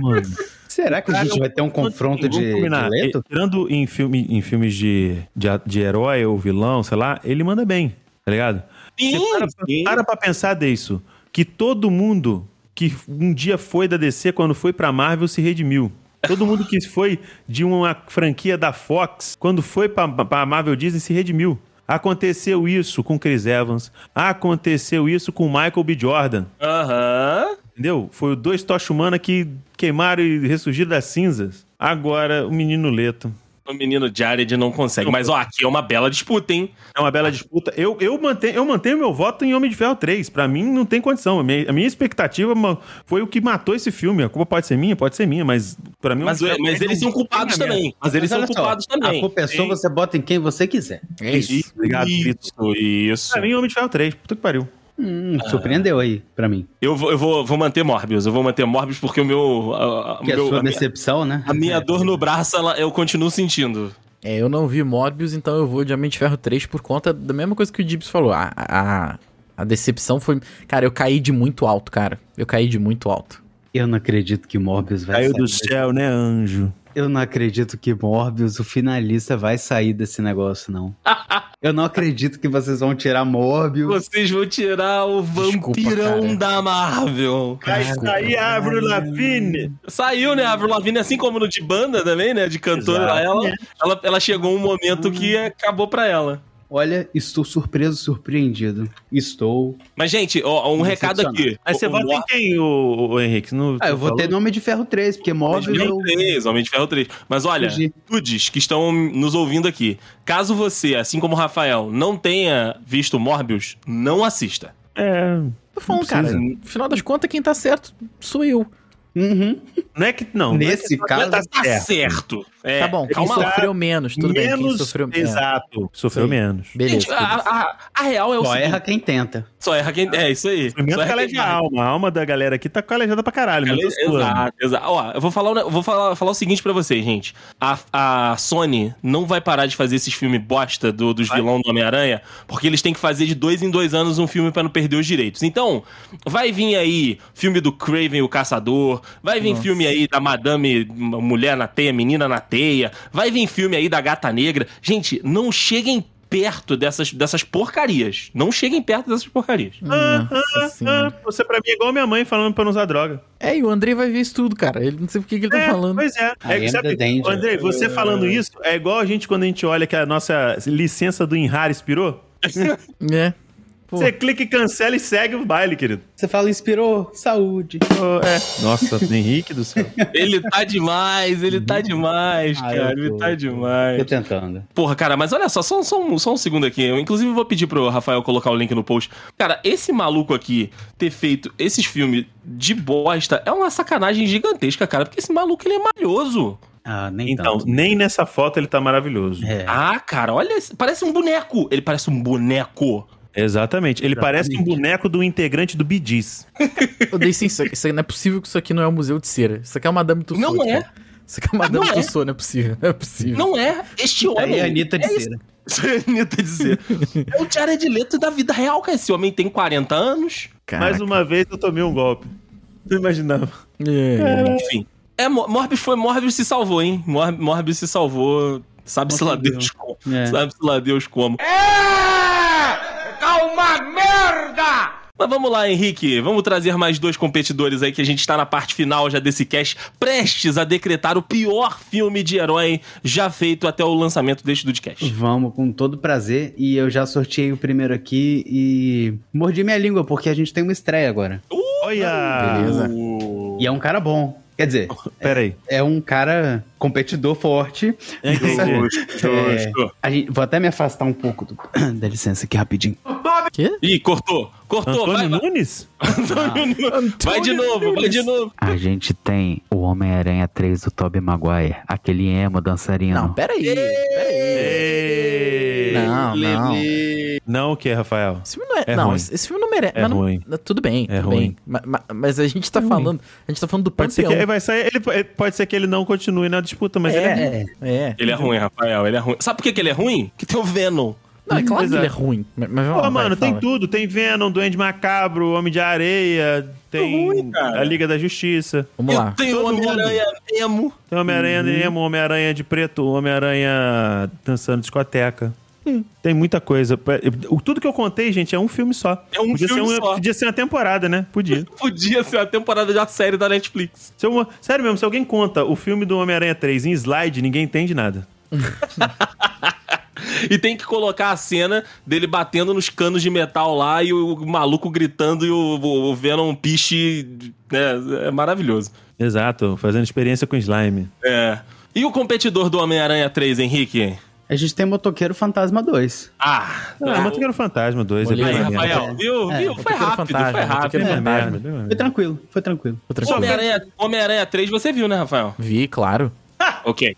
[SPEAKER 3] Será que a
[SPEAKER 5] Cara,
[SPEAKER 3] gente vai ter um confronto de,
[SPEAKER 5] Vamos
[SPEAKER 3] de
[SPEAKER 5] combinar.
[SPEAKER 3] Leto?
[SPEAKER 5] E- Tirando em, filme, em filmes de, de, a- de herói ou vilão, sei lá, ele manda bem, tá ligado? Você para, pra- para pra pensar disso. Que todo mundo que um dia foi da DC, quando foi pra Marvel, se redimiu. Todo mundo que foi de uma franquia da Fox, quando foi pra, pra Marvel Disney, se redimiu. Aconteceu isso com Chris Evans. Aconteceu isso com Michael B. Jordan.
[SPEAKER 4] Aham.
[SPEAKER 5] Entendeu? Foi dois tocha humana que queimaram e ressurgiram das cinzas. Agora, o menino Leto.
[SPEAKER 4] O um menino Jared não consegue. Mas, ó, aqui é uma bela disputa, hein?
[SPEAKER 5] É uma bela disputa. Eu, eu, mantenho, eu mantenho meu voto em Homem de Ferro 3. Pra mim, não tem condição. A minha, a minha expectativa ma- foi o que matou esse filme. A culpa pode ser minha, pode ser minha, mas pra mim...
[SPEAKER 4] Mas, é,
[SPEAKER 5] Homem de Ferro
[SPEAKER 4] mas
[SPEAKER 5] 3
[SPEAKER 4] eles
[SPEAKER 5] não-
[SPEAKER 4] são culpados
[SPEAKER 5] não é
[SPEAKER 4] também. Mas eles são
[SPEAKER 3] olha só,
[SPEAKER 4] culpados também.
[SPEAKER 3] A culpa é sua, você bota em quem você quiser.
[SPEAKER 2] É isso.
[SPEAKER 5] Isso, obrigado, Vitor.
[SPEAKER 4] Isso, isso.
[SPEAKER 5] Pra mim, Homem de Ferro 3. Puta que pariu.
[SPEAKER 3] Hum,
[SPEAKER 4] Ah.
[SPEAKER 3] surpreendeu aí pra mim.
[SPEAKER 4] Eu, vou, eu vou, vou manter Morbius. Eu vou manter Morbius porque o meu. A, a-
[SPEAKER 3] Que é a
[SPEAKER 4] meu-
[SPEAKER 3] sua
[SPEAKER 4] a minha,
[SPEAKER 3] decepção, né?
[SPEAKER 4] a minha dor no braço, ela- eu continuo sentindo.
[SPEAKER 2] É, eu não vi Morbius, então eu vou de Homem de Ferro 3 por conta da mesma coisa que o Gibbs falou. A, a, a decepção foi. Cara, eu caí de muito alto, cara. Eu caí de muito alto.
[SPEAKER 3] Eu não acredito que Morbius vai
[SPEAKER 5] Caiu
[SPEAKER 3] sair.
[SPEAKER 5] do céu, né, anjo?
[SPEAKER 3] Eu não acredito que Morbius, o finalista, vai sair desse negócio, não. Eu não acredito que vocês vão tirar Morbius.
[SPEAKER 4] Vocês vão tirar o
[SPEAKER 2] Desculpa,
[SPEAKER 4] vampirão
[SPEAKER 2] cara.
[SPEAKER 4] da Marvel.
[SPEAKER 5] Vai
[SPEAKER 2] Cara.
[SPEAKER 5] sair a Avril Lavigne.
[SPEAKER 4] Saiu, né? A Avril Lavigne, assim como no de banda também, né? De cantora, ela, ela, ela chegou um momento que acabou pra ela.
[SPEAKER 3] Olha, estou surpreso, surpreendido. Estou.
[SPEAKER 4] Mas, gente, ó, um recado aqui.
[SPEAKER 5] Aí você
[SPEAKER 4] O-
[SPEAKER 5] vota
[SPEAKER 4] o
[SPEAKER 5] em quem, o, Henrique? No,
[SPEAKER 3] Ah, eu vou ter nome de Ferro 3, porque
[SPEAKER 4] Homem de
[SPEAKER 3] Morbius.
[SPEAKER 4] Ferro
[SPEAKER 3] eu-
[SPEAKER 4] 3, Homem de Ferro 3. Mas olha,
[SPEAKER 3] Entendi.
[SPEAKER 4] dudes que estão nos ouvindo aqui, caso você, assim como o Rafael, não tenha visto Morbius, não assista.
[SPEAKER 5] É,
[SPEAKER 2] Tô falando, cara.
[SPEAKER 5] precisa.
[SPEAKER 2] No final das contas, quem tá certo sou eu.
[SPEAKER 3] Uhum.
[SPEAKER 5] não é que não.
[SPEAKER 3] Nesse
[SPEAKER 5] não é que-
[SPEAKER 3] caso,
[SPEAKER 5] tá
[SPEAKER 4] Tá
[SPEAKER 5] certo.
[SPEAKER 4] certo. É,
[SPEAKER 2] tá bom, quem
[SPEAKER 4] calma lá.
[SPEAKER 2] sofreu menos, tudo bem. Quem
[SPEAKER 5] menos,
[SPEAKER 2] sofreu menos.
[SPEAKER 5] Exato. Sofreu
[SPEAKER 2] Sim.
[SPEAKER 5] menos.
[SPEAKER 2] Beleza.
[SPEAKER 4] Gente, a, a- a real é o
[SPEAKER 3] Só
[SPEAKER 4] seguinte,
[SPEAKER 3] erra quem tenta.
[SPEAKER 4] só erra quem... É, isso aí.
[SPEAKER 5] Primeiro
[SPEAKER 4] Só erra quem
[SPEAKER 5] caleja a alma. A alma da galera aqui tá calejada pra caralho.
[SPEAKER 4] Ela-
[SPEAKER 5] Mas tô suando.
[SPEAKER 4] Exato, exato. Ó, eu vou falar, um ne- eu vou falar, falar o seguinte pra vocês, gente. A, a Sony não vai parar de fazer esses filmes bosta do, dos vilões do Homem-Aranha, porque eles têm que fazer de dois em dois anos um filme pra não perder os direitos. Então, vai vir aí filme do Craven o Caçador, vai vir filme aí da Madame M- Mulher na Teia, Menina na Teia, vai vir filme aí da Gata Negra. Gente, não cheguem perto dessas, dessas porcarias. Não cheguem perto dessas porcarias.
[SPEAKER 2] Nossa
[SPEAKER 5] Ah,
[SPEAKER 2] senhora.
[SPEAKER 5] você pra mim é igual minha mãe falando pra não usar droga.
[SPEAKER 2] É, e o Andrei vai ver isso tudo, cara. Ele não sei por que que ele tá
[SPEAKER 5] é,
[SPEAKER 2] falando.
[SPEAKER 5] Pois é.
[SPEAKER 3] I
[SPEAKER 5] é
[SPEAKER 3] am
[SPEAKER 5] que, sabe,
[SPEAKER 3] the danger.
[SPEAKER 4] né?
[SPEAKER 5] Andrei, você falando isso é igual a gente quando a gente olha que a nossa licença do Inhar expirou.
[SPEAKER 2] É. Pô.
[SPEAKER 5] Você clica e cancela e segue o baile, querido.
[SPEAKER 3] Você fala, inspirou? Saúde.
[SPEAKER 5] Oh, é. Nossa, Henrique do céu.
[SPEAKER 4] Ele tá demais, ele tá demais,
[SPEAKER 3] Ah,
[SPEAKER 4] cara.
[SPEAKER 3] eu
[SPEAKER 4] Ele
[SPEAKER 3] tô-
[SPEAKER 4] tá
[SPEAKER 3] Tô
[SPEAKER 4] demais.
[SPEAKER 3] tentando.
[SPEAKER 4] Porra, cara, mas olha só, só, só um, só um segundo aqui. Eu, inclusive, vou pedir pro Rafael colocar o link no post. Cara, esse maluco aqui ter feito esses filmes de bosta é uma sacanagem gigantesca, cara. Porque esse maluco, ele é malhoso.
[SPEAKER 3] Ah, nem
[SPEAKER 5] Então,
[SPEAKER 3] tanto.
[SPEAKER 5] nem nessa foto ele tá maravilhoso.
[SPEAKER 3] É.
[SPEAKER 4] Ah, cara, olha, esse- parece um boneco. Ele parece um boneco.
[SPEAKER 5] Exatamente. Ele parece um boneco do integrante do Bidiz.
[SPEAKER 2] Eu dei sim, isso, aqui- isso aqui- não é possível que isso aqui não é um museu de cera. Isso aqui é uma Madame Tussauds.
[SPEAKER 4] Não é.
[SPEAKER 2] cara. Isso aqui é uma Madame
[SPEAKER 4] Não é.
[SPEAKER 2] Tussauds, não é possível. Não é possível.
[SPEAKER 4] Não é este homem.
[SPEAKER 3] Aí a Anitta de
[SPEAKER 4] é
[SPEAKER 3] cera.
[SPEAKER 4] Isso é a Anitta dizer. é o Jared Leto da vida real, cara. Esse homem tem 40 anos.
[SPEAKER 5] Mais uma vez eu tomei um golpe. Não imaginava.
[SPEAKER 2] É, é.
[SPEAKER 4] Enfim. É, Mor- Morbius foi Morbius se salvou, hein? Mor Morbius se salvou. Sabe-se lá Deus como.
[SPEAKER 3] É.
[SPEAKER 4] Sabe-se lá Deus como. É! Tá uma merda! Mas vamos lá, Henrique. Vamos trazer mais dois competidores aí que a gente tá na parte final já desse cast, prestes a decretar o pior filme de herói já feito até o lançamento deste Dudcast.
[SPEAKER 3] Vamos, com todo prazer. E eu já sorteei o primeiro aqui e mordi minha língua, porque a gente tem uma estreia agora.
[SPEAKER 5] Olha!
[SPEAKER 2] Beleza.
[SPEAKER 3] E é um cara bom. Quer dizer,
[SPEAKER 5] Pera aí.
[SPEAKER 3] é um cara competidor forte.
[SPEAKER 4] É,
[SPEAKER 3] É,
[SPEAKER 5] Entendi.
[SPEAKER 4] Justo.
[SPEAKER 3] A gente- vou até me afastar um pouco do... Dá licença aqui rapidinho.
[SPEAKER 4] Ih, cortou. Cortou. Ah, Vai,
[SPEAKER 5] é Antônio
[SPEAKER 4] vai.
[SPEAKER 5] Nunes?
[SPEAKER 4] Antônio Nunes. vai de novo, vai de novo.
[SPEAKER 3] A gente tem o Homem-Aranha 3 do Tobey Maguire, aquele emo dançarino.
[SPEAKER 2] Não, peraí. peraí. Não, não.
[SPEAKER 5] Não o que, Rafael?
[SPEAKER 2] Esse filme não é.
[SPEAKER 5] É
[SPEAKER 2] não,
[SPEAKER 5] ruim.
[SPEAKER 2] esse esse filme não merece.
[SPEAKER 5] É
[SPEAKER 2] mas não-
[SPEAKER 5] ruim.
[SPEAKER 2] não- tudo bem,
[SPEAKER 5] É
[SPEAKER 2] tudo
[SPEAKER 5] ruim. É
[SPEAKER 2] bem. Ma- ma- Mas, a gente tá falando. A gente tá falando do
[SPEAKER 5] Pode ser,
[SPEAKER 2] panteão.
[SPEAKER 5] que ele vai sair, ele, pode ser que ele não continue na disputa, mas ele é.
[SPEAKER 2] é, é, é.
[SPEAKER 4] Ele é ruim, Rafael, ele é ruim. Sabe por que, que ele é ruim? Que tem o Venom.
[SPEAKER 2] Não, é claro que
[SPEAKER 5] Exato.
[SPEAKER 2] ele é ruim. Mas, mas vamos
[SPEAKER 5] Pô,
[SPEAKER 2] lá, vai,
[SPEAKER 5] mano, tem
[SPEAKER 2] fala.
[SPEAKER 5] tudo. Tem Venom, Duende Macabro, Homem de Areia, tem
[SPEAKER 4] ruim, cara.
[SPEAKER 5] a Liga da Justiça.
[SPEAKER 2] Vamos lá.
[SPEAKER 4] Eu tenho o
[SPEAKER 5] Todo
[SPEAKER 4] Homem-Aranha mesmo.
[SPEAKER 5] Tem Homem-Aranha
[SPEAKER 4] Uhum.
[SPEAKER 5] Nemo, Homem-Aranha de Preto, Homem-Aranha dançando discoteca.
[SPEAKER 4] Hum.
[SPEAKER 5] Tem muita coisa. O- Tudo que eu contei, gente, é um filme só.
[SPEAKER 4] É um
[SPEAKER 5] podia
[SPEAKER 4] filme
[SPEAKER 5] ser
[SPEAKER 4] só.
[SPEAKER 5] Podia ser uma temporada, né? Podia.
[SPEAKER 4] Podia ser a temporada de uma série da Netflix.
[SPEAKER 5] Se eu- sério mesmo, se alguém conta o filme do Homem-Aranha 3 em slide, ninguém entende nada.
[SPEAKER 4] E tem que colocar a cena dele batendo nos canos de metal lá e o maluco gritando e o, o- o Venom piche. né, É, maravilhoso.
[SPEAKER 5] Exato, fazendo experiência com slime.
[SPEAKER 4] É. E o competidor do Homem-Aranha 3, Henrique?
[SPEAKER 3] A gente tem Motoqueiro Fantasma 2
[SPEAKER 4] Ah,
[SPEAKER 5] Ah, mas tu quero Fantasma 2.
[SPEAKER 2] Olhei,
[SPEAKER 4] Aí,
[SPEAKER 5] bem maneiro. É
[SPEAKER 4] Rafael, viu?
[SPEAKER 3] É,
[SPEAKER 4] viu?
[SPEAKER 2] eu
[SPEAKER 4] Foi
[SPEAKER 2] quero
[SPEAKER 4] rápido,
[SPEAKER 2] fantasma,
[SPEAKER 4] foi
[SPEAKER 2] eu quero
[SPEAKER 4] rápido.
[SPEAKER 5] Bem
[SPEAKER 2] fantasma.
[SPEAKER 5] maneiro, bem maneiro.
[SPEAKER 3] Foi tranquilo, foi tranquilo.
[SPEAKER 2] Tô tranquilo.
[SPEAKER 4] Homem-Aranha Homem 3 você viu, né, Rafael?
[SPEAKER 2] Vi, claro.
[SPEAKER 4] Ok.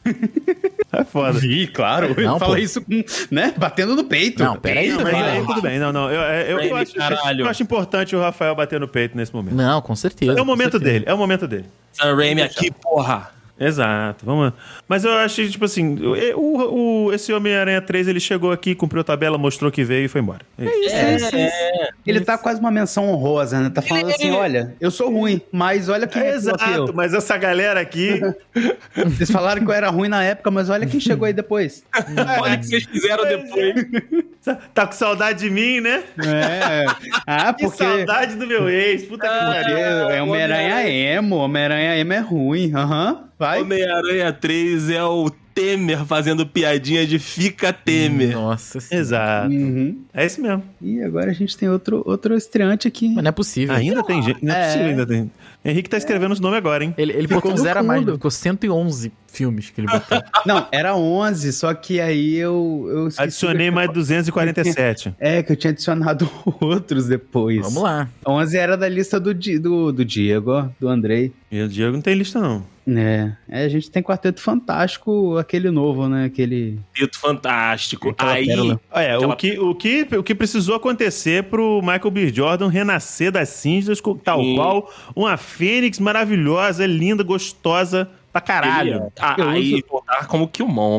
[SPEAKER 5] É foda.
[SPEAKER 3] Vi, claro.
[SPEAKER 2] Não,
[SPEAKER 3] fala
[SPEAKER 2] pô.
[SPEAKER 3] isso com, né? Batendo no peito.
[SPEAKER 2] Não, peraí,
[SPEAKER 5] Não, mas
[SPEAKER 2] cara.
[SPEAKER 5] aí tudo bem, não, não. Eu, é, eu- eu
[SPEAKER 4] Ele,
[SPEAKER 5] acho,
[SPEAKER 4] caralho.
[SPEAKER 5] eu acho importante o Rafael bater no peito nesse momento.
[SPEAKER 2] Não, com certeza.
[SPEAKER 5] É o momento
[SPEAKER 2] com certeza.
[SPEAKER 5] dele, é o momento dele.
[SPEAKER 4] Sam Raimi aqui, porra.
[SPEAKER 5] Exato, vamos. Mas eu acho, que, tipo assim, o, o- o- esse Homem-Aranha 3 ele chegou aqui, cumpriu a tabela, mostrou que veio e foi embora. É isso.
[SPEAKER 3] Ele tá quase uma menção honrosa, né? Tá falando assim, olha, eu sou ruim, mas olha quem é pior que eu.
[SPEAKER 5] Exato, mas essa galera aqui.
[SPEAKER 3] Vocês falaram que eu era ruim na época, mas olha quem chegou aí depois.
[SPEAKER 4] Olha o que vocês fizeram depois.
[SPEAKER 5] tá com saudade de mim, né?
[SPEAKER 3] É. Ah,
[SPEAKER 5] Que
[SPEAKER 3] porque...
[SPEAKER 5] saudade né? do meu ex, puta que
[SPEAKER 3] porque
[SPEAKER 5] pariu.
[SPEAKER 3] é Homem-Aranha emo, Homem-Aranha emo é ruim, aham, vai.
[SPEAKER 4] Homem-Aranha 3 é o Temer fazendo piadinha de fica Temer.
[SPEAKER 2] Nossa senhora.
[SPEAKER 5] Exato.
[SPEAKER 3] Uhum.
[SPEAKER 5] É isso mesmo.
[SPEAKER 3] E agora a gente tem outro, outro estreante aqui.
[SPEAKER 2] Mas não é possível.
[SPEAKER 5] Ainda tem gente. Não é possível, ainda tem. Henrique tá escrevendo os nomes agora, hein?
[SPEAKER 2] Ele, ele
[SPEAKER 3] Ficou
[SPEAKER 2] botou um
[SPEAKER 3] no
[SPEAKER 2] zero a mais,
[SPEAKER 3] fundo.
[SPEAKER 2] ficou 111 filmes que ele botou.
[SPEAKER 3] Não, era 11, só que aí eu... eu esqueci
[SPEAKER 5] Adicionei
[SPEAKER 3] que-
[SPEAKER 5] mais 247.
[SPEAKER 3] É, que eu tinha adicionado outros depois.
[SPEAKER 2] Vamos lá.
[SPEAKER 3] 11 era da lista do, Di- do, do Diego, ó, do Andrei.
[SPEAKER 5] E o Diego não tem lista, não.
[SPEAKER 3] É, é, a gente tem Quarteto Fantástico, aquele novo, né? Aquele.
[SPEAKER 4] Tito fantástico.
[SPEAKER 3] Aquela
[SPEAKER 4] Aí,
[SPEAKER 3] pérola.
[SPEAKER 5] É, o
[SPEAKER 4] Aquela-
[SPEAKER 5] que, o, que, o que precisou acontecer pro Michael B. Jordan renascer das cinzas, co- tal
[SPEAKER 4] Sim.
[SPEAKER 5] qual uma fênix maravilhosa, linda, gostosa pra caralho.
[SPEAKER 4] caralho. Ah,
[SPEAKER 3] Eu
[SPEAKER 4] aí,
[SPEAKER 3] uso-
[SPEAKER 4] voltar como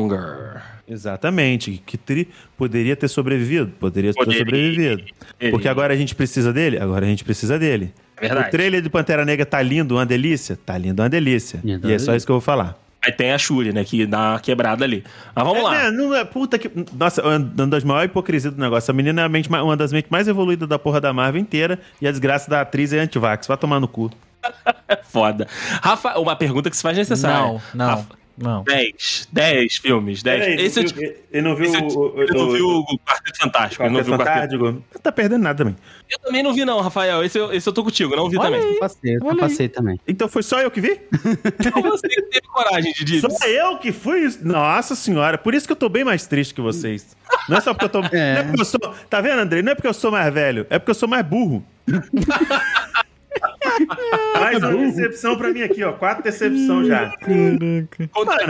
[SPEAKER 4] Killmonger.
[SPEAKER 5] Exatamente. Que tri... poderia ter sobrevivido. Poderia,
[SPEAKER 4] Poderia.
[SPEAKER 5] ter sobrevivido. Porque agora a gente precisa dele? Agora a gente precisa dele.
[SPEAKER 4] É verdade.
[SPEAKER 5] O trailer do Pantera Negra tá lindo, uma delícia? Tá lindo, uma delícia.
[SPEAKER 3] Lindo,
[SPEAKER 5] e é
[SPEAKER 3] uma
[SPEAKER 5] só
[SPEAKER 3] delícia.
[SPEAKER 5] isso que eu vou falar.
[SPEAKER 4] Aí tem a Shuri, né, que dá uma quebrada ali. Mas vamos
[SPEAKER 5] É,
[SPEAKER 4] lá.
[SPEAKER 5] né, não é- puta que. Nossa, uma uma das maiores hipocrisias do negócio. A menina é a mente ma- uma das mentes mais evoluídas da porra da Marvel inteira. E a desgraça da atriz é antivax. Vai tomar no cu.
[SPEAKER 4] Foda. Rafa, uma pergunta que se faz necessária.
[SPEAKER 2] Não, não,
[SPEAKER 4] Rafa,
[SPEAKER 2] não.
[SPEAKER 4] 10, 10 filmes, 10. É, Esse eu te-
[SPEAKER 5] ele não
[SPEAKER 4] esse eu te- eu não vi o Quarteto Fantástico. Eu não vi o Quarteto.
[SPEAKER 5] Não tá perdendo nada também.
[SPEAKER 4] Eu também não vi, não, Rafael. Esse eu, esse eu tô contigo, eu não vi também.
[SPEAKER 3] Eu passei, eu
[SPEAKER 2] Olha aí.
[SPEAKER 3] passei também.
[SPEAKER 5] Então foi só eu que vi?
[SPEAKER 4] Então você que teve coragem de dizer.
[SPEAKER 5] Só eu que fui? isso? Nossa senhora, por isso que eu tô bem mais triste que vocês. Não é só porque eu tô. Não é porque eu sou. Tá vendo, Andrei? Não é porque eu sou mais velho, é porque eu sou mais burro. mais uma decepção pra mim aqui, ó. Quatro decepção já.
[SPEAKER 4] Contra
[SPEAKER 5] Mano,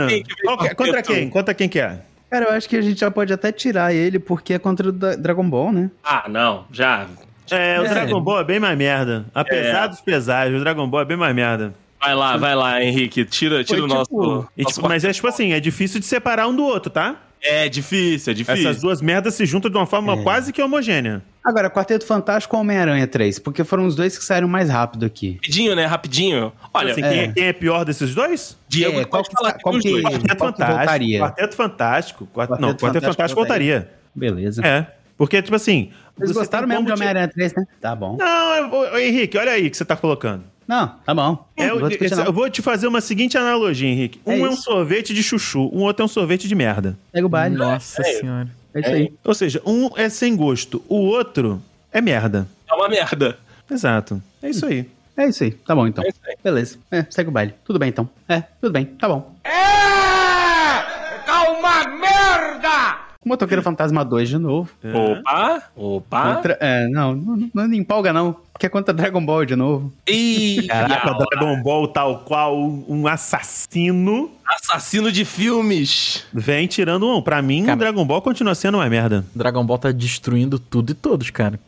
[SPEAKER 4] quem que veio
[SPEAKER 5] qual que- é,
[SPEAKER 4] o
[SPEAKER 5] contra
[SPEAKER 4] Quarteto?
[SPEAKER 5] quem? Contra quem que é?
[SPEAKER 3] Cara, eu acho que a gente já pode até tirar ele, porque é contra o da- Dragon Ball, né?
[SPEAKER 4] Ah, não, já.
[SPEAKER 5] É, o Dragon Ball é bem mais merda. Apesar dos pesares, o Dragon Ball é bem mais merda.
[SPEAKER 4] Vai lá, vai lá, Henrique. Tira, tira
[SPEAKER 3] Foi
[SPEAKER 4] o
[SPEAKER 3] tipo-
[SPEAKER 4] nosso.
[SPEAKER 5] E,
[SPEAKER 4] nosso
[SPEAKER 5] tipo, mas é tipo assim, é difícil de separar um do outro, tá?
[SPEAKER 4] É difícil, é difícil.
[SPEAKER 5] Essas duas merdas se juntam de uma forma quase que homogênea.
[SPEAKER 3] Agora, Quarteto Fantástico ou Homem-Aranha 3? Porque foram os dois que saíram mais rápido aqui.
[SPEAKER 4] Rapidinho, né? Rapidinho. Olha,
[SPEAKER 5] Assim, quem, é, quem é pior desses dois?
[SPEAKER 4] Diego,
[SPEAKER 3] É, qual
[SPEAKER 4] pode
[SPEAKER 3] que-
[SPEAKER 4] falar que
[SPEAKER 3] qual
[SPEAKER 4] os
[SPEAKER 3] que-
[SPEAKER 4] dois.
[SPEAKER 5] Quarteto
[SPEAKER 3] Qual que
[SPEAKER 5] Fantástico.
[SPEAKER 3] voltaria?
[SPEAKER 5] Quarteto Fantástico. Quart- não,
[SPEAKER 3] Quarteto
[SPEAKER 5] Quarteto Fantástico
[SPEAKER 3] Fantástico
[SPEAKER 5] voltaria.
[SPEAKER 3] Beleza.
[SPEAKER 5] É. Porque, tipo assim.
[SPEAKER 3] Vocês
[SPEAKER 5] você
[SPEAKER 3] gostaram
[SPEAKER 5] tem
[SPEAKER 3] mesmo de
[SPEAKER 5] como te-
[SPEAKER 3] Homem-Aranha 3, né? Tá bom.
[SPEAKER 5] Não, eu- ô, ô, Henrique, olha aí o que você tá colocando.
[SPEAKER 3] Não, tá bom.
[SPEAKER 5] É,
[SPEAKER 3] Não
[SPEAKER 5] eu,
[SPEAKER 3] vou discutir,
[SPEAKER 5] eu
[SPEAKER 3] não.
[SPEAKER 5] vou te fazer uma seguinte analogia, Henrique. Um
[SPEAKER 3] É
[SPEAKER 5] é, um
[SPEAKER 3] isso.
[SPEAKER 5] sorvete de chuchu, o outro é um sorvete de merda.
[SPEAKER 3] Pega o baile.
[SPEAKER 2] Nossa senhora.
[SPEAKER 3] É isso aí.
[SPEAKER 5] Ou seja, um é sem gosto, o outro é merda.
[SPEAKER 4] É uma merda.
[SPEAKER 5] Exato. É isso aí.
[SPEAKER 3] É isso aí. Tá bom, então. Beleza. É, segue o baile. Tudo bem, então. É, tudo bem. Tá bom. O Motoqueiro Fantasma 2 de novo.
[SPEAKER 5] É.
[SPEAKER 4] É. Opa!
[SPEAKER 5] Ah?
[SPEAKER 4] Opa!
[SPEAKER 3] Contra- é, não, não, não me empolga não, porque é contra Dragon Ball de novo.
[SPEAKER 4] Ih,
[SPEAKER 5] Caraca,
[SPEAKER 4] Iaura,
[SPEAKER 5] Dragon Ball, tal qual um assassino,
[SPEAKER 4] assassino de filmes!
[SPEAKER 5] vem tirando um. Pra mim,
[SPEAKER 2] Cara.
[SPEAKER 5] Dragon Ball continua sendo uma merda.
[SPEAKER 2] Dragon Ball tá destruindo tudo e todos, cara.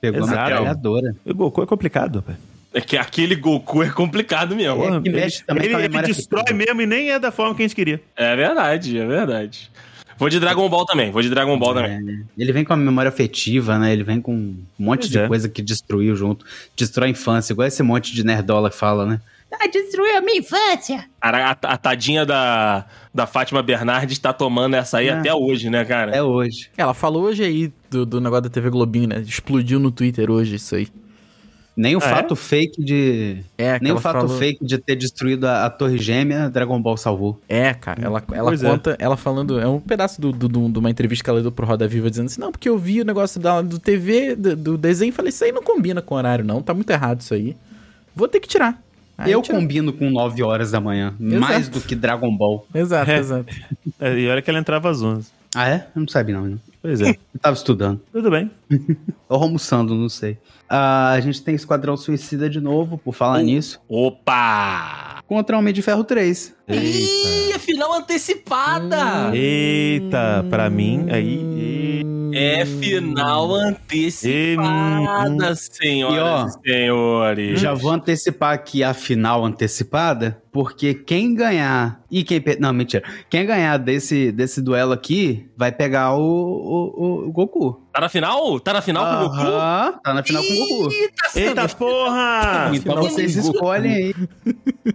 [SPEAKER 3] Pegou a
[SPEAKER 5] Exato.
[SPEAKER 3] metralhadora.
[SPEAKER 5] O Goku é complicado, pai.
[SPEAKER 4] É que aquele Goku é complicado mesmo.
[SPEAKER 3] É que mexe também
[SPEAKER 5] ele
[SPEAKER 3] com a
[SPEAKER 5] ele
[SPEAKER 3] memória
[SPEAKER 5] destrói
[SPEAKER 3] afetiva.
[SPEAKER 5] mesmo e nem é da forma que a gente queria.
[SPEAKER 4] É verdade, é verdade. Vou de Dragon Ball também, vou de Dragon
[SPEAKER 3] É.
[SPEAKER 4] Ball também.
[SPEAKER 3] Ele vem com a memória afetiva, né? Ele vem com um monte
[SPEAKER 5] Pois
[SPEAKER 3] de
[SPEAKER 5] é.
[SPEAKER 3] coisa que destruiu junto. Destrói a infância, igual esse monte de nerdola que fala, né?
[SPEAKER 7] Ah, destruiu a minha infância.
[SPEAKER 4] Cara, a, a tadinha da, da Fátima Bernardes tá tomando essa aí
[SPEAKER 3] É.
[SPEAKER 4] até hoje, né, cara?
[SPEAKER 3] É hoje.
[SPEAKER 2] Ela falou hoje aí do, do negócio da TV Globinho, né? Explodiu no Twitter hoje isso aí.
[SPEAKER 3] Nem o
[SPEAKER 5] Ah,
[SPEAKER 3] fato fake de.
[SPEAKER 2] É, que
[SPEAKER 3] Nem o
[SPEAKER 2] ela
[SPEAKER 3] fato
[SPEAKER 2] falou-
[SPEAKER 3] fake de ter destruído a, a Torre Gêmea, Dragon Ball salvou.
[SPEAKER 2] É, cara, ela, ela
[SPEAKER 5] Pois é.
[SPEAKER 2] conta, ela falando, é um pedaço do, do- do- de uma entrevista que ela deu pro Roda Viva dizendo assim, não, porque eu vi o negócio da, do TV, do, do desenho, e falei, isso aí não combina com o horário não, tá muito errado isso aí. Vou ter que tirar. Aí
[SPEAKER 3] eu
[SPEAKER 2] tira-
[SPEAKER 3] combino com 9 horas da manhã,
[SPEAKER 2] Exato.
[SPEAKER 3] mais do que Dragon Ball.
[SPEAKER 2] Exato,
[SPEAKER 5] É.
[SPEAKER 2] exato.
[SPEAKER 5] É, E olha que ela entrava às 11.
[SPEAKER 3] Ah, é? Eu não sabia, não. né?
[SPEAKER 5] Pois é.
[SPEAKER 3] Eu tava estudando.
[SPEAKER 5] Tudo bem.
[SPEAKER 3] Ou almoçando, não sei. Ah, a gente tem Esquadrão Suicida de novo, por falar
[SPEAKER 4] Uh.
[SPEAKER 3] nisso.
[SPEAKER 4] Opa!
[SPEAKER 3] Contra Homem de Ferro 3.
[SPEAKER 4] Ih, é final antecipada!
[SPEAKER 5] Eita, pra mim, aí.
[SPEAKER 3] Hum.
[SPEAKER 4] É final antecipada, senhoras e, senhores.
[SPEAKER 3] Hum. Já vou antecipar aqui a final antecipada, porque quem ganhar. E quem. per- Não, mentira. Quem ganhar desse, desse duelo aqui vai pegar o, o, o Goku.
[SPEAKER 4] Tá na final? Tá na final com o Goku?
[SPEAKER 3] Aham, Tá na final com o Goku.
[SPEAKER 4] tá
[SPEAKER 5] Eita porra!
[SPEAKER 3] Então
[SPEAKER 2] final
[SPEAKER 3] vocês
[SPEAKER 2] com o Goku.
[SPEAKER 3] escolhem aí.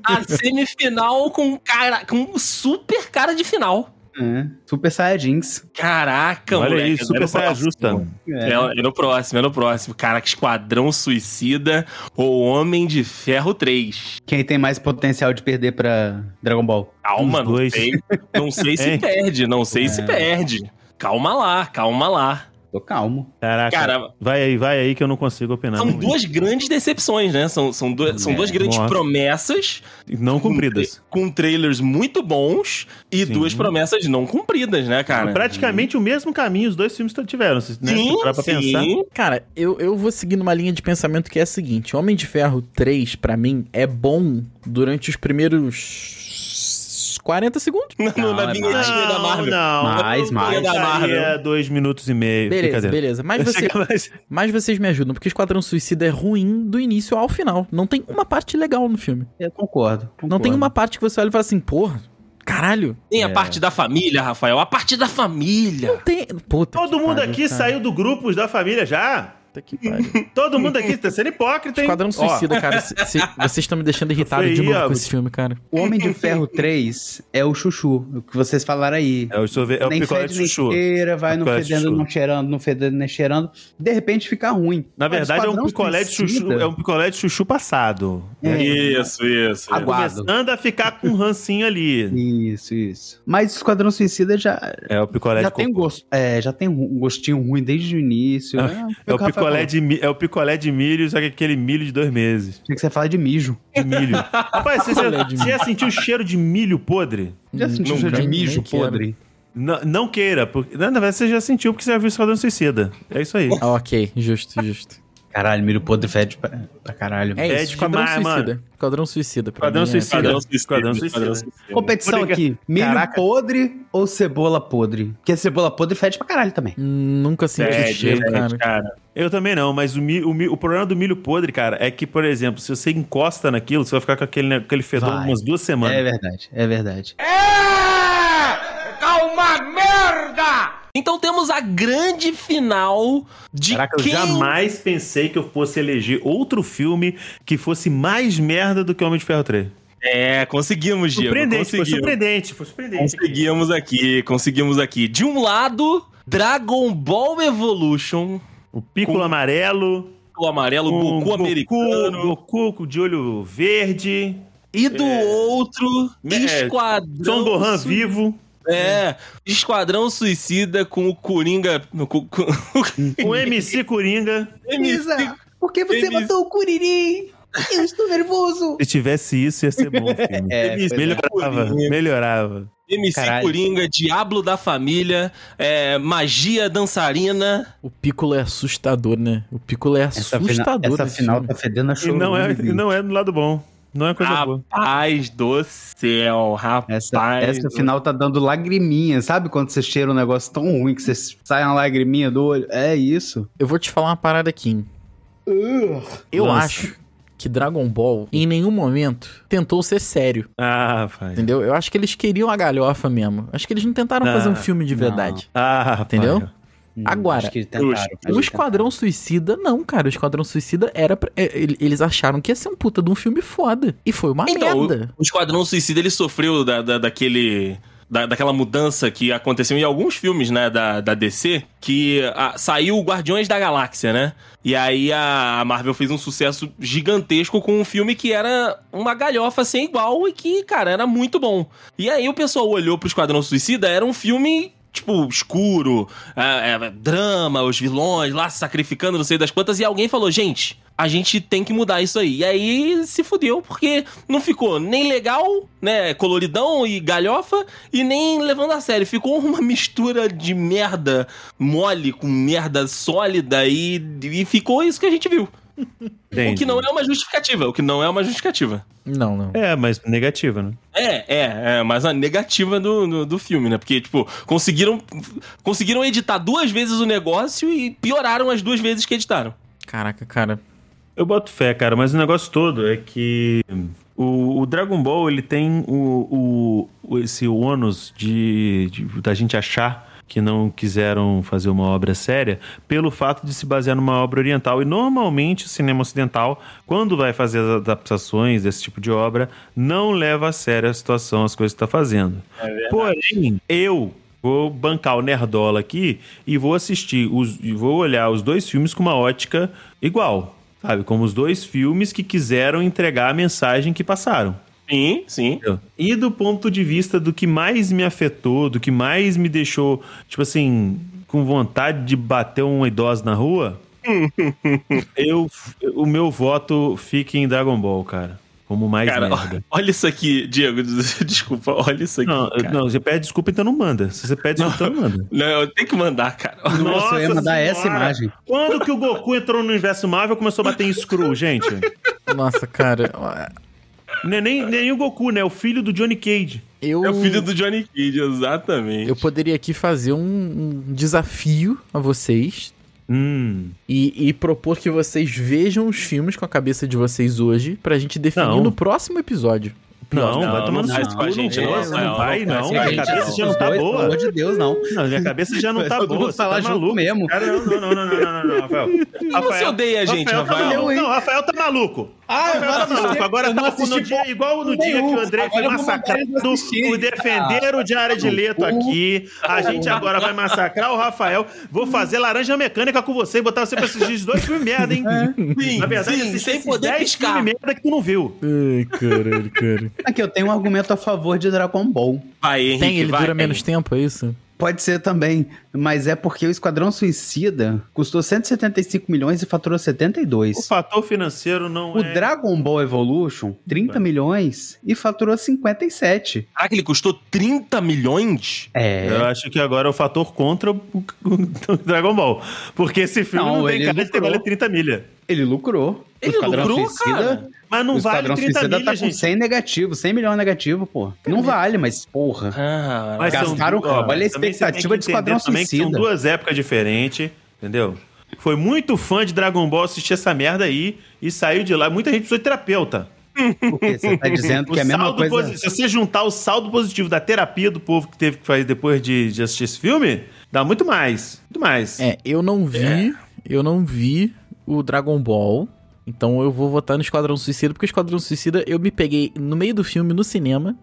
[SPEAKER 4] A semifinal com um cara, com super cara de final.
[SPEAKER 3] É, Super Saiyajins.
[SPEAKER 4] Caraca,
[SPEAKER 5] Olha
[SPEAKER 4] moleque.
[SPEAKER 5] aí, super saia justa.
[SPEAKER 4] É, é no próximo, é no próximo. Caraca, Esquadrão Suicida ou Homem de Ferro 3.
[SPEAKER 3] Quem tem mais potencial de perder pra Dragon Ball?
[SPEAKER 4] Calma,
[SPEAKER 5] Os
[SPEAKER 4] não
[SPEAKER 5] dois. É.
[SPEAKER 4] sei, não sei se
[SPEAKER 5] Hein?
[SPEAKER 4] perde, não sei se perde. Calma lá, calma lá.
[SPEAKER 3] Tô calmo.
[SPEAKER 5] Caraca.
[SPEAKER 4] Cara,
[SPEAKER 5] Vai aí, vai aí que eu não consigo opinar.
[SPEAKER 4] são
[SPEAKER 5] não.
[SPEAKER 4] duas grandes decepções, né? São, são, duas, são duas grandes
[SPEAKER 5] nossa.
[SPEAKER 4] promessas
[SPEAKER 5] Não cumpridas.
[SPEAKER 4] com, com trailers muito bons e
[SPEAKER 5] Sim.
[SPEAKER 4] duas promessas não cumpridas, né, cara?
[SPEAKER 5] Praticamente o mesmo caminho os dois filmes t- tiveram. Se, né, se
[SPEAKER 4] Sim,
[SPEAKER 5] parar pra pensar.
[SPEAKER 4] sim.
[SPEAKER 2] Cara, eu, eu vou seguir numa linha de pensamento que é a seguinte: Homem de Ferro 3, pra mim, é bom durante os primeiros 40 segundos.
[SPEAKER 4] Não,
[SPEAKER 3] Não,
[SPEAKER 4] na
[SPEAKER 3] é
[SPEAKER 4] vinhetinha da Marvel.
[SPEAKER 5] não.
[SPEAKER 3] Mais,
[SPEAKER 5] Eu
[SPEAKER 3] mais.
[SPEAKER 5] daria dois minutos e meio.
[SPEAKER 2] Beleza,
[SPEAKER 5] Brincadeira.
[SPEAKER 2] beleza. Mas, você, mas vocês me ajudam, porque Esquadrão Suicida é ruim do início ao final. Não tem uma parte legal no filme.
[SPEAKER 3] Eu concordo.
[SPEAKER 2] Não
[SPEAKER 3] concordo.
[SPEAKER 2] tem uma parte que você olha e fala assim, porra, caralho.
[SPEAKER 4] Tem
[SPEAKER 5] É.
[SPEAKER 4] a parte da família, Rafael. A parte da família.
[SPEAKER 2] Não tem. Puta que
[SPEAKER 5] Todo mundo
[SPEAKER 2] pariu,
[SPEAKER 5] aqui
[SPEAKER 2] cara.
[SPEAKER 5] saiu do grupo da família já?
[SPEAKER 2] Puta que pariu.
[SPEAKER 5] Todo mundo aqui tá sendo hipócrita, hein?
[SPEAKER 2] Esquadrão Suicida, cara. se- se- vocês estão me deixando irritado
[SPEAKER 5] Foi
[SPEAKER 2] de
[SPEAKER 5] aí,
[SPEAKER 2] novo com
[SPEAKER 5] Iago.
[SPEAKER 2] esse filme, cara.
[SPEAKER 3] O Homem de Ferro 3 é o chuchu, o que vocês falaram aí.
[SPEAKER 5] É o, sorve... é o
[SPEAKER 3] nem
[SPEAKER 5] picolé
[SPEAKER 3] fede,
[SPEAKER 5] de
[SPEAKER 3] nem
[SPEAKER 5] chuchu.
[SPEAKER 3] cheira, vai
[SPEAKER 5] É o
[SPEAKER 3] no
[SPEAKER 5] picolé de
[SPEAKER 3] fedendo,
[SPEAKER 5] chuchu.
[SPEAKER 3] não cheirando, não fedendo, nem cheirando. De repente fica ruim.
[SPEAKER 5] Na
[SPEAKER 3] Mas
[SPEAKER 5] verdade, é um
[SPEAKER 3] Esquadrão
[SPEAKER 5] picolé de chuchu.
[SPEAKER 3] Suicida-
[SPEAKER 5] É um picolé de chuchu passado. Tá
[SPEAKER 3] É.
[SPEAKER 4] Isso, isso.
[SPEAKER 3] Agora- Aguado.
[SPEAKER 5] Começando a ficar com um rancinho ali.
[SPEAKER 3] Isso, isso. Mas Esquadrão Suicida já,
[SPEAKER 5] É o picolé
[SPEAKER 3] já
[SPEAKER 5] de
[SPEAKER 3] tem um
[SPEAKER 5] cocô.
[SPEAKER 3] gosto, é, já tem um gostinho ruim desde o início. né?
[SPEAKER 5] É o,
[SPEAKER 3] Rafael
[SPEAKER 5] picolé
[SPEAKER 3] falou.
[SPEAKER 5] de, mi- é o picolé de milho, só que aquele milho de dois meses.
[SPEAKER 3] Tinha que você falar de mijo.
[SPEAKER 5] De milho. Rapaz, você,
[SPEAKER 2] Picolé de
[SPEAKER 5] você já sentiu o cheiro de milho podre?
[SPEAKER 3] Já sentiu
[SPEAKER 2] Não,
[SPEAKER 3] o cheiro de
[SPEAKER 2] nem- nem
[SPEAKER 3] mijo
[SPEAKER 2] quero.
[SPEAKER 3] podre?
[SPEAKER 5] Não, não queira, porque. Na verdade, você já sentiu porque você já viu o Esquadrão Suicida. É isso aí.
[SPEAKER 2] Ah, ok, justo, justo.
[SPEAKER 3] Caralho, milho podre fede pra, pra caralho.
[SPEAKER 2] É
[SPEAKER 5] Pede
[SPEAKER 2] isso, Esquadrão
[SPEAKER 5] demais,
[SPEAKER 2] Suicida. Esquadrão Suicida. pra
[SPEAKER 5] Esquadrão
[SPEAKER 2] mim, é-
[SPEAKER 5] Suicida.
[SPEAKER 4] Esquadrão Suicida.
[SPEAKER 5] Esquadrão
[SPEAKER 4] Esquadrão
[SPEAKER 5] Suicida.
[SPEAKER 4] Suicida.
[SPEAKER 3] É, Competição
[SPEAKER 5] Obrigado.
[SPEAKER 3] aqui, milho
[SPEAKER 5] Caraca.
[SPEAKER 3] podre ou cebola podre? Porque cebola podre fede pra caralho também.
[SPEAKER 2] Nunca senti o
[SPEAKER 4] Fede,
[SPEAKER 2] cheiro,
[SPEAKER 4] fede,
[SPEAKER 2] cara.
[SPEAKER 5] Eu também não, mas o, mi- o mi- o problema do milho podre, cara, é que, por exemplo, se você encosta naquilo, você vai ficar com aquele, né, aquele fedor
[SPEAKER 3] Vai.
[SPEAKER 5] umas duas semanas.
[SPEAKER 3] É verdade, é verdade.
[SPEAKER 4] Então temos a grande final de
[SPEAKER 5] Caraca, eu
[SPEAKER 4] quem...
[SPEAKER 5] jamais pensei que eu fosse eleger outro filme que fosse mais merda do que Homem de Ferro 3.
[SPEAKER 4] É, conseguimos, Diego.
[SPEAKER 5] Surpreendente, foi
[SPEAKER 4] conseguimos.
[SPEAKER 5] surpreendente, foi surpreendente.
[SPEAKER 4] Conseguimos aqui, conseguimos aqui. De um lado, Dragon Ball Evolution,
[SPEAKER 5] O Piccolo
[SPEAKER 4] Com-
[SPEAKER 5] amarelo,
[SPEAKER 4] o amarelo,
[SPEAKER 5] com
[SPEAKER 4] Goku americano.
[SPEAKER 5] Goku, com de olho verde,
[SPEAKER 4] E do outro,
[SPEAKER 5] É,
[SPEAKER 4] Esquadrão...
[SPEAKER 5] Son Gohan
[SPEAKER 4] Sui-
[SPEAKER 5] vivo, né?
[SPEAKER 4] É, Esquadrão Suicida com o Coringa... Com, com,
[SPEAKER 5] o MC Coringa.
[SPEAKER 4] MC.
[SPEAKER 3] por que
[SPEAKER 4] você Denise.
[SPEAKER 3] matou o Curirim? Eu estou nervoso.
[SPEAKER 5] Se tivesse isso, ia ser bom o filme.
[SPEAKER 3] É, pois é.
[SPEAKER 5] né? melhorava, melhorava.
[SPEAKER 4] MC
[SPEAKER 3] Caralho.
[SPEAKER 4] Coringa, Diablo da Família, é, Magia Dançarina.
[SPEAKER 2] O Piccolo é assustador, né? O Piccolo é
[SPEAKER 3] Essa,
[SPEAKER 2] assustador.
[SPEAKER 3] fina, essa
[SPEAKER 2] nesse
[SPEAKER 3] final
[SPEAKER 2] filme.
[SPEAKER 3] tá fedendo a
[SPEAKER 5] E
[SPEAKER 3] chorume.
[SPEAKER 5] não é, e
[SPEAKER 3] bicho.
[SPEAKER 5] não é do lado bom. Não é
[SPEAKER 4] Ah,
[SPEAKER 5] coisa boa.
[SPEAKER 4] Rapaz do céu, rapaz.
[SPEAKER 3] Essa, essa
[SPEAKER 4] do-
[SPEAKER 3] final tá dando lagriminha, sabe? Quando você cheira um negócio tão ruim que você sai uma lagriminha do olho. É isso.
[SPEAKER 2] Eu vou te falar uma parada aqui. hein? Eu
[SPEAKER 5] Nossa.
[SPEAKER 2] acho que Dragon Ball, em nenhum momento, tentou ser sério,
[SPEAKER 5] Ah, rapaz.
[SPEAKER 2] entendeu? Eu acho que eles queriam a galhofa mesmo. Acho que eles não tentaram
[SPEAKER 5] Não,
[SPEAKER 2] fazer um filme de
[SPEAKER 3] não.
[SPEAKER 2] verdade.
[SPEAKER 5] Ah, rapaz.
[SPEAKER 2] Entendeu?
[SPEAKER 3] Hum,
[SPEAKER 2] Agora,
[SPEAKER 3] acho que tentaram, acho que
[SPEAKER 2] O
[SPEAKER 3] tentaram.
[SPEAKER 2] Esquadrão Suicida, não, cara. O Esquadrão Suicida era. Pra... é, ele- Eles acharam que ia ser um puta de um filme foda. E foi uma
[SPEAKER 4] Então,
[SPEAKER 2] merda.
[SPEAKER 4] o Esquadrão Suicida ele sofreu da, da- daquele. da- daquela mudança que aconteceu em alguns filmes, né, da, da DC, que a- saiu o Guardiões da Galáxia, né? E aí a Marvel fez um sucesso gigantesco com um filme que era uma galhofa sem igual e que, cara, era muito bom. E aí o pessoal olhou pro Esquadrão Suicida, era um filme. Tipo, escuro, é, é, drama, os vilões lá se sacrificando, não sei das quantas, e alguém falou: gente, a gente tem que mudar isso aí. E aí se fudeu, porque não ficou nem legal, né? Coloridão e galhofa, e nem levando a sério. Ficou uma mistura de merda mole com merda sólida e, e ficou isso que a gente viu. O que não é uma justificativa, o que não é uma justificativa.
[SPEAKER 2] Não, não.
[SPEAKER 5] É, mas negativa, né?
[SPEAKER 4] É, é, é, mas a negativa do, do, do filme, né? Porque, tipo, conseguiram, conseguiram editar duas vezes o negócio e pioraram as duas vezes que editaram.
[SPEAKER 2] Caraca, cara.
[SPEAKER 5] Eu boto fé, cara, mas o negócio todo é que o, o Dragon Ball ele tem o, o- esse ônus de, de- da gente achar que não quiseram fazer uma obra séria pelo fato de se basear numa obra oriental e normalmente o cinema ocidental quando vai fazer as adaptações desse tipo de obra não leva a sério a situação as coisas que está fazendo. Porém eu vou bancar o nerdola aqui e vou assistir os e vou olhar os dois filmes com uma ótica igual. Sabe, como os dois filmes que quiseram entregar a mensagem que passaram.
[SPEAKER 4] Sim, sim.
[SPEAKER 5] Entendeu? E do ponto de vista do que mais me afetou, do que mais me deixou, tipo assim, com vontade de bater um idoso na rua, eu, o meu voto fica em Dragon Ball, cara. Como mais
[SPEAKER 4] Cara,
[SPEAKER 5] merda.
[SPEAKER 4] Olha isso aqui, Diego, desculpa, olha isso aqui.
[SPEAKER 5] Não,
[SPEAKER 4] cara.
[SPEAKER 5] não, você pede desculpa, então não manda. Se você pede desculpa, então não manda.
[SPEAKER 4] Não, eu tenho que mandar, cara.
[SPEAKER 3] Nossa, eu ia mandar essa
[SPEAKER 5] Senhora!
[SPEAKER 3] imagem.
[SPEAKER 5] Quando que o Goku entrou no universo Marvel e começou a bater em Screw, gente?
[SPEAKER 2] Nossa, cara.
[SPEAKER 5] Não é nem, nem o Goku, né? É O filho do Johnny Cage.
[SPEAKER 2] Eu,
[SPEAKER 4] É o filho do Johnny Cage, exatamente.
[SPEAKER 2] eu poderia aqui fazer um, um desafio a vocês
[SPEAKER 5] Hum.
[SPEAKER 2] e, e propor que vocês vejam os filmes com a cabeça de vocês hoje pra gente definir
[SPEAKER 5] Não.
[SPEAKER 2] no próximo episódio.
[SPEAKER 5] Não,
[SPEAKER 4] Não,
[SPEAKER 5] vai
[SPEAKER 4] não
[SPEAKER 5] tomar no
[SPEAKER 4] faz
[SPEAKER 5] seu
[SPEAKER 4] com a
[SPEAKER 5] cu,
[SPEAKER 4] gente, não,
[SPEAKER 5] não,
[SPEAKER 4] não,
[SPEAKER 5] não vai,
[SPEAKER 4] não
[SPEAKER 5] não.
[SPEAKER 4] faz com a
[SPEAKER 5] Minha
[SPEAKER 3] assim,
[SPEAKER 4] gente,
[SPEAKER 5] cabeça
[SPEAKER 4] não.
[SPEAKER 5] já não tá
[SPEAKER 3] Dois, Pelo
[SPEAKER 5] boa.
[SPEAKER 3] amor de Deus, não.
[SPEAKER 5] Não, minha cabeça já não tá
[SPEAKER 3] Todo
[SPEAKER 5] boa.
[SPEAKER 3] mundo
[SPEAKER 5] Você tá
[SPEAKER 3] falar junto
[SPEAKER 5] maluco.
[SPEAKER 3] mesmo.
[SPEAKER 5] Cara, não, não, não, não, não, não, não, Rafael.
[SPEAKER 4] Não se odeia a gente,
[SPEAKER 5] Rafael, tá
[SPEAKER 4] Rafael.
[SPEAKER 5] maluco. Não, Rafael tá maluco.
[SPEAKER 3] Ah, eu vou
[SPEAKER 5] Rafael tá
[SPEAKER 3] assistir.
[SPEAKER 5] maluco. Agora
[SPEAKER 3] Eu não
[SPEAKER 5] tá com no
[SPEAKER 3] assisti
[SPEAKER 5] dia igual no dia que
[SPEAKER 3] nenhum.
[SPEAKER 5] o André foi
[SPEAKER 3] Agora eu vou mandar
[SPEAKER 5] massacrado
[SPEAKER 3] eles assistirem,
[SPEAKER 5] o defendeiro de área de leto aqui. A gente agora vai massacrar o Rafael. Vou fazer laranja mecânica com você e botar você pra assistir esses dois filmes merda, hein?
[SPEAKER 4] Sim,
[SPEAKER 3] É.
[SPEAKER 5] Na verdade,
[SPEAKER 4] sim,
[SPEAKER 5] assiste
[SPEAKER 4] sem
[SPEAKER 5] esses
[SPEAKER 4] poder
[SPEAKER 5] 10
[SPEAKER 4] piscar.
[SPEAKER 5] filmes merda que tu não viu.
[SPEAKER 2] Ai, caralho, cara.
[SPEAKER 3] Aqui, eu tenho um argumento a favor de Dragon Ball.
[SPEAKER 4] Vai, Henrique,
[SPEAKER 2] Tem, ele
[SPEAKER 4] vai,
[SPEAKER 2] dura
[SPEAKER 4] Henrique.
[SPEAKER 2] menos tempo, é isso?
[SPEAKER 3] Pode ser também, mas é porque o Esquadrão Suicida custou 175 milhões e faturou 72.
[SPEAKER 5] O fator financeiro não
[SPEAKER 3] O
[SPEAKER 5] é...
[SPEAKER 3] Dragon Ball Evolution, 30 milhões e faturou 57.
[SPEAKER 4] Será que ele custou 30 milhões?
[SPEAKER 3] É.
[SPEAKER 5] Eu acho que agora é o fator contra o, o Dragon Ball. Porque esse filme não,
[SPEAKER 3] Não,
[SPEAKER 5] tem
[SPEAKER 3] ele
[SPEAKER 5] cara de ter
[SPEAKER 3] lucrou.
[SPEAKER 5] valido 30 milha.
[SPEAKER 3] Ele lucrou.
[SPEAKER 4] Ele lucrou, cara?
[SPEAKER 5] Mas não
[SPEAKER 3] o
[SPEAKER 5] vale
[SPEAKER 3] Esquadrão
[SPEAKER 5] 30
[SPEAKER 3] Suicida
[SPEAKER 5] milha,
[SPEAKER 3] tá com
[SPEAKER 5] gente.
[SPEAKER 3] 100 negativo, 100 milhões negativo, pô. Não vale, mas porra.
[SPEAKER 4] Ah,
[SPEAKER 5] Mas são
[SPEAKER 3] Gastaram-
[SPEAKER 5] duas-
[SPEAKER 3] olha a
[SPEAKER 5] também você tem
[SPEAKER 3] expectativa
[SPEAKER 5] que
[SPEAKER 3] de Esquadrão
[SPEAKER 5] entender também que São
[SPEAKER 3] Suicida.
[SPEAKER 5] duas épocas diferentes, entendeu? Foi muito fã de Dragon Ball assistir essa merda aí e saiu de lá. Muita gente precisou de terapeuta.
[SPEAKER 3] Por quê? Você tá dizendo
[SPEAKER 5] O
[SPEAKER 3] que é a mesma
[SPEAKER 5] saldo
[SPEAKER 3] coisa.
[SPEAKER 5] posi- Se você juntar o saldo positivo da terapia do povo que teve que fazer depois de, de assistir esse filme, dá muito mais. Muito mais.
[SPEAKER 2] É, eu não vi, eu não vi o Dragon Ball. Então eu vou votar no Esquadrão Suicida, porque o Esquadrão Suicida eu me peguei no meio do filme, no cinema,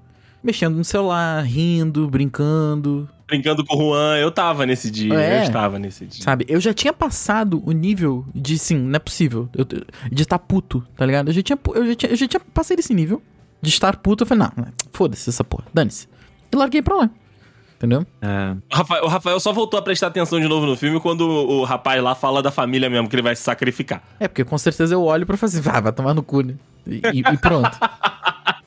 [SPEAKER 2] mexendo no celular, rindo, brincando,
[SPEAKER 4] brincando com o Juan, eu tava nesse dia.
[SPEAKER 2] É.
[SPEAKER 4] Eu estava nesse dia.
[SPEAKER 2] sabe? Eu já tinha passado o nível de, sim, não é possível, eu- de estar puto, tá ligado? Eu já tinha, eu já tinha, eu já tinha passado esse nível de estar puto, eu falei, não, foda-se essa porra, dane-se. E larguei pra lá, entendeu?
[SPEAKER 4] O Rafael, o Rafael só voltou a prestar atenção de novo no filme quando o, o rapaz lá fala da família mesmo, que ele vai se sacrificar.
[SPEAKER 2] É, porque com certeza eu olho pra fazer, ah, vai tomar no cu, né? E, e- e pronto.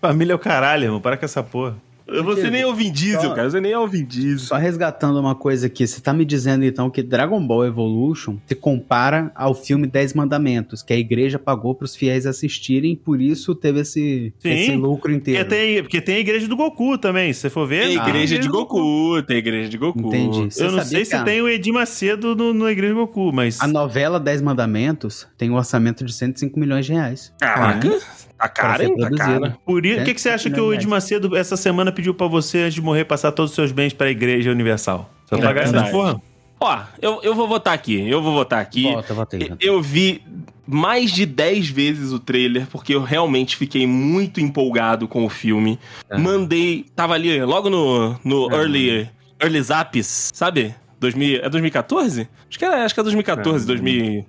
[SPEAKER 5] Família é o caralho, irmão. Para com essa porra.
[SPEAKER 4] Você nem é o Vin Diesel,
[SPEAKER 3] Só-
[SPEAKER 4] cara. Você nem é o Vin Diesel.
[SPEAKER 3] Só resgatando uma coisa aqui, você tá me dizendo então que Dragon Ball Evolution se compara ao filme Dez Mandamentos, que a igreja pagou pros fiéis assistirem, por isso teve esse,
[SPEAKER 5] Sim.
[SPEAKER 3] esse lucro inteiro.
[SPEAKER 5] Porque tem, porque tem a igreja do Goku também, se você for ver.
[SPEAKER 4] Tem
[SPEAKER 5] Ah.
[SPEAKER 4] igreja de Goku, tem igreja de Goku.
[SPEAKER 3] Entendi. Você
[SPEAKER 5] Eu não
[SPEAKER 3] sabia
[SPEAKER 5] sei
[SPEAKER 3] que
[SPEAKER 5] se
[SPEAKER 3] a-
[SPEAKER 5] tem o Edir Macedo no, na igreja do Goku, mas.
[SPEAKER 3] A novela Dez Mandamentos tem um orçamento de 105 milhões de reais.
[SPEAKER 4] Caraca, tá
[SPEAKER 3] Uhum. pra
[SPEAKER 4] cara,
[SPEAKER 3] ser
[SPEAKER 4] hein? Tá
[SPEAKER 3] produzida.
[SPEAKER 4] cara.
[SPEAKER 5] Por isso, o
[SPEAKER 3] né?
[SPEAKER 5] que, que você acha que o Edir Macedo essa semana pediu pra você, antes de morrer, passar todos os seus bens pra Igreja Universal? Você vai
[SPEAKER 4] É
[SPEAKER 5] pagar essa
[SPEAKER 4] verdade.
[SPEAKER 5] porra?
[SPEAKER 4] Ó, eu, eu vou votar aqui. Eu vou votar aqui.
[SPEAKER 3] Volta, volta aí.
[SPEAKER 4] Eu- Eu vi mais de 10 vezes o trailer, porque eu realmente fiquei muito empolgado com o filme. Mandei. Tava ali logo no, no Early. Early Zaps, sabe? 2000, é 2014? Acho que é, acho que é 2014, 2000. er-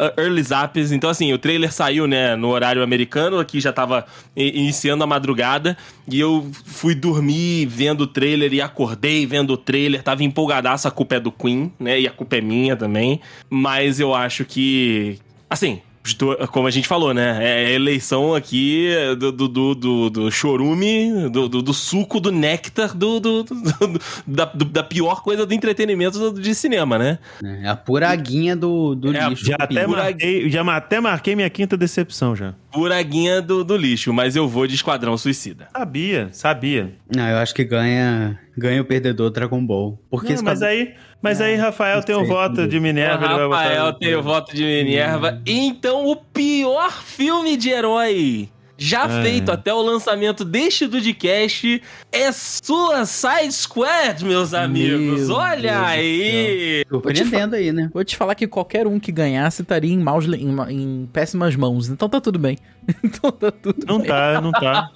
[SPEAKER 4] er- Early Zaps. Então, assim, o trailer saiu, né, no horário americano, aqui já tava i- iniciando a madrugada. E eu fui dormir vendo o trailer e acordei vendo o trailer. Tava empolgadaço, a culpa é do Queen, né? E a culpa é minha também. Mas eu acho que. Assim, os do- como a gente falou, né? É a eleição aqui do, do, do, do- do chorume, do, do, do suco, do néctar, do, do- do- do- da, do- da pior coisa do entretenimento do- de cinema, né?
[SPEAKER 3] É a pura aguinha do, do
[SPEAKER 4] É,
[SPEAKER 3] lixo.
[SPEAKER 5] Já
[SPEAKER 3] do
[SPEAKER 5] até,
[SPEAKER 3] pingo.
[SPEAKER 5] marquei, já até marquei minha quinta decepção já.
[SPEAKER 4] Buraguinha do, do lixo, mas eu vou de Esquadrão Suicida.
[SPEAKER 5] Sabia, sabia.
[SPEAKER 3] Não, Ah, eu acho que ganha, ganha o perdedor Dragon Ball. Porque
[SPEAKER 5] Não,
[SPEAKER 3] esse
[SPEAKER 5] mas
[SPEAKER 3] quadro-
[SPEAKER 5] aí, mas aí Rafael tem um
[SPEAKER 3] sei,
[SPEAKER 5] voto
[SPEAKER 3] entendi.
[SPEAKER 5] de Minerva. ele vai
[SPEAKER 4] o
[SPEAKER 5] votar
[SPEAKER 4] Rafael
[SPEAKER 5] no-
[SPEAKER 4] tem um o voto de
[SPEAKER 5] Hum.
[SPEAKER 4] Minerva. Então, o pior filme de herói já
[SPEAKER 5] É.
[SPEAKER 4] feito até o lançamento deste Dudcast é Suicide Squad, meus amigos.
[SPEAKER 2] Meu
[SPEAKER 4] Olha
[SPEAKER 2] Deus do
[SPEAKER 4] aí!
[SPEAKER 3] surpreendendo aí, né?
[SPEAKER 2] Vou te falar que qualquer um que ganhasse estaria em, maus, em, ma- em péssimas mãos. Então tá tudo bem. Então tá tudo
[SPEAKER 5] Não tá, não tá.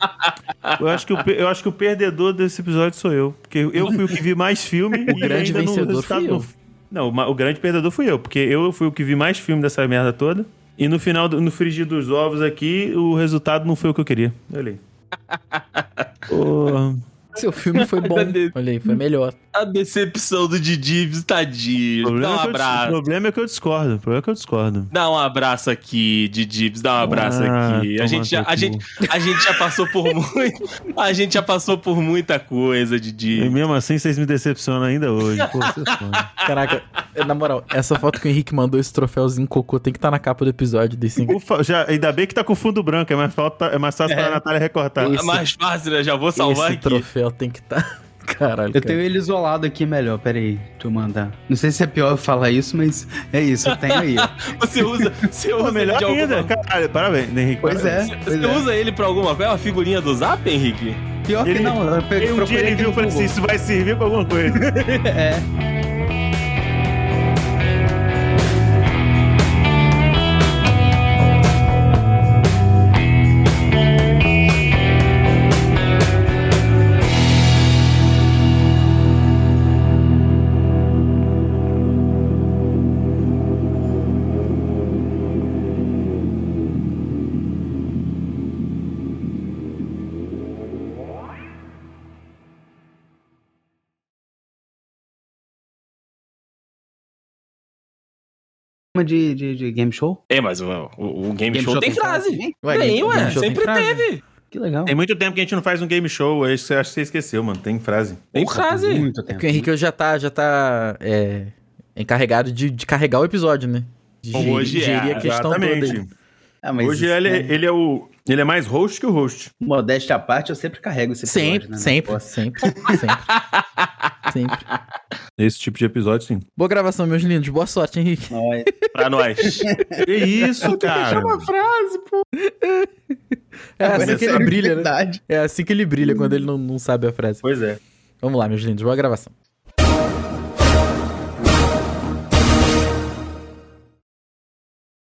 [SPEAKER 5] Eu acho, que o, pe- eu acho que o perdedor desse episódio sou eu. Porque eu fui o que vi mais filme.
[SPEAKER 2] O grande
[SPEAKER 5] ainda não-
[SPEAKER 2] vencedor
[SPEAKER 5] o resultado
[SPEAKER 2] fui eu.
[SPEAKER 5] não- Não, ma- o grande perdedor fui eu. Porque eu fui o que vi mais filme dessa merda toda. E no final, do- no frigir dos ovos aqui, o resultado não foi o que eu queria. Olha aí. Porra.
[SPEAKER 2] Seu filme foi bom. Olha aí, foi melhor.
[SPEAKER 4] A decepção do Didi,
[SPEAKER 2] Então,
[SPEAKER 5] O
[SPEAKER 4] tadinho. Dá
[SPEAKER 5] problema,
[SPEAKER 4] um
[SPEAKER 5] é que eu, dis- o
[SPEAKER 4] abraço.
[SPEAKER 5] problema é que eu discordo. O problema é que eu discordo.
[SPEAKER 4] Dá um abraço aqui, Didibs, dá um abraço
[SPEAKER 5] Ah,
[SPEAKER 4] aqui. A
[SPEAKER 5] toma
[SPEAKER 4] gente, já,
[SPEAKER 5] teu
[SPEAKER 4] a, gente, a gente já passou por muito. A gente já passou por muita coisa,
[SPEAKER 5] E
[SPEAKER 4] Didi.
[SPEAKER 5] mesmo assim, vocês me decepcionam ainda hoje. Pô, vocês são.
[SPEAKER 2] Caraca, é, na moral, essa foto que o Henrique mandou, esse troféuzinho cocô, tem que estar na capa do episódio desse.
[SPEAKER 5] Ufa, já, ainda bem que tá com fundo branco. É mais, falta, é mais fácil pra Natália recortar.
[SPEAKER 2] Esse-
[SPEAKER 4] É Mais fácil, né? Já vou salvar
[SPEAKER 2] Esse
[SPEAKER 4] aqui.
[SPEAKER 2] troféu tem que estar. Caralho.
[SPEAKER 3] Eu
[SPEAKER 2] cara.
[SPEAKER 3] tenho ele isolado aqui melhor, peraí, deixa eu mandar. Não sei se é pior eu falar isso, mas é isso, eu tenho aí. ó.
[SPEAKER 4] Você usa, você
[SPEAKER 5] Pô,
[SPEAKER 4] usa
[SPEAKER 5] melhor
[SPEAKER 4] ele de alguma-
[SPEAKER 5] ainda. Caralho, parabéns, Henrique.
[SPEAKER 3] Pois é,
[SPEAKER 4] Você-
[SPEAKER 3] pois
[SPEAKER 4] Você
[SPEAKER 3] é.
[SPEAKER 4] usa ele pra alguma coisa? É uma figurinha do Zap, Henrique?
[SPEAKER 3] Pior que
[SPEAKER 5] Ele-
[SPEAKER 3] não, eu pe-
[SPEAKER 5] E um dia
[SPEAKER 3] procurei
[SPEAKER 5] ele
[SPEAKER 3] aqui
[SPEAKER 5] viu e
[SPEAKER 3] no
[SPEAKER 5] falou assim:
[SPEAKER 3] Google.
[SPEAKER 5] Isso vai servir pra alguma coisa.
[SPEAKER 3] Uma de, de, de game show?
[SPEAKER 4] É, mas o, o- o game, show, tem frase.
[SPEAKER 3] também?
[SPEAKER 2] Ué,
[SPEAKER 4] tem,
[SPEAKER 2] Game-
[SPEAKER 4] ué.
[SPEAKER 2] Game Show tem
[SPEAKER 4] sempre
[SPEAKER 2] frase?
[SPEAKER 4] teve.
[SPEAKER 3] Que legal.
[SPEAKER 5] Tem muito tempo que a gente não faz um game show. Acho que você esqueceu, mano. Tem frase.
[SPEAKER 4] Tem
[SPEAKER 3] Porra,
[SPEAKER 4] frase.
[SPEAKER 3] Muito
[SPEAKER 2] É
[SPEAKER 3] tempo. né?
[SPEAKER 2] porque o Henrique já tá, já tá é, encarregado de, de carregar o episódio, né? De
[SPEAKER 4] Bom,
[SPEAKER 2] gerir-
[SPEAKER 4] hoje é,
[SPEAKER 2] gerir a questão toda aí.
[SPEAKER 5] Exatamente.
[SPEAKER 3] Ah, mas
[SPEAKER 5] Hoje
[SPEAKER 3] isso,
[SPEAKER 5] ele,
[SPEAKER 3] né?
[SPEAKER 5] ele é o. Ele é mais host que o host.
[SPEAKER 3] Modéstia à parte, eu sempre carrego esse episódio,
[SPEAKER 2] Sempre,
[SPEAKER 3] né?
[SPEAKER 2] sempre,
[SPEAKER 3] Nossa.
[SPEAKER 2] sempre, sempre. Sempre.
[SPEAKER 5] Esse tipo de episódio, sim.
[SPEAKER 2] Boa gravação, meus lindos. Boa sorte, Henrique.
[SPEAKER 3] Nós-
[SPEAKER 4] Pra nós.
[SPEAKER 5] Que isso, cara?
[SPEAKER 2] É assim que ele brilha, né?
[SPEAKER 3] Verdade.
[SPEAKER 2] É assim que ele brilha quando ele não, não sabe a frase.
[SPEAKER 5] Pois é.
[SPEAKER 2] Vamos lá, meus lindos. Boa gravação.